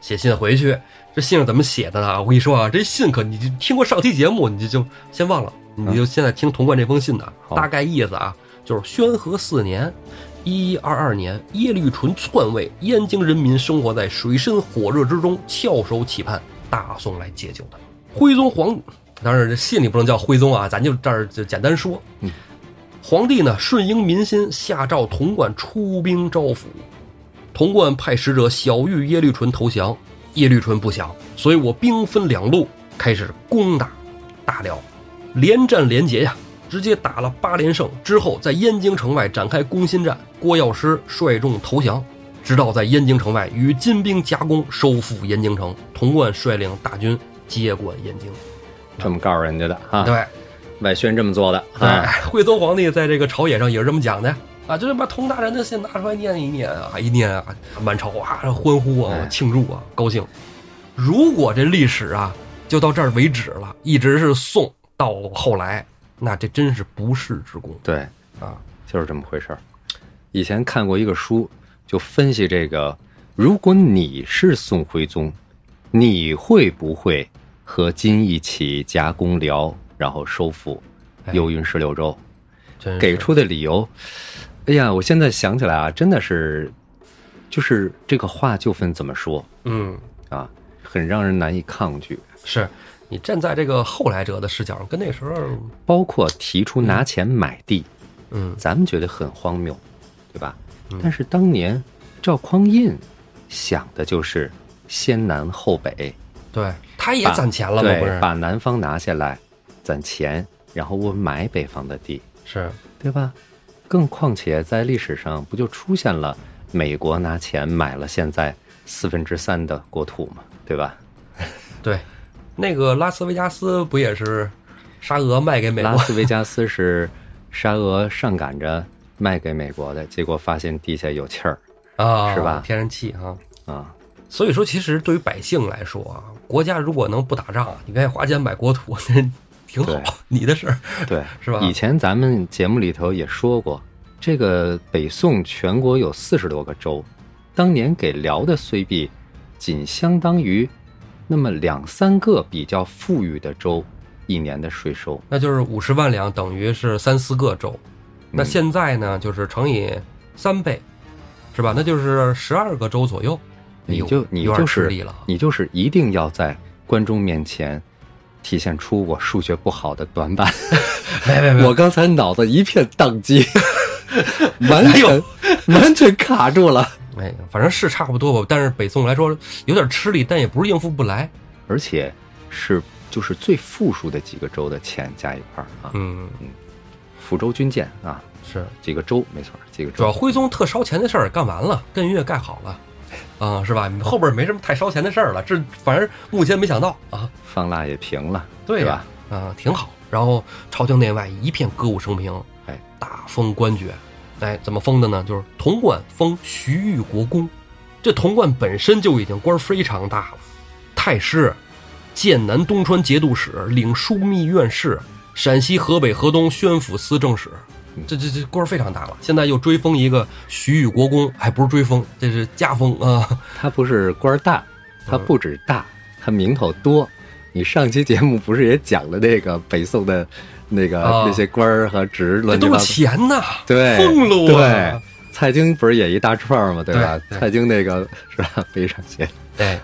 B: 写信回去。这信是怎么写的呢？我跟你说啊，这信可你就听过上期节目，你就就先忘了，你就现在听童贯这封信呢、
A: 好
B: 大概意思啊，就是宣和四年。一一二二年，耶律淳篡位，燕京人民生活在水深火热之中，翘首企盼大宋来解救他。徽宗皇，当然这信里不能叫徽宗啊，咱就这儿就简单说。
A: 嗯
B: 皇帝呢顺应民心，下诏童贯出兵招抚。童贯派使者小谕耶律淳投降，耶律淳不降，所以我兵分两路，开始攻打大辽，连战连捷呀、直接打了八连胜。之后在燕京城外展开攻心战，郭药师率众投降，直到在燕京城外与金兵夹攻，收复燕京城。童贯率领大军接管燕京。
A: 这么告诉人家的啊，
B: 对，
A: 外宣这么做的啊，
B: 哎，徽宗皇帝在这个朝野上也是这么讲的呀啊，就是把佟大人的信拿出来念一念啊，一念啊，满朝啊欢呼啊
A: 哎，
B: 庆祝啊，高兴。如果这历史啊就到这儿为止了，一直是宋到后来，那这真是不世之功
A: 对，
B: 啊！
A: 就是这么回事儿。以前看过一个书，就分析这个：如果你是宋徽宗，你会不会和金一起夹攻辽，然后收复幽云十六州？
B: 哎真是
A: 给出的理由，哎呀，我现在想起来啊，真的是，就是这个话就分怎么说
B: 嗯，
A: 啊，很让人难以抗拒。
B: 是你站在这个后来者的视角上，跟那时候
A: 包括提出拿钱买地，
B: 嗯
A: 咱们觉得很荒谬，对吧？但是当年赵匡胤想的就是先南后北，
B: 对，他也
A: 把
B: 攒钱了嘛，不
A: 对，
B: 是？
A: 把南方拿下来，攒钱，然后我买北方的地，
B: 是
A: 对吧？更况且在历史上不就出现了美国拿钱买了现在四分之三的国土嘛，对吧？
B: 对，那个拉斯维加斯不也是沙俄卖给美国
A: 拉斯维加斯是沙俄上赶着卖给美国的，结果发现地下有气儿
B: 啊，
A: 是吧
B: 天然气啊。
A: 啊，
B: 所以说，其实对于百姓来说啊，国家如果能不打仗，你愿意花钱买国土， 那挺好
A: 对，
B: 你的事儿。
A: 对，
B: 是吧
A: 以前咱们节目里头也说过，这个北宋全国有四十多个州，当年给辽的岁币，仅相当于那么两三个比较富裕的州一年的税收。
B: 那就是五十万两等于是三四个州，那
A: 嗯
B: 现在呢，就是乘以三倍，是吧？那就是十二个州左右。哎
A: 你
B: 呦
A: 就你
B: 有点
A: 就
B: 吃
A: 是
B: 力了啊，
A: 你就是一定要在观众面前体现出我数学不好的短板。
B: 没没没，
A: 我刚才脑子一片宕 机，完全完全卡住了。
B: 哎，反正是差不多吧。但是北宋来说有点吃力，但也不是应付不来。
A: 而且是就是最富庶的几个州的钱加一块儿啊，
B: 嗯，
A: 福州军舰啊，
B: 是。
A: 几个州没错，几个
B: 主要
A: 州。
B: 徽宗特烧钱的事儿干完了，艮岳盖好了，啊、是吧？后边没什么太烧钱的事儿了，这反正目前没想到啊，
A: 方腊也平了，
B: 对
A: 是
B: 呀
A: 吧？
B: 啊、挺好。然后朝廷内外一片歌舞升平，
A: 哎，
B: 大封官爵，哎，怎么封的呢？就是童贯封徐裕国公，这童贯本身就已经官儿非常大了，太师、剑南东川节度使、领枢密院事、陕西、河北、河东宣抚司政使，这这这官儿非常大了。现在又追封一个徐裕国公，哎还不是追封，这是加封啊。
A: 他不是官儿大，
B: 嗯
A: 他不止大，他名头多。你上期节目不是也讲了那个北宋的，那个、
B: 啊
A: 那些官儿和职
B: 这
A: 乱七八
B: 都
A: 糟
B: 是？钱呐，
A: 对，
B: 俸禄啊，
A: 对，蔡京不是也一大串儿嘛，对吧？
B: 对对
A: 蔡京那个是吧，背上写
B: 对。哎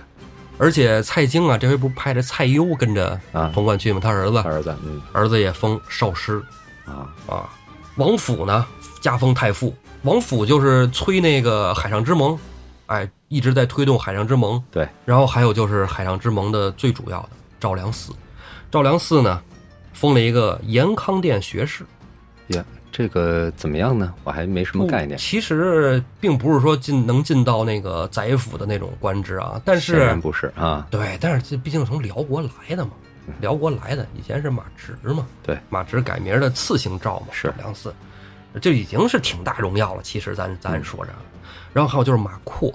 B: 而且蔡京啊，这回不是派着蔡攸跟着
A: 啊
B: 童贯去吗？他儿子，
A: 儿子，嗯
B: 儿子也封少师
A: 啊，
B: 啊。王甫呢，加封太傅。王甫就是催那个海上之盟，哎，一直在推动海上之盟。
A: 对，
B: 然后还有就是海上之盟的最主要的赵良嗣，赵良嗣呢，封了一个延康殿学士。
A: 呀，这个怎么样呢？我还没什么概念。
B: 其实并不是说进能进到那个宰辅的那种官职啊，但
A: 显
B: 是
A: 然不是啊，
B: 对，但是这毕竟是从辽国来的嘛，辽国来的以前是马直嘛，
A: 嗯对，
B: 马直改名儿的次姓赵嘛，
A: 是
B: 赵良嗣，这已经是挺大荣耀了。其实咱
A: 嗯
B: 咱说着，然后还有就是马扩，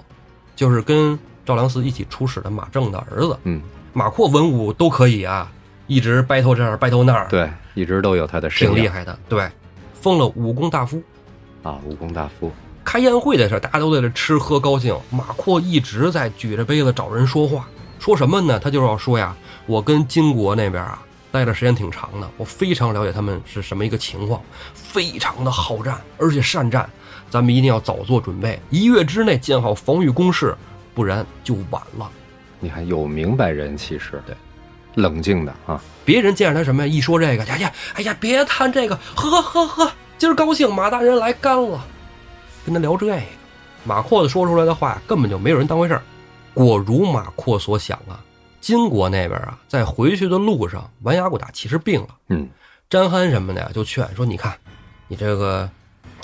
B: 就是跟赵良嗣一起出使的马正的儿子，
A: 嗯，
B: 马扩文武都可以啊，一直 battle 这儿 battle 那儿，，
A: 对，一直都有他的身
B: 挺
A: 影
B: 厉害的，对，封了武功大夫。
A: 啊，武功大夫，
B: 开宴会的事儿，大家都在这吃喝高兴。马扩一直在举着杯子找人说话，说什么呢？他就是要说呀，我跟金国那边啊待的时间挺长的，我非常了解他们是什么一个情况，非常的好战，而且善战。咱们一定要早做准备，一月之内建好防御工事，不然就晚了。
A: 你看有明白人气势，
B: 对，
A: 冷静的啊，
B: 别人见着他什么呀？一说这个，哎呀，哎呀，别谈这个，喝喝喝，今儿高兴，马大人来干了，跟他聊这个。马阔子说出来的话根本就没有人当回事儿。果如马阔所想啊，金国那边啊，在回去的路上，完牙骨打其实病了。
A: 嗯，
B: 詹憨什么的呀，就劝说：“你看，你这个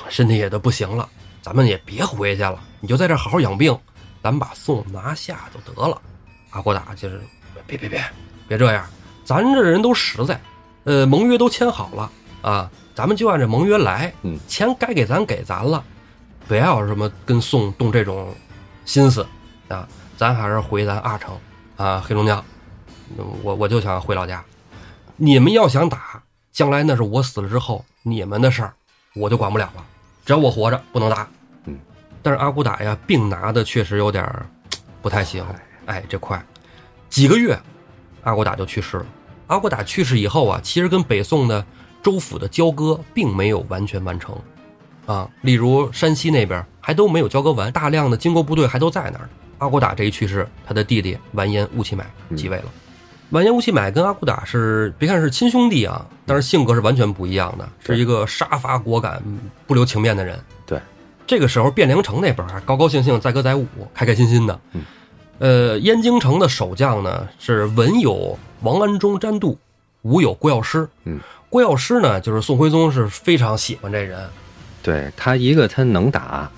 B: 身体也都不行了，咱们也别回去了，你就在这儿好好养病，咱们把宋拿下就得了。”阿国达就是呃别别别别这样，咱这人都实在，呃，盟约都签好了啊，咱们就按这盟约来，
A: 嗯
B: 钱该给咱给咱了，不要什么跟宋动这种心思啊，咱还是回咱阿城啊，黑龙江，嗯我我就想回老家。你们要想打，将来那是我死了之后你们的事儿，我就管不了了。只要我活着，不能打。
A: 嗯，
B: 但是阿骨打呀，病拿的确实有点儿不太行。哎，这快几个月，阿骨打就去世了。阿骨打去世以后啊，其实跟北宋的州府的交割并没有完全完成，啊，例如山西那边还都没有交割完，大量的金国部队还都在那儿。阿骨打这一去世，他的弟弟完颜乌齐买继位了。完颜乌齐买跟阿骨打是别看是亲兄弟啊，但是性格是完全不一样的，
A: 嗯对
B: 是一个杀伐果敢、不留情面的人。
A: 对，
B: 这个时候汴梁城那边还啊高高兴兴载歌载舞，开开心心的。
A: 嗯
B: 呃，燕京城的守将呢是文有王安忠、詹度，武有郭药师。
A: 嗯，
B: 郭药师呢就是宋徽宗是非常喜欢这人，
A: 对他一个他能打，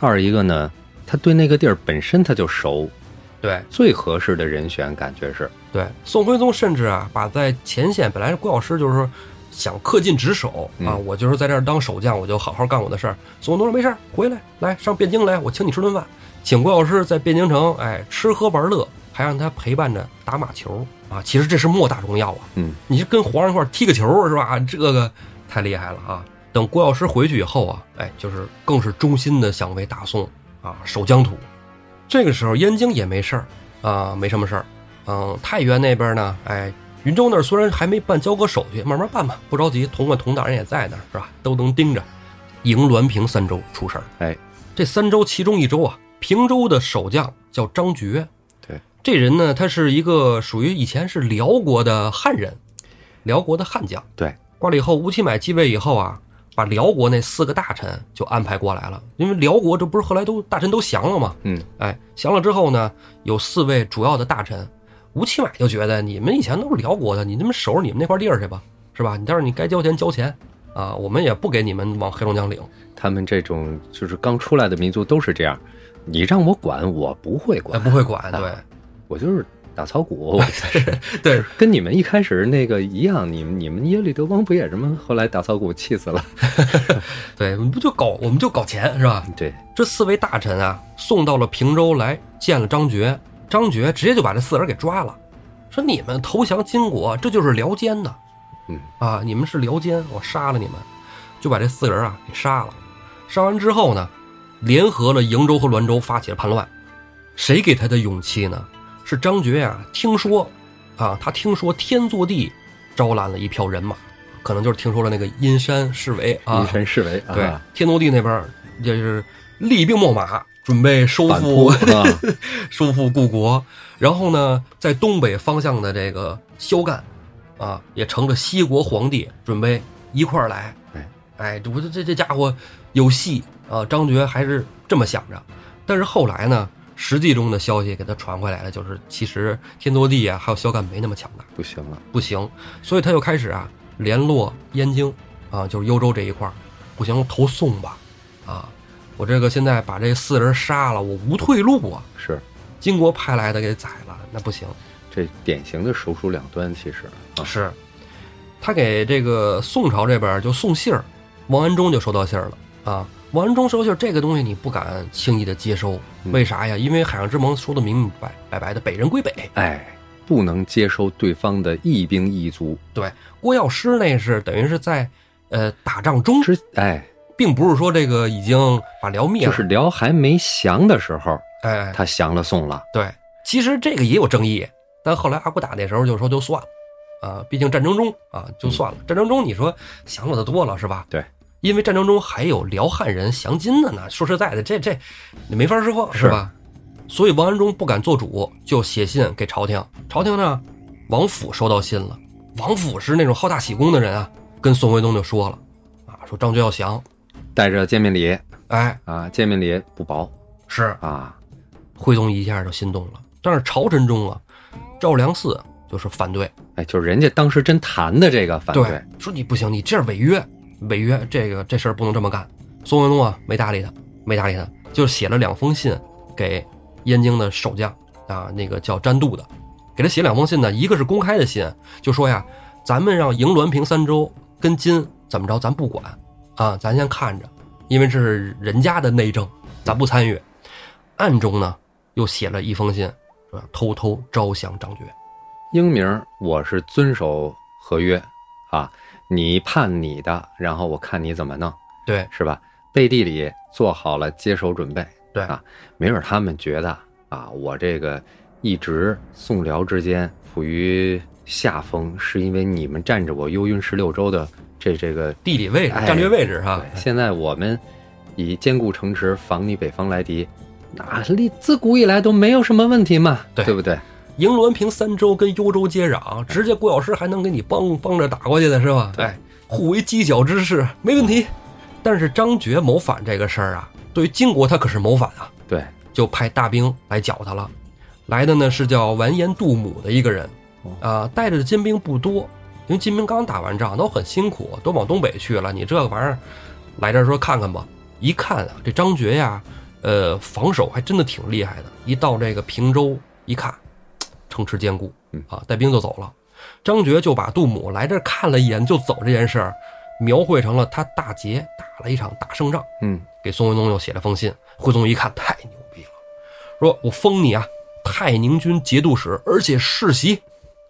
A: 二一个呢，他对那个地儿本身他就熟，
B: 对
A: 最合适的人选感觉是，
B: 对。宋徽宗甚至啊把在前线本来郭药师就是说想恪尽职守啊，
A: 嗯
B: 我就是在这儿当守将，我就好好干我的事儿。宋徽宗说没事儿，回来来上汴京来，我请你吃顿饭，请郭药师在汴京城哎吃喝玩乐，还让他陪伴着打马球啊，其实这是莫大荣耀啊。
A: 嗯，
B: 你是跟皇上一块儿踢个球是吧？啊这个太厉害了啊！等郭药师回去以后啊，哎，就是更是忠心的想为大宋啊守疆土。这个时候燕京也没事儿啊，没什么事儿。嗯，太原那边呢，哎，云州那儿虽然还没办交割手续，慢慢办吧，不着急。同贯同大人也在那儿是吧？都能盯着。迎滦平三州出事儿，
A: 哎，
B: 这三州其中一州啊，平州的守将叫张觉，
A: 对，
B: 这人呢，他是一个属于以前是辽国的汉人，辽国的汉将。
A: 对，
B: 挂了以后，吴乞买继位以后啊，把辽国那四个大臣就安排过来了，因为辽国这不是后来都大臣都降了吗？
A: 嗯，
B: 哎，降了之后呢，有四位主要的大臣，吴乞买就觉得你们以前都是辽国的，你他妈守着你们那块地儿去吧，是吧？你到时候你该交钱交钱啊，我们也不给你们往黑龙江领。
A: 他们这种就是刚出来的民族都是这样，你让我管我不会
B: 哎，
A: 管，
B: 不会管，对
A: 我就是打草谷，是
B: 对，
A: 跟你们一开始那个一样，你们你们耶律德光不也这么后来打草谷气死了？
B: 对，我们不就搞我们就搞钱是吧？
A: 对，
B: 这四位大臣啊，送到了平州来见了张觉，张觉直接就把这四人给抓了，说你们投降金国，这就是辽奸呐！
A: 嗯
B: 啊，你们是辽奸，我杀了你们，就把这四人啊给杀了。杀完之后呢，联合了瀛州和滦州发起了叛乱。谁给他的勇气呢？是张觉啊，听说啊，他听说天祚帝招揽了一票人马，可能就是听说了那个阴山侍卫啊，
A: 以身试为啊，
B: 对，天祚帝那边儿也是厉兵秣马，准备收
A: 反
B: 复
A: 扑啊，
B: 收复故国。然后呢，在东北方向的这个萧干，啊，也成了西国皇帝，准备一块儿来
A: 哎。
B: 哎，这不这这家伙有戏啊！张觉还是这么想着，但是后来呢，实际中的消息给他传回来了，就是其实天祚帝啊，还有萧干没那么强大。
A: 不行了，
B: 不行，所以他又开始啊联络燕京啊，就是幽州这一块儿，不行，投宋吧，啊，我这个现在把这四人杀了，我无退路啊，
A: 是
B: 金国派来的给宰了，那不行，
A: 这典型的首鼠两端，其实啊，
B: 是，他给这个宋朝这边儿就送信儿，王安忠就收到信儿了啊。王安忠收信儿这个东西你不敢轻易的接收，
A: 嗯
B: 为啥呀？因为海上之盟说的明明白白白的，北人归北，
A: 哎，不能接收对方的一兵一卒
B: 对，郭药师那是等于是在呃打仗中
A: 之，哎，
B: 并不是说这个已经把辽灭
A: 就
B: 了，
A: 是辽还没降的时候，
B: 哎，
A: 他降了宋了，
B: 对，其实这个也有争议，但后来阿骨打那时候就说就算了，啊，毕竟战争中啊就算了，战争中你说降我的多了是吧？
A: 嗯对，
B: 因为战争中还有辽汉人降金的呢，说实在的，这这你没法说
A: 是
B: 是吧？所以王安忠不敢做主，就写信给朝廷，朝廷呢，王甫收到信了，王甫是那种好大喜功的人啊，跟宋徽宗就说了，啊，说张觉要降，
A: 带着见面礼
B: 哎，
A: 啊，见面礼不薄
B: 是
A: 啊，
B: 徽宗一下就心动了。但是朝臣中啊，赵良嗣就是反对，
A: 哎，就是人家当时真谈的这个反对，
B: 说你不行，你这样违约，违约这个这事儿不能这么干。宋文宗啊，没搭理他，没搭理他，就写了两封信给燕京的守将啊，那个叫詹度的，给他写两封信呢，一个是公开的信，就说呀，咱们让营滦平三州跟金怎么着，咱不管啊，咱先看着，因为这是人家的内政，咱不参与。暗中呢，又写了一封信，说偷偷招降张觉。
A: 英明，我是遵守合约啊，你判你的，然后我看你怎么弄，
B: 对
A: 是吧？背地里做好了接手准备，
B: 对
A: 啊，没准他们觉得啊，我这个一直宋辽之间处于下风，是因为你们占着我幽云十六州的这这个
B: 地理位置、
A: 哎
B: 战略位置哈、
A: 对，现在我们以坚固城池防你北方来敌，那历自古以来都没有什么问题嘛，
B: 对
A: 不对？
B: 营滦平三州跟幽州接壤，直接郭药师还能给你帮帮着打过去的是吧？
A: 对
B: 哎，互为犄角之势，没问题。但是张觉谋反这个事儿啊，对于金国他可是谋反啊，
A: 对，
B: 就派大兵来剿他了。来的呢是叫完颜杜母的一个人
A: 哦，
B: 啊、带着的金兵不多，因为金兵刚打完仗都很辛苦，都往东北去了。你这个玩意儿来这儿说看看吧，一看啊，这张觉呀，呃，防守还真的挺厉害的。一到这个平州一看，城池坚固
A: 嗯，
B: 啊，带兵就走了。张觉就把杜母来这儿看了一眼就走这件事儿，描绘成了他大捷打了一场大胜仗。
A: 嗯，
B: 给宋徽宗又写了封信。徽宗一看，太牛逼了，说我封你啊，太宁军节度使，而且世袭，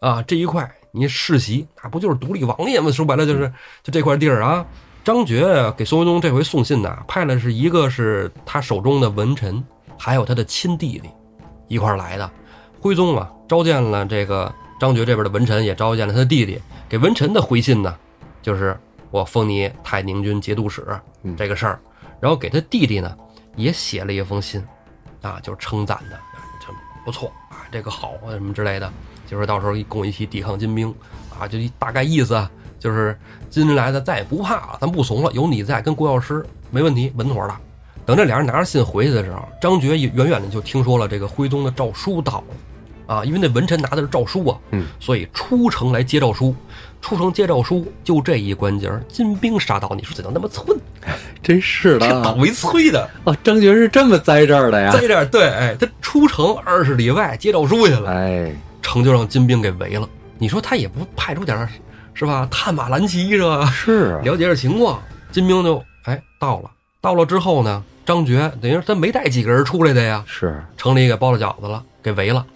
B: 啊这一块你世袭，那不就是独立王爷吗？说白了就是就这块地儿啊。张觉给宋徽宗这回送信呐，派了是一个是他手中的文臣，还有他的亲弟弟一块儿来的。徽宗啊，召见了这个张觉这边的文臣，也召见了他的弟弟。给文臣的回信呢，就是我封你太宁军节度使
A: 嗯
B: 这个事儿，然后给他弟弟呢也写了一封信，啊，就是称赞他，啊这不错啊，这个好啊什么之类的，就是到时候跟我一起抵抗金兵啊，就一大概意思啊，就是金人来的再也不怕了，咱不怂了，有你在，跟郭药师没问题，稳妥了。等这俩人拿着信回去的时候，张觉也远远的就听说了这个徽宗的诏书到了，啊，因为那文臣拿的是诏书啊，
A: 嗯，
B: 所以出城来接诏书，出城接诏书，就这一关节儿，金兵杀到，你说怎能那么寸？
A: 真是的
B: 这倒
A: 啊！
B: 霉催的，
A: 哦，张觉是这么栽这儿的呀？
B: 在这儿对，哎，他出城二十里外接诏书去了，
A: 哎，
B: 成就让金兵给围了。你说他也不派出点儿是吧？探马兰奇是吧？
A: 是啊，
B: 了解点情况。金兵就哎到了，到了之后呢，张觉等于说他没带几个人出来的呀，
A: 是
B: 城里给包了饺子了，给围了，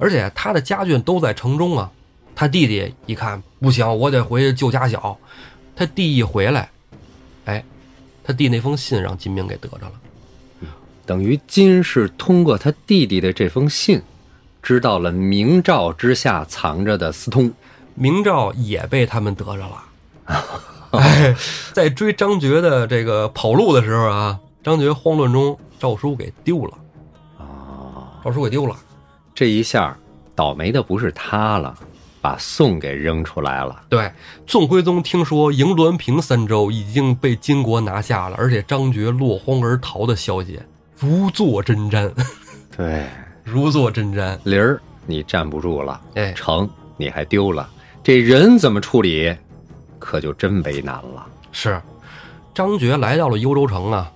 B: 而且他的家眷都在城中啊。他弟弟一看不行，我得回去救家小。他弟一回来，哎，他弟那封信让金兵给得着了。
A: 等于金是通过他弟弟的这封信，知道了明诏之下藏着的私通。
B: 明照也被他们得着了。哎，在追张觉的这个跑路的时候啊，张觉慌乱中诏书给丢了，
A: 啊，
B: 诏书给丢了。
A: 这一下倒霉的不是他了，把宋给扔出来了。
B: 对，宋徽宗听说迎滦平三州已经被金国拿下了，而且张觉落荒而逃的消息，如坐针毡，
A: 对，
B: 如坐针毡。
A: 林儿你站不住了，
B: 哎，
A: 成你还丢了，这人怎么处理，可就真为难了。
B: 是，张觉来到了幽州城啊，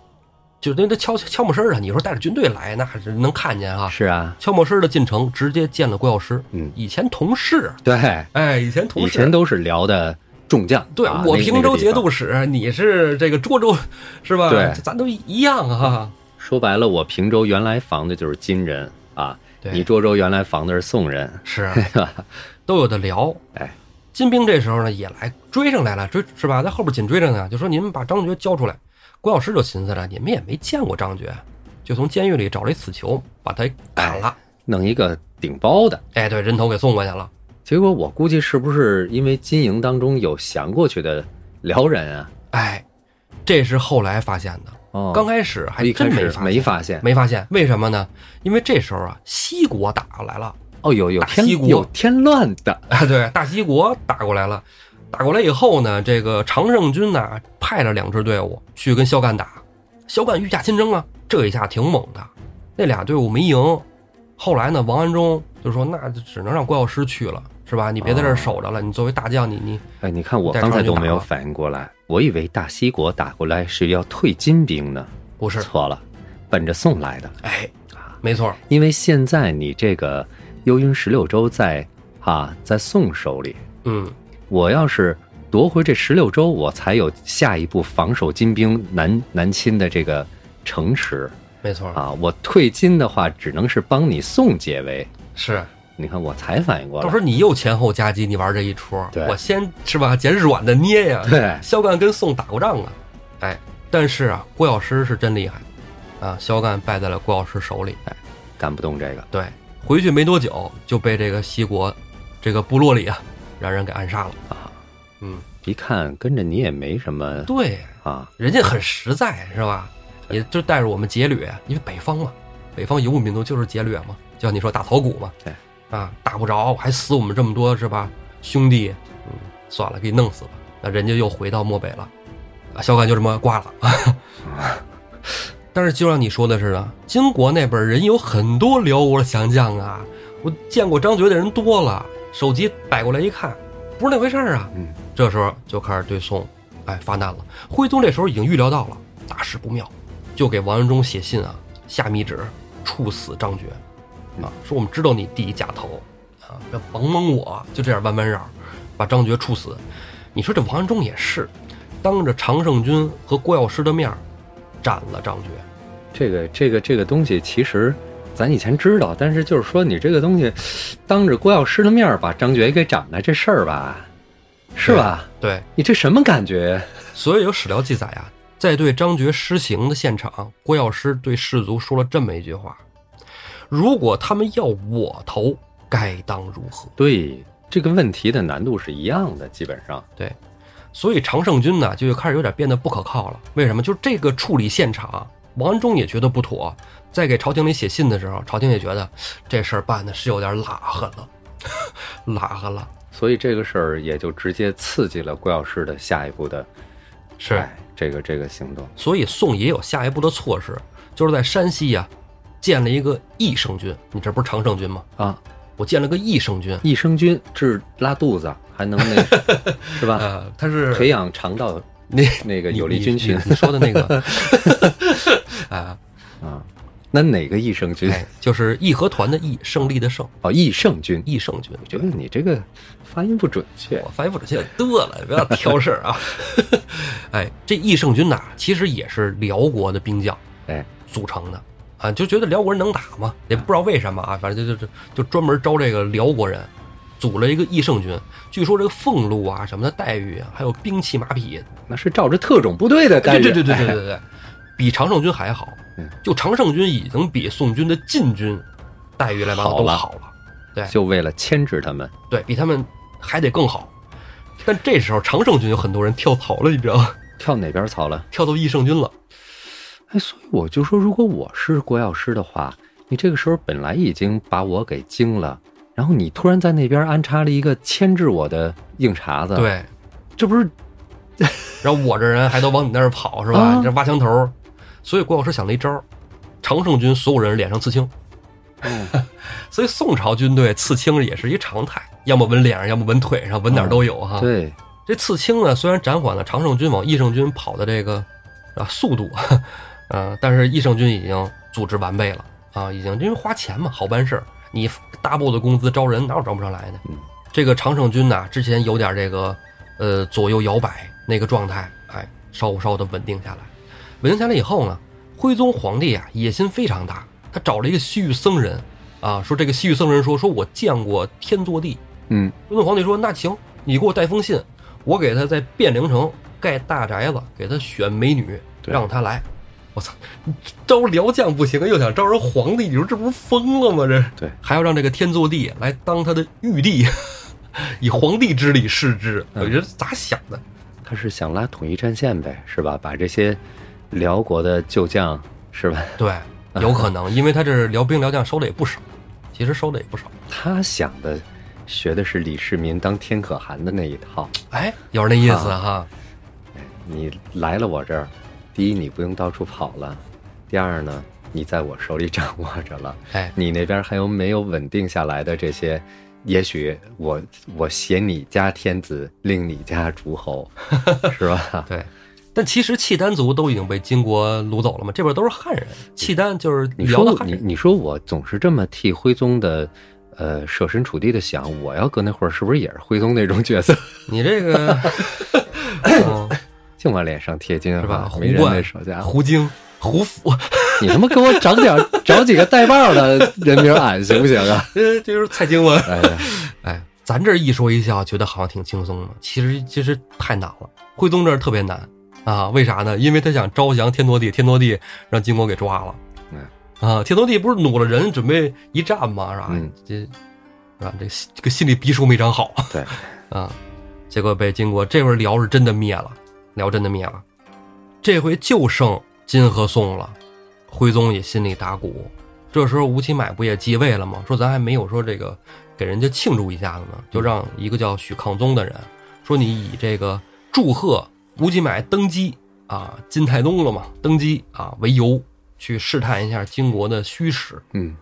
B: 就那那悄悄没声儿啊，你说带着军队来，那是能看见啊。
A: 是啊，
B: 悄没声儿的进城，直接见了郭药师。
A: 嗯
B: 以前同事，
A: 对，
B: 哎，以前
A: 以
B: 同事，
A: 前都是聊的众将，
B: 对、
A: 啊
B: 我
A: 那
B: 平
A: 那
B: 州
A: 个地
B: 节
A: 方
B: 度使，你是这个涿州，是吧？
A: 对嗯
B: 咱都一样啊。
A: 说白了，我平州原来防的就是金人啊，
B: 对
A: 你涿州原来防的是宋人，
B: 是啊
A: 是吧？
B: 都有的聊。
A: 哎，
B: 金兵这时候呢也来追上来了，追是吧？在后边紧追着呢，就说你们把张觉交出来。郭药师就寻思着，你们也没见过张觉，就从监狱里找了一死囚，把他给砍了。
A: 弄一个顶包的。
B: 哎，对，人头给送过去了。
A: 结果我估计是不是因为金营当中有降过去的辽人啊？
B: 哎，这是后来发现的，
A: 哦，
B: 刚开始还
A: 一
B: 真
A: 开
B: 没
A: 始
B: 发
A: 没
B: 现。
A: 发现。
B: 没发现，为什么呢？因为这时候啊，西国打过来了，
A: 哦，有有
B: 大
A: 添
B: 西国
A: 有添乱的，
B: 啊， 对，大西国打过来了，打过来以后呢，这个常胜军呐派了两支队伍去跟萧干打，萧干御驾亲征啊，这一下挺猛的，那俩队伍没赢。后来呢，王安忠就说：“那就只能让郭药师去了，是吧？你别在这儿守着了，你作为大将，你你
A: 哎，你看我
B: 带
A: 刚才
B: 长
A: 都
B: 就
A: 没
B: 打
A: 有
B: 了
A: 反应过来，我以为大西国打过来是要退金兵呢，
B: 不是，
A: 错了，奔着宋来的。
B: 哎，没错，
A: 因为现在你这个幽云十六州在啊，在宋手里，
B: 嗯，
A: 我要是夺回这十六州，我才有下一步防守金兵南南侵的这个城池
B: 没错，
A: 啊！我退金的话，只能是帮你宋解围。
B: 是。
A: 你看，我才反应过
B: 到
A: 来
B: 时，候你又前后夹击，你玩这一出
A: 对，
B: 我先是吧，捡软的捏 呀，
A: 对，
B: 萧干跟宋打过仗啊，哎，但是啊，郭药师是真厉害啊，萧干败在了郭药师手里。
A: 干不动这个，
B: 对，回去没多久就被这个西国这个部落里啊，让人给暗杀了
A: 啊。
B: 嗯，
A: 一看跟着你也没什么
B: 对，
A: 啊，
B: 人家很实在是吧？也就带着我们劫掠，因为北方嘛，北方游牧民族就是劫掠嘛，就像你说打草谷嘛，
A: 对，
B: 啊，打不着还死我们这么多是吧？兄弟，嗯，算了，给你弄死吧。那人家又回到漠北了，啊，小感就这么挂了。但是就像你说的似的，金国那边人有很多辽国的降将啊，我见过张觉的人多了，手机摆过来一看，不是那回事儿啊。
A: 嗯，
B: 这时候就开始对宋，哎发难了。徽宗这时候已经预料到了大事不妙，就给王安忠写信啊，下密旨处死张觉，啊，说我们知道你弟假头，啊，要甭蒙我，就这样弯弯绕，把张觉处死。你说这王安忠也是，当着常胜军和郭药师的面儿斩了张觉。
A: 这个这个这个东西其实。咱以前知道，但是就是说你这个东西，当着郭药师的面儿把张觉给斩了这事儿吧，是吧？
B: 对，
A: 你这什么感觉？
B: 所以有史料记载啊，在对张觉施行的现场，郭药师对士卒说了这么一句话：“如果他们要我头，该当如何
A: 对，这个问题的难度是一样的，基本上。？”
B: 所以常胜军呢，就开始有点变得不可靠了。为什么？就这个处理现场，王安忠也觉得不妥，在给朝廷里写信的时候，朝廷也觉得这事儿办的是有点拉狠了， 拉狠了。
A: 所以这个事儿也就直接刺激了郭药师的下一步的
B: 是，
A: 哎这个这个行动。
B: 所以宋也有下一步的措施，就是在山西呀、建了一个义胜军。你这不是常胜军吗？
A: 啊，
B: 我建了个益生菌，
A: 益生菌治拉肚子，还能那 是吧？
B: 呃，它是
A: 培养肠道
B: 那
A: 啊那个
B: 你
A: 有利
B: 你
A: 菌群
B: 你你说的那个 啊，
A: 啊，那哪个益生菌？
B: 哎，就是义和团的义，胜利的胜，
A: 哦，益圣菌。
B: 益胜菌。
A: 觉得你这个发音不准确
B: 我。发音不准确，得了，不要挑事儿啊！ 哎，这益圣军呐、其实也是辽国的兵将
A: 哎，
B: 组成的啊，就觉得辽国人能打嘛，也不知道为什么啊，反正就就就就专门招这个辽国人，组了一个益圣军。据说这个俸禄啊、什么的待遇啊，还有兵器马匹，
A: 那是照着特种部队的待
B: 对
A: 遇。
B: 对对对对
A: 哎
B: 对对，对比常胜军还好
A: 嗯。
B: 就常胜军已经比宋军的禁军待遇来完
A: 好
B: 都
A: 了
B: 好了，对
A: 就为了牵制他们。
B: 对比他们还得更好。但这时候常胜军有很多人跳槽了，你知道吗？
A: 跳哪边槽了？
B: 跳到益圣军了。
A: 哎，所以我就说，如果我是国药师的话，你这个时候本来已经把我给惊了，然后你突然在那边安插了一个牵制我的硬茬子，，
B: 对，
A: 这不是
B: 然后我这人还都往你那儿跑是吧？
A: 啊
B: 你这挖墙头儿，所以郭老师想了一招儿，常胜军所有人脸上刺青，
A: 嗯
B: 所以宋朝军队刺青也是一常态，要么纹脸上，要么纹腿上，纹
A: 嗯
B: 哪儿都有哈。
A: 对，
B: 这刺青呢，虽然暂缓了常胜军往义胜军跑的这个啊速度，呃，但是义胜军已经组织完备了啊，已经因为花钱嘛，好办事儿。你大部的工资招人哪有招不上来呢
A: 嗯？
B: 这个常胜军呐、之前有点这个呃左右摇摆那个状态，哎，稍稍的稳定下来。稳定下来以后呢，徽宗皇帝啊野心非常大，他找了一个西域僧人啊，说这个西域僧人说说我见过天坐地，
A: 嗯，
B: 雍正皇帝说：“那行，你给我带封信，我给他在汴梁城盖大宅子，给他选美女，
A: 对
B: 让他来。”我操， 招辽将不行，啊又想招人皇帝，你说这不是疯了吗？这
A: 对，
B: 还要让这个天祚帝来当他的玉帝， 以皇帝之礼视之，
A: 嗯
B: 我觉得咋想的？
A: 他是想拉统一战线呗，是吧？把这些辽国的旧将，是吧？
B: 对，
A: 嗯
B: 有可能，因为他这是辽兵辽将收的也不少，其实收的也不少。
A: 他想的学的是李世民当天可汗的那一套。哎
B: 哎，有点那意思哈。
A: 你来了我这儿，第一你不用到处跑了，第二呢，你在我手里掌握着了。
B: 哎，
A: 你那边还有没有稳定下来的这些？也许我我挟你家天子，令你家诸侯，是吧？
B: 对，但其实契丹族都已经被金国掳走了嘛，这边都是汉人。契丹就是
A: 你
B: 辽的
A: 说
B: 汉
A: 你
B: 人，
A: 你说我总是这么替徽宗的，呃，设身处地的想，我要搁那会儿是不是也是徽宗那种角色？
B: 你这个，嗯
A: 净往脸上贴金啊
B: 是吧？
A: 没
B: 胡
A: 人那
B: 冠
A: 手家、伙，
B: 胡经、胡府，
A: 你他妈给我整点儿找几个带把儿的人名俺行不行啊？
B: 这就是蔡京文。
A: 哎呀，
B: 哎，咱这一说一笑，觉得好像挺轻松的，其实其实太难了。徽宗这儿特别难啊，为啥呢？因为他想招降天祚帝，天祚帝让金国给抓了。
A: 嗯
B: 啊，天祚帝不是掳了人准备一战吗？是吧？
A: 嗯
B: 这是吧？这个心这个心里逼数没长好。
A: 对，
B: 啊，结果被金国这回辽是真的灭了，辽真的灭了，这回就剩金和宋了。徽宗也心里打鼓，这时候吴乞买不也继位了吗？说咱还没有说这个给人家庆祝一下子呢，就让一个叫许抗宗的人说你以这个祝贺吴乞买登基啊，金太宗了嘛，登基啊为由去试探一下金国的虚实。
A: 嗯，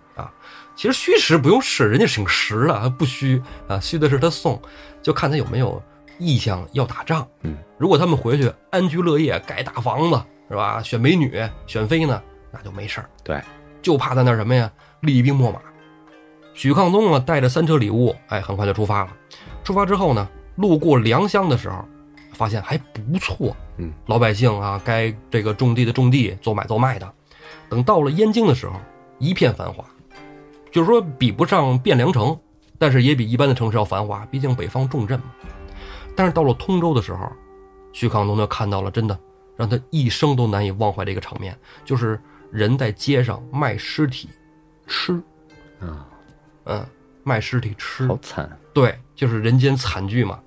B: 其实虚实不用试，人家挺实的，他不虚啊，虚的是他送，就看他有没有意向要打仗。
A: 嗯，
B: 如果他们回去安居乐业，盖大房子是吧？选美女、选妃呢，那就没事儿。
A: 对，
B: 就怕在那儿什么呀，厉兵秣马。许抗宗啊，带着三车礼物，哎，很快就出发了。出发之后呢，路过良乡的时候，发现还不错，
A: 嗯，
B: 老百姓啊，该这个种地的种地，做买做卖的。等到了燕京的时候，一片繁华，就是说比不上汴梁城，但是也比一般的城市要繁华，毕竟北方重镇嘛。但是到了通州的时候，徐康东就看到了真的让他一生都难以忘怀的一个场面，就是人在街上卖尸体吃，
A: 啊，
B: 嗯，卖尸体吃
A: 好，惨，啊
B: 对，就是人间惨剧嘛。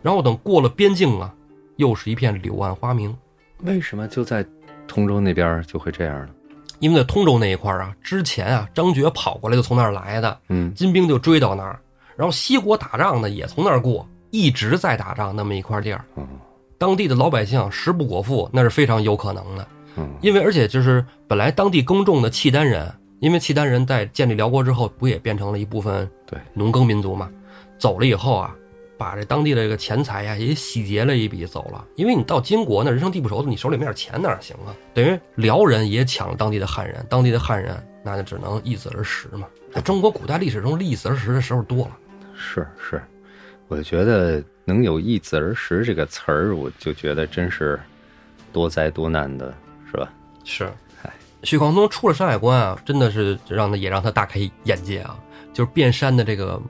B: 然后等过了边境啊，又是一片柳暗花明，
A: 为什么就在通州那边儿就会这样呢？
B: 因为在通州那一块儿啊，之前啊张觉跑过来就从那儿来的，
A: 嗯，
B: 金兵就追到那儿，然后西国打仗呢也从那儿过，一直在打仗那么一块地儿，
A: 哦，
B: 当地的老百姓食不果腹，那是非常有可能的。
A: 嗯，
B: 因为而且就是本来当地耕种的契丹人，因为契丹人在建立辽国之后，不也变成了一部分
A: 对
B: 农耕民族嘛？走了以后啊，把这当地的这个钱财呀、也洗劫了一笔走了。因为你到金国那人生地不熟的，你手里没点钱哪儿行啊？等于辽人也抢了当地的汉人，当地的汉人那就只能易子而食嘛。在中国古代历史中，易子而食的时候多了。
A: 是是，我觉得能有“易子而食”这个词儿，我就觉得真是多灾多难的，是吧？
B: 是
A: 哎，
B: 许光东出了山海关啊，真的是让他也让他大开眼界啊！就是遍山的这个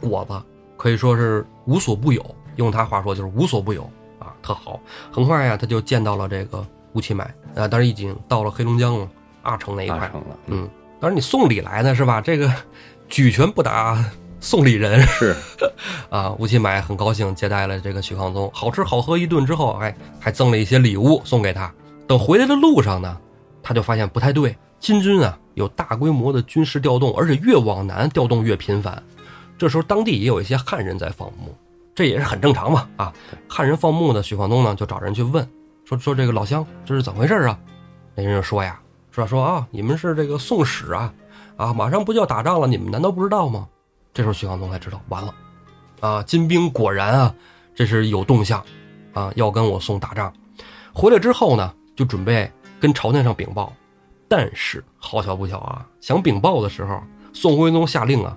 B: 果子，可以说是无所不有，用他话说就是无所不有啊，特好。很快呀、他就见到了这个乌齐买啊，当然已经到了黑龙江了，阿城那一
A: 达
B: 块。
A: 成了，
B: 嗯，当然你送礼来呢是吧？这个 举拳不打送礼人
A: 是
B: 啊，吴起买很高兴接待了这个许康宗，好吃好喝一顿之后，哎，还赠了一些礼物送给他。等回来的路上呢，他就发现不太对，金军啊有大规模的军事调动，而且越往南调动越频繁。这时候当地也有一些汉人在放牧，这也是很正常嘛啊。汉人放牧呢，许广东呢就找人去问，说说这个老乡这是怎么回事啊？那人就说呀，说说啊，你们是这个宋史啊，啊，马上不就要打仗了，你们难道不知道吗？这时候许广东才知道，完了。啊，金兵果然啊，这是有动向，啊，要跟我宋打仗。回来之后呢，就准备跟朝廷上禀报，但是好巧不巧啊，想禀报的时候，宋徽宗下令啊，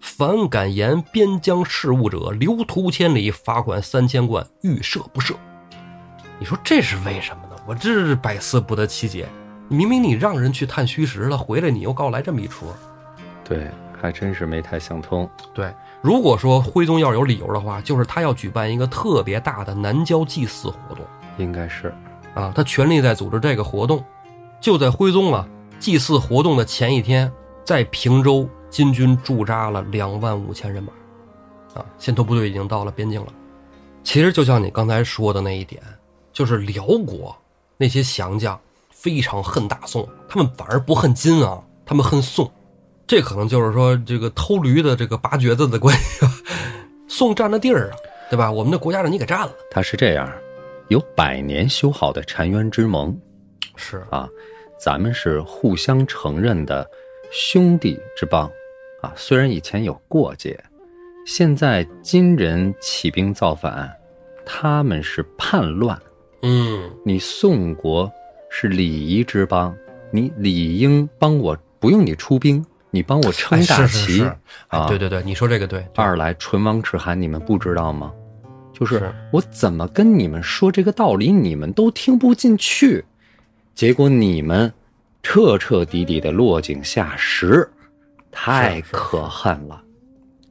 B: 凡敢言边疆事务者，流途千里，罚款三千贯，欲赦不赦。你说这是为什么呢？我这是百思不得其解。明明你让人去探虚实了，回来你又告来这么一出，
A: 对，还真是没太想通。
B: 对，如果说徽宗要有理由的话，就是他要举办一个特别大的南郊祭祀活动
A: 应该是
B: 啊，他全力在组织这个活动。就在徽宗啊祭祀活动的前一天，在平州金军驻扎了两万五千人马，啊，先头部队已经到了边境了。其实就像你刚才说的那一点，就是辽国那些降将非常恨大宋，他们反而不恨金啊，他们恨宋。这可能就是说这个偷驴的这个拔橛子的关系吧。 宋占了地儿啊，对吧？我们的国家让你给占了，
A: 他是这样，有百年修好的澶渊之盟，
B: 是
A: 啊，咱们是互相承认的兄弟之邦啊。虽然以前有过节，现在金人起兵造反，他们是叛乱，
B: 嗯，
A: 你宋国是礼仪之邦，你理应帮我，不用你出兵，你帮我撑大旗。
B: 哎是是是哎
A: 啊
B: 对对对，你说这个对，对
A: 二来，唇亡齿寒，你们不知道吗？就是
B: 是
A: 我怎么跟你们说这个道理，你们都听不进去，结果你们彻彻底底的落井下石，太
B: 是是
A: 可恨了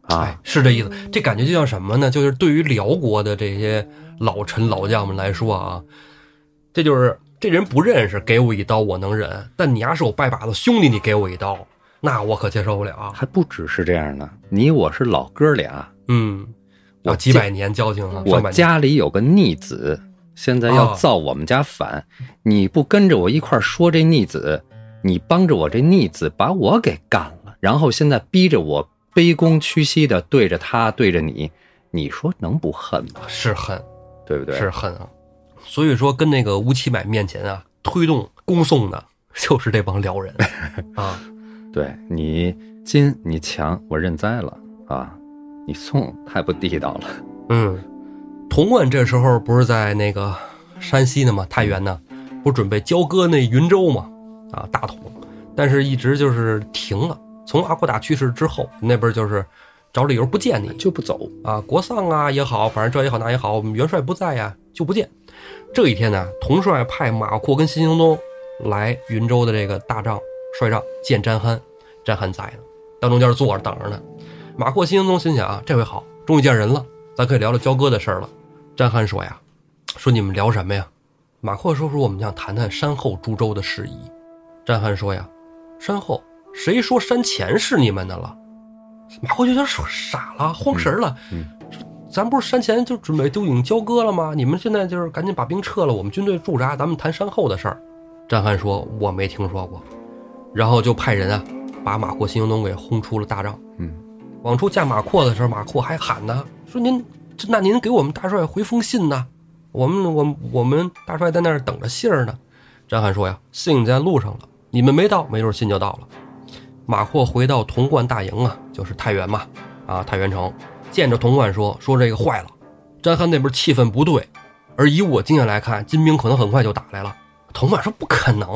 B: 哎
A: 啊！，
B: 是这意思。这感觉就像什么呢？就是对于辽国的这些老臣老将们来说啊，这就是这人不认识，给我一刀我能忍，但你丫是我拜把子兄弟，你给我一刀，那我可接受不了。啊
A: 还不只是这样呢，你我是老哥俩，
B: 嗯，
A: 我
B: 啊几
A: 家
B: 百年交情了，
A: 我
B: 上百年
A: 家里有个逆子，现在要
B: 哦
A: 造我们家反，你不跟着我一块儿说这逆子，你帮着我这逆子把我给干了，然后现在逼着我卑躬屈膝的对着他对着你，你说能不恨吗？
B: 是恨。
A: 对不对？
B: 是恨啊。所以说，跟那个吴乞买面前啊，推动恭送的就是这帮辽人 啊。
A: 对你金你强，我认栽了啊，你宋太不地道 了，
B: 嗯，童贯这时候不是在那个山西呢吗？太原呢，不是准备交割那云州吗？啊，大同，但是一直就是停了。从阿骨打去世之后，那边就是找理由不见你，
A: 就不走。
B: 啊，国丧啊也好，反正这也好那也好，我们元帅不在呀、就不见。这一天呢，统帅派马扩跟辛兴东来云州的这个大帐帅帐见詹憨，詹憨在呢，当中间坐着等着呢。马扩、辛兴东心想啊，这回好，终于见人了，咱可以聊聊交割的事儿了。詹憨说呀，说你们聊什么呀？马扩说说我们想谈谈山后诸州的事宜。詹憨说呀，山后谁说山前是你们的了？马扩就有点傻了，慌神儿了。
A: 嗯
B: 咱不是山前就准备就已经交割了吗？你们现在就是赶紧把兵撤了，我们军队驻扎，咱们谈山后的事儿。詹翰说：“我没听说过。”然后就派人啊，把马扩、辛兴东给轰出了大帐。
A: 嗯，
B: 往出架马扩的时候，马扩还喊呢，说您这那您给我们大帅回封信呐，我们我们我们大帅在那儿等着信儿呢。张翰说呀，信已在路上了，你们没到，没准信就到了。马扩回到潼关大营啊，就是太原嘛，啊太原城，见着潼关说说这个坏了，张翰那边气氛不对，而以我经验来看，金兵可能很快就打来了。潼关说不可能，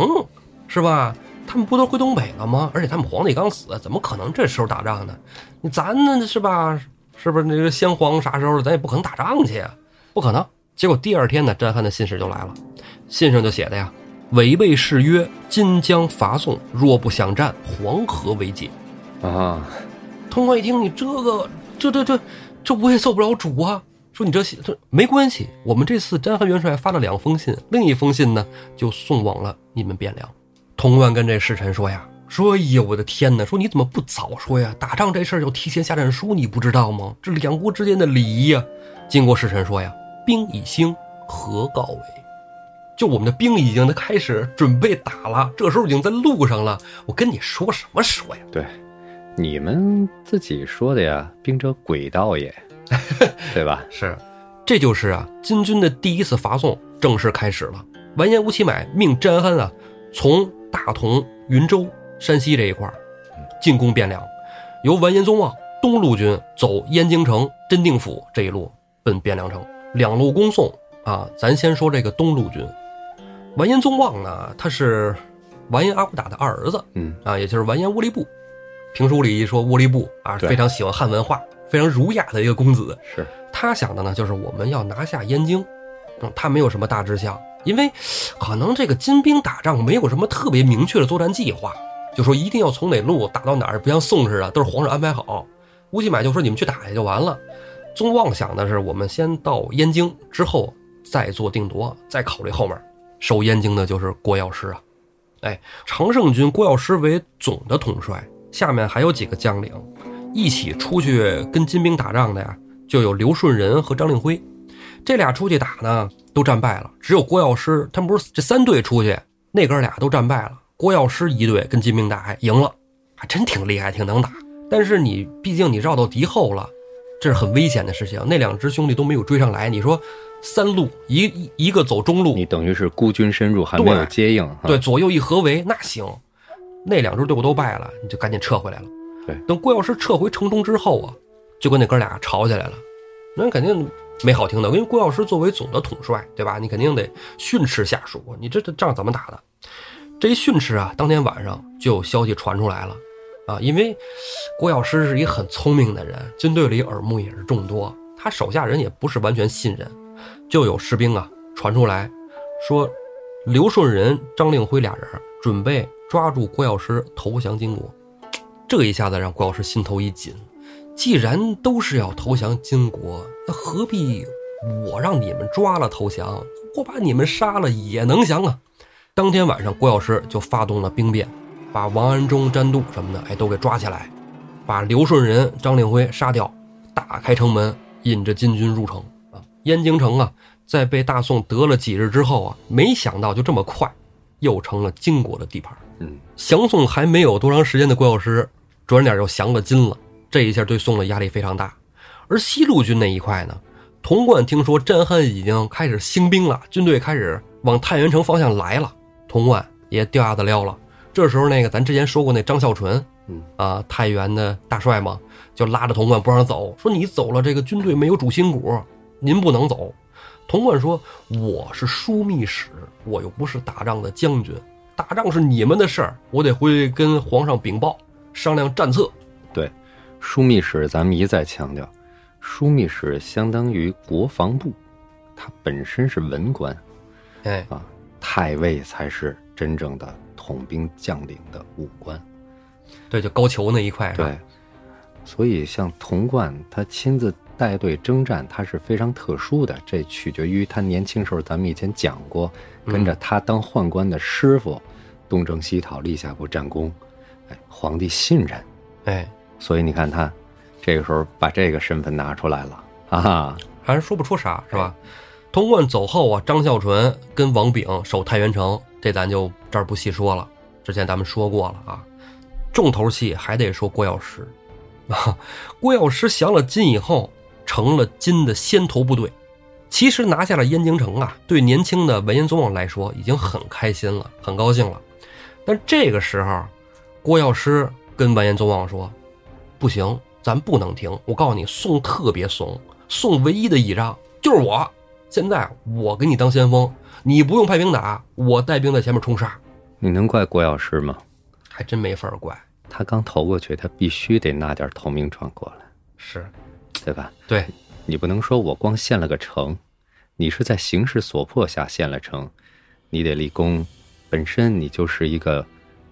B: 是吧？他们不都回东北了吗？而且他们皇帝刚死，怎么可能这时候打仗呢？你咱呢是吧？是不是那个先皇啥时候了，咱也不可能打仗去呀，不可能。结果第二天呢，战汉的信使就来了，信上就写的呀：违背誓约，今将伐宋，若不想战，黄河为界。
A: 啊，
B: 通关一听，你这个这这这这我也受不了主啊！说你这信这没关系，我们这次詹汉元帅发了两封信，另一封信呢就送往了你们汴梁。童贯跟这侍臣说呀，说哎呀我的天哪，说你怎么不早说呀？打仗这事儿要提前下战书，你不知道吗？这两国之间的礼仪呀、经过侍臣说呀，兵已兴，何告为？就我们的兵已经都开始准备打了，这时候已经在路上了。我跟你说什么说呀？
A: 对，你们自己说的呀，兵者诡道 也，对吧？
B: 是，这就是啊，金军的第一次伐宋正式开始了。完颜吴乞买命詹憨啊，从大同、云州、山西这一块儿进攻汴梁，由完颜宗望东路军走燕京城、真定府这一路奔汴梁城，两路攻宋啊。咱先说这个东路军，完颜宗望呢，他是完颜阿骨打的二儿子，
A: 嗯，
B: 啊，也就是完颜兀利部。评书里一说兀利部啊，
A: 对
B: 非常喜欢汉文化，非常儒雅的一个公子。
A: 是，
B: 他想的呢，就是我们要拿下燕京。嗯，他没有什么大志向，因为 可能这个金兵打仗没有什么特别明确的作战计划，就说一定要从哪路打到哪儿，不像宋似的都是皇上安排好。乌继买就说你们去打去就完了。宗望想的是，我们先到燕京之后再做定夺，再考虑后面。守燕京的就是郭药师啊，哎，常胜军郭药师为总的统帅，下面还有几个将领，一起出去跟金兵打仗的呀，就有刘顺仁和张令辉。这俩出去打呢，都战败了。只有郭药师，他们不是这三队出去，那哥俩都战败了。郭药师一队跟金兵打还哎赢了，还真挺厉害，挺能打。但是你毕竟你绕到敌后了，这是很危险的事情。那两支兄弟都没有追上来，你说三路一一一个走中路，
A: 你等于是孤军深入，还没有
B: 对
A: 接应，哈
B: 对，，左右一合围，那行，那两支队伍都败了，你就赶紧撤回来了。
A: 对
B: 等郭药师撤回城中之后啊，就跟那哥俩吵起来了，那肯定没好听的。因为郭药师作为总的统帅，对吧？你肯定得训斥下属，你这这仗怎么打的？这一训斥啊，当天晚上就有消息传出来了。啊，因为郭药师是一个很聪明的人，军队里耳目也是众多，他手下人也不是完全信任，就有士兵啊传出来说，刘顺仁、张令辉俩人准备抓住郭药师投降金国，这一下子让郭药师心头一紧。既然都是要投降金国，那何必我让你们抓了投降，我把你们杀了也能降啊？当天晚上，郭药师就发动了兵变，把王安忠、詹度什么的，哎，都给抓起来，把刘顺仁、张令辉杀掉，打开城门，引着金军入城啊。燕京城啊，在被大宋得了几日之后啊，没想到就这么快，又成了金国的地盘。
A: 嗯，
B: 降宋还没有多长时间的郭药师，转眼就降了金了。这一下对宋的压力非常大。而西路军那一块呢，童贯听说战汉已经开始兴兵了，军队开始往太原城方向来了，童贯也掉下子撩了。这时候，那个咱之前说过那张孝纯，
A: 嗯
B: 啊，太原的大帅嘛，就拉着童贯不让走，说你走了，这个军队没有主心骨，您不能走。童贯说：“我是枢密使，我又不是打仗的将军，打仗是你们的事儿，我得回去跟皇上禀报，商量战策。
A: 对，枢密使咱们一再强调，枢密使相当于国防部，他本身是文官，”
B: 哎，
A: 啊，太尉才是真正的统兵将领的武官。
B: 对，就高俅那一块，，
A: 对，所以像童贯他亲自带队征战，他是非常特殊的。这取决于他年轻时候，咱们以前讲过，跟
B: 嗯
A: 着他当宦官的师傅，东征西讨，立下过战功，哎，皇帝信任。
B: 哎，
A: 所以你看他这个时候把这个身份拿出来了啊，
B: 还是说不出啥，是吧？童贯走后啊，张孝纯跟王炳守太原城，这咱就这儿不细说了，之前咱们说过了啊。重头戏还得说郭药师 啊，郭药师降了金以后，成了金的先头部队。其实拿下了燕京城啊，对年轻的完颜宗望来说已经很开心了，很高兴了。但这个时候，郭药师跟完颜宗望说：“不行，咱不能停。我告诉你，宋特别怂，宋唯一的倚仗就是我。现在我给你当先锋，你不用派兵打，我带兵在前面冲杀。
A: 你能怪郭药师吗？
B: 还真没法儿怪。
A: 他刚投过去，他必须得拿点投名状过来，
B: 是
A: 对吧？
B: 对，
A: 你不能说我光献了个城，你是在形势所迫下献了城，你得立功。本身你就是一个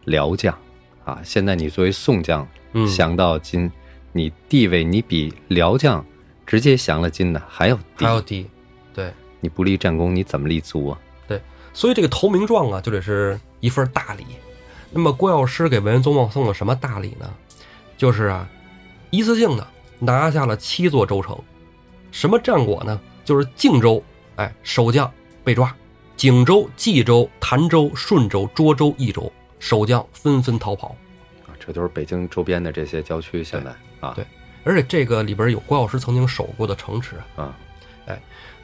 A: 辽将啊，现在你作为宋将
B: 嗯，
A: 降到金，你地位你比辽将直接降了金的还要低
B: 还，要低，对，
A: 你不立战功，你怎么立足啊？
B: 所以这个投名状啊，就得是一份大礼。那么郭药师给文宗茂送了什么大礼呢？就是啊，一次性的拿下了七座州城。什么战果呢？就是靖州，哎，守将被抓；景州、冀州、潭州、顺州、涿州、益州，守将纷纷逃跑。
A: 啊这都是北京周边的这些郊区现在啊，
B: 对而且这个里边有郭药师曾经守过的城池啊，
A: 啊，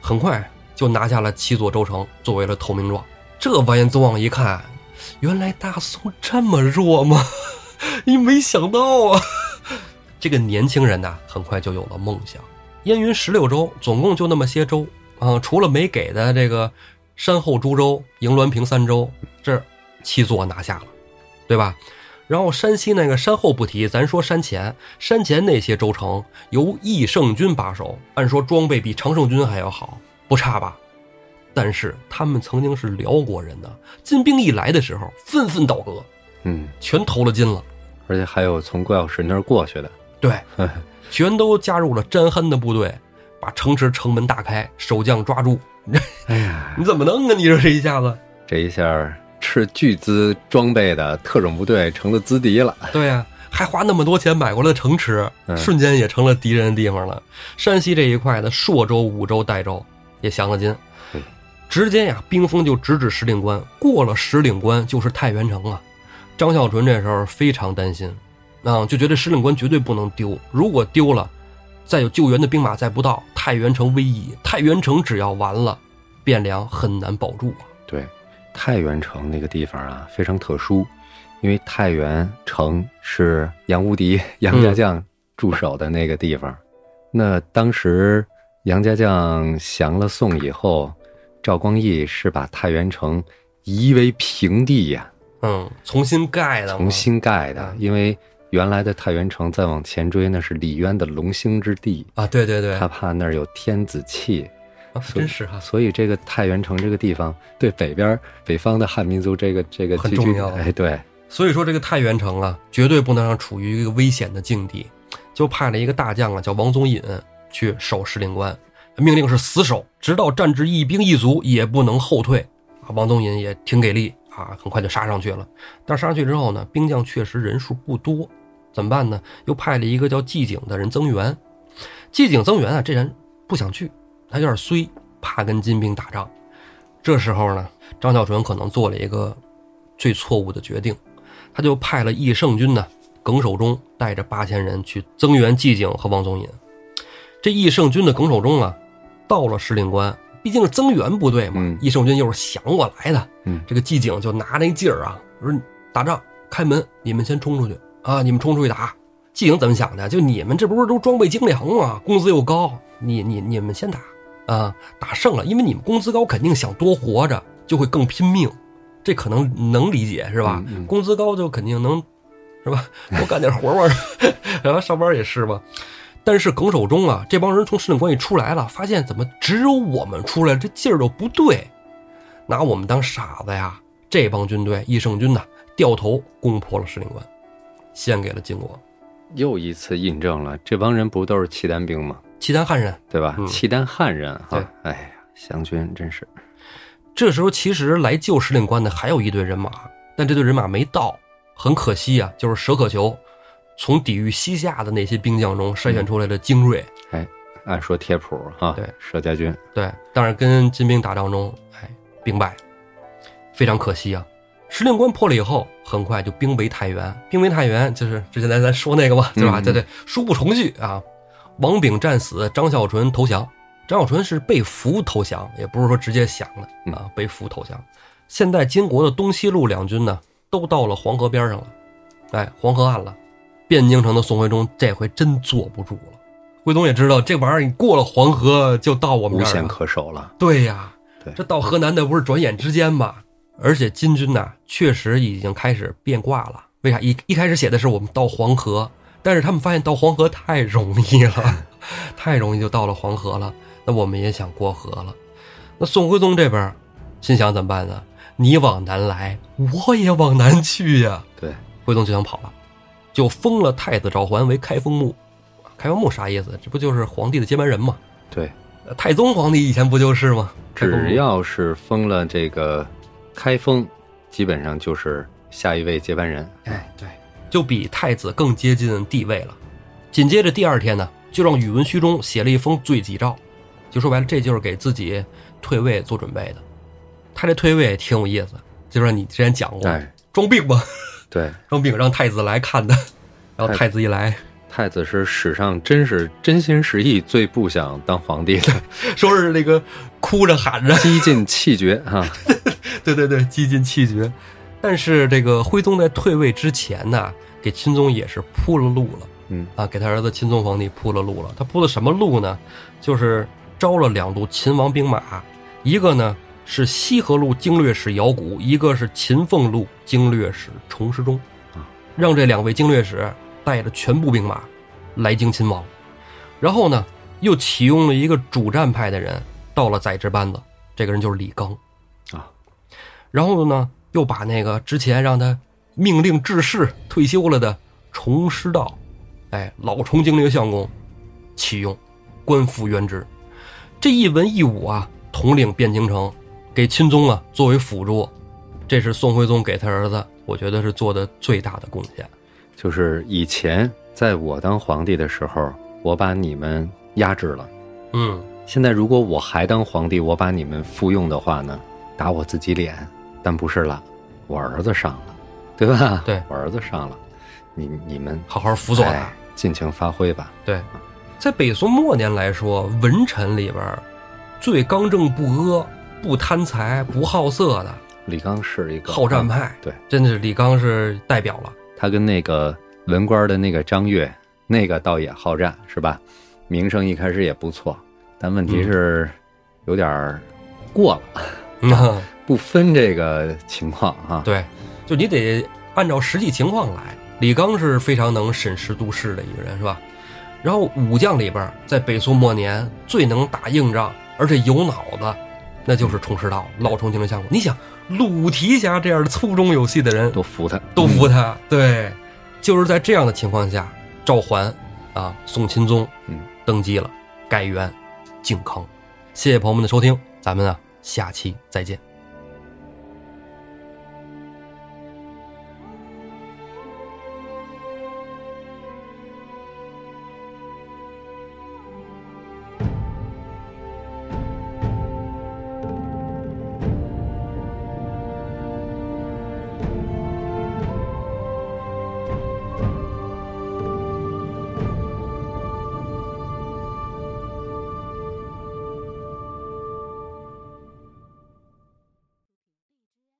B: 很快就拿下了七座州城，作为了投名状。这完颜宗望一看，原来大宋这么弱吗？ 你没想到啊！这个年轻人呐、很快就有了梦想。燕云十六州总共就那么些州啊，除了没给的这个山后诸州、营滦平三州，这七座拿下了，对吧？然后山西那个山后不提，咱说山前，山前那些州城由义胜军把守，按说装备比常胜军还要好，不差吧？但是他们曾经是辽国人呢，金兵一来的时候纷纷倒戈，
A: 嗯，
B: 全投了金了，
A: 而且还有从郭药师那儿过去的，
B: 对，全都加入了詹憨的部队，把城池城门大开，守将抓住，
A: 哎呀，
B: 你怎么弄啊？你说这一下子，
A: 这一下儿斥巨资装备的特种部队成了资敌了。
B: 对呀、还花那么多钱买过来的城池，
A: 嗯
B: 瞬间也成了敌人的地方了。山西这一块的朔州、五州、代州也降了金
A: 嗯，
B: 直接呀，兵锋就直指石岭关，过了石岭关就是太原城了。张孝纯这时候非常担心，啊，就觉得石岭关绝对不能丢，如果丢了，再有救援的兵马再不到，太原城危矣。太原城只要完了，汴梁很难保住啊。
A: 对，太原城那个地方啊，非常特殊，因为太原城是杨无敌、杨家将驻守的那个地方。那当时杨家将降了宋以后，赵光义是把太原城夷为平地呀、
B: 嗯，重新盖的嘛，
A: 重新盖的
B: 嗯，
A: 因为原来的太原城再往前追，那是李渊的龙兴之地，
B: 啊，对对对，
A: 他
B: 啊，
A: 怕那儿有天子气，
B: 真是啊哈、
A: 所以这个太原城这个地方对北边儿北方的汉民族这个这个
B: 很
A: 聚居
B: 重要
A: 哎，对，
B: 所以说这个太原城啊，绝对不能让处于一个危险的境地，就派了一个大将啊，叫王宗隐去守石令关，命令是死守，直到战至一兵一卒也不能后退。啊，王宗隐也挺给力啊，很快就杀上去了。但杀上去之后呢，兵将确实人数不多，怎么办呢？又派了一个叫季景的人增援。季景增援啊，这人不想去，他有点衰，怕跟金兵打仗。这时候呢，张孝纯可能做了一个最错误的决定。他就派了义胜军呢，耿守忠带着八千人去增援季景和王宗隐。这义胜军的耿守忠啊，到了石令关，毕竟是增援部队嘛，
A: 嗯
B: 义胜军又是降我来的，
A: 嗯
B: 这个季景就拿那劲儿啊，说打仗开门，你们先冲出去啊，你们冲出去打。季景怎么想的？就你们这不是都装备精良吗？工资又高，你你你们先打啊，打胜了，因为你们工资高，肯定想多活着，就会更拼命，这可能能理解是吧？
A: 嗯嗯
B: 工资高就肯定能，是吧？多干点活嘛， 然后上班也是嘛。但是耿守忠啊，这帮人从市政关一出来了，发现怎么只有我们出来，这劲儿都不对，拿我们当傻子呀！这帮军队，义胜军呐、掉头攻破了石令关，献给了晋国
A: 又一次印证了这帮人不都是契丹兵吗？
B: 契丹汉人。
A: 对吧？
B: 嗯
A: 契丹汉人
B: 对
A: 哈，哎呀，湘军真是
B: 这时候其实来救石令关的还有一队人马，但这队人马没到，很可惜啊，就是舍可求从抵御西夏的那些兵将中筛选出来的精锐，
A: 按说贴谱哈，
B: 对，
A: 佘家军
B: 对，但是跟金兵打仗中，哎，兵败，非常可惜啊。石令关破了以后，很快就兵围太原。兵围太原就是之前咱咱说那个嘛，对吧？
A: 嗯嗯
B: 对对，殊不重叙啊。王炳战死，张孝纯投降。张孝纯是被俘投降，也不是说直接降的啊，被俘投降。现在金国的东西路两军呢，都到了黄河边上了，哎，黄河岸了。汴京城的宋徽宗这回真坐不住了。徽宗也知道这玩意儿，你过了黄河就到我们
A: 无
B: 这儿啊
A: 险
B: 了。
A: 可守了。
B: 对呀、
A: 对
B: 这到河南那不是转眼之间吗？而且金军呐、确实已经开始变卦了，为啥一一开始写的是我们到黄河，但是他们发现到黄河太容易了，太容易就到了黄河了。那我们也想过河了。那宋徽宗这边儿心想怎么办呢？你往南来，我也往南去呀、
A: 对，
B: 徽宗就想跑了，就封了太子赵桓为开封牧。开封牧啥意思？这不就是皇帝的接班人吗？
A: 对，
B: 呃太宗皇帝以前不就是吗？开封牧
A: 只要是封了这个开封，基本上就是下一位接班人。
B: 哎，对，就比太子更接近帝位了。紧接着第二天呢，就让宇文虚中写了一封罪己诏，就说白了，这就是给自己退位做准备的。他这退位也挺有意思，就是你之前讲过，
A: 哎，
B: 装病吧，
A: 对，
B: 装病让太子来看的，然后太子一来，
A: 太子是史上真是真心实意最不想当皇帝的，
B: 说是那个哭着喊着，
A: 几近气绝啊！
B: 对对对，几近气绝。但是这个徽宗在退位之前呢，给钦宗也是铺了路了。
A: 嗯，
B: 啊，给他儿子钦宗皇帝铺了路了。他铺的什么路呢？就是招了两路秦王兵马，一个呢是西河路经略使姚古，一个是秦凤路经略使崇师中
A: 啊，
B: 让这两位经略使带着全部兵马来京亲王。然后呢，又启用了一个主战派的人到了宰制班子，这个人就是李纲
A: 啊。
B: 然后呢，又把那个之前让他命令致仕退休了的崇师道哎，老崇经略相公启用，官复原职。这一文一武啊，统领汴京城，给钦宗啊作为辅助，这是宋徽宗给他儿子，我觉得是做的最大的贡献。
A: 就是以前在我当皇帝的时候，我把你们压制了。
B: 嗯，
A: 现在如果我还当皇帝，我把你们复用的话呢，打我自己脸，但不是了，我儿子上了，对吧？
B: 对
A: 我儿子上了，你你们
B: 好好辅佐他。
A: 哎尽情发挥吧。
B: 对，在北宋末年来说，文臣里边儿最刚正不阿、不贪财、不好色的
A: 李纲是一个
B: 好战，派，
A: 对，
B: 真的是李纲是代表了。
A: 他跟那个文官的那个张悦，那个倒也好战，是吧？名声一开始也不错，但问题是有点儿过了，
B: 嗯，
A: 不分这个情况啊。
B: 对，就你得按照实际情况来。李纲是非常能审时度势的一个人，是吧？然后武将里边儿，在北宋末年最能打硬仗，而且有脑子，那就是崇师道老崇经的相公。你想，鲁提辖这样粗中有细的人
A: 都服他，
B: 都服他，对，就是在这样的情况下，赵桓啊，宋钦宗
A: 嗯
B: 登基了，改元靖康。谢谢朋友们的收听，咱们啊下期再见。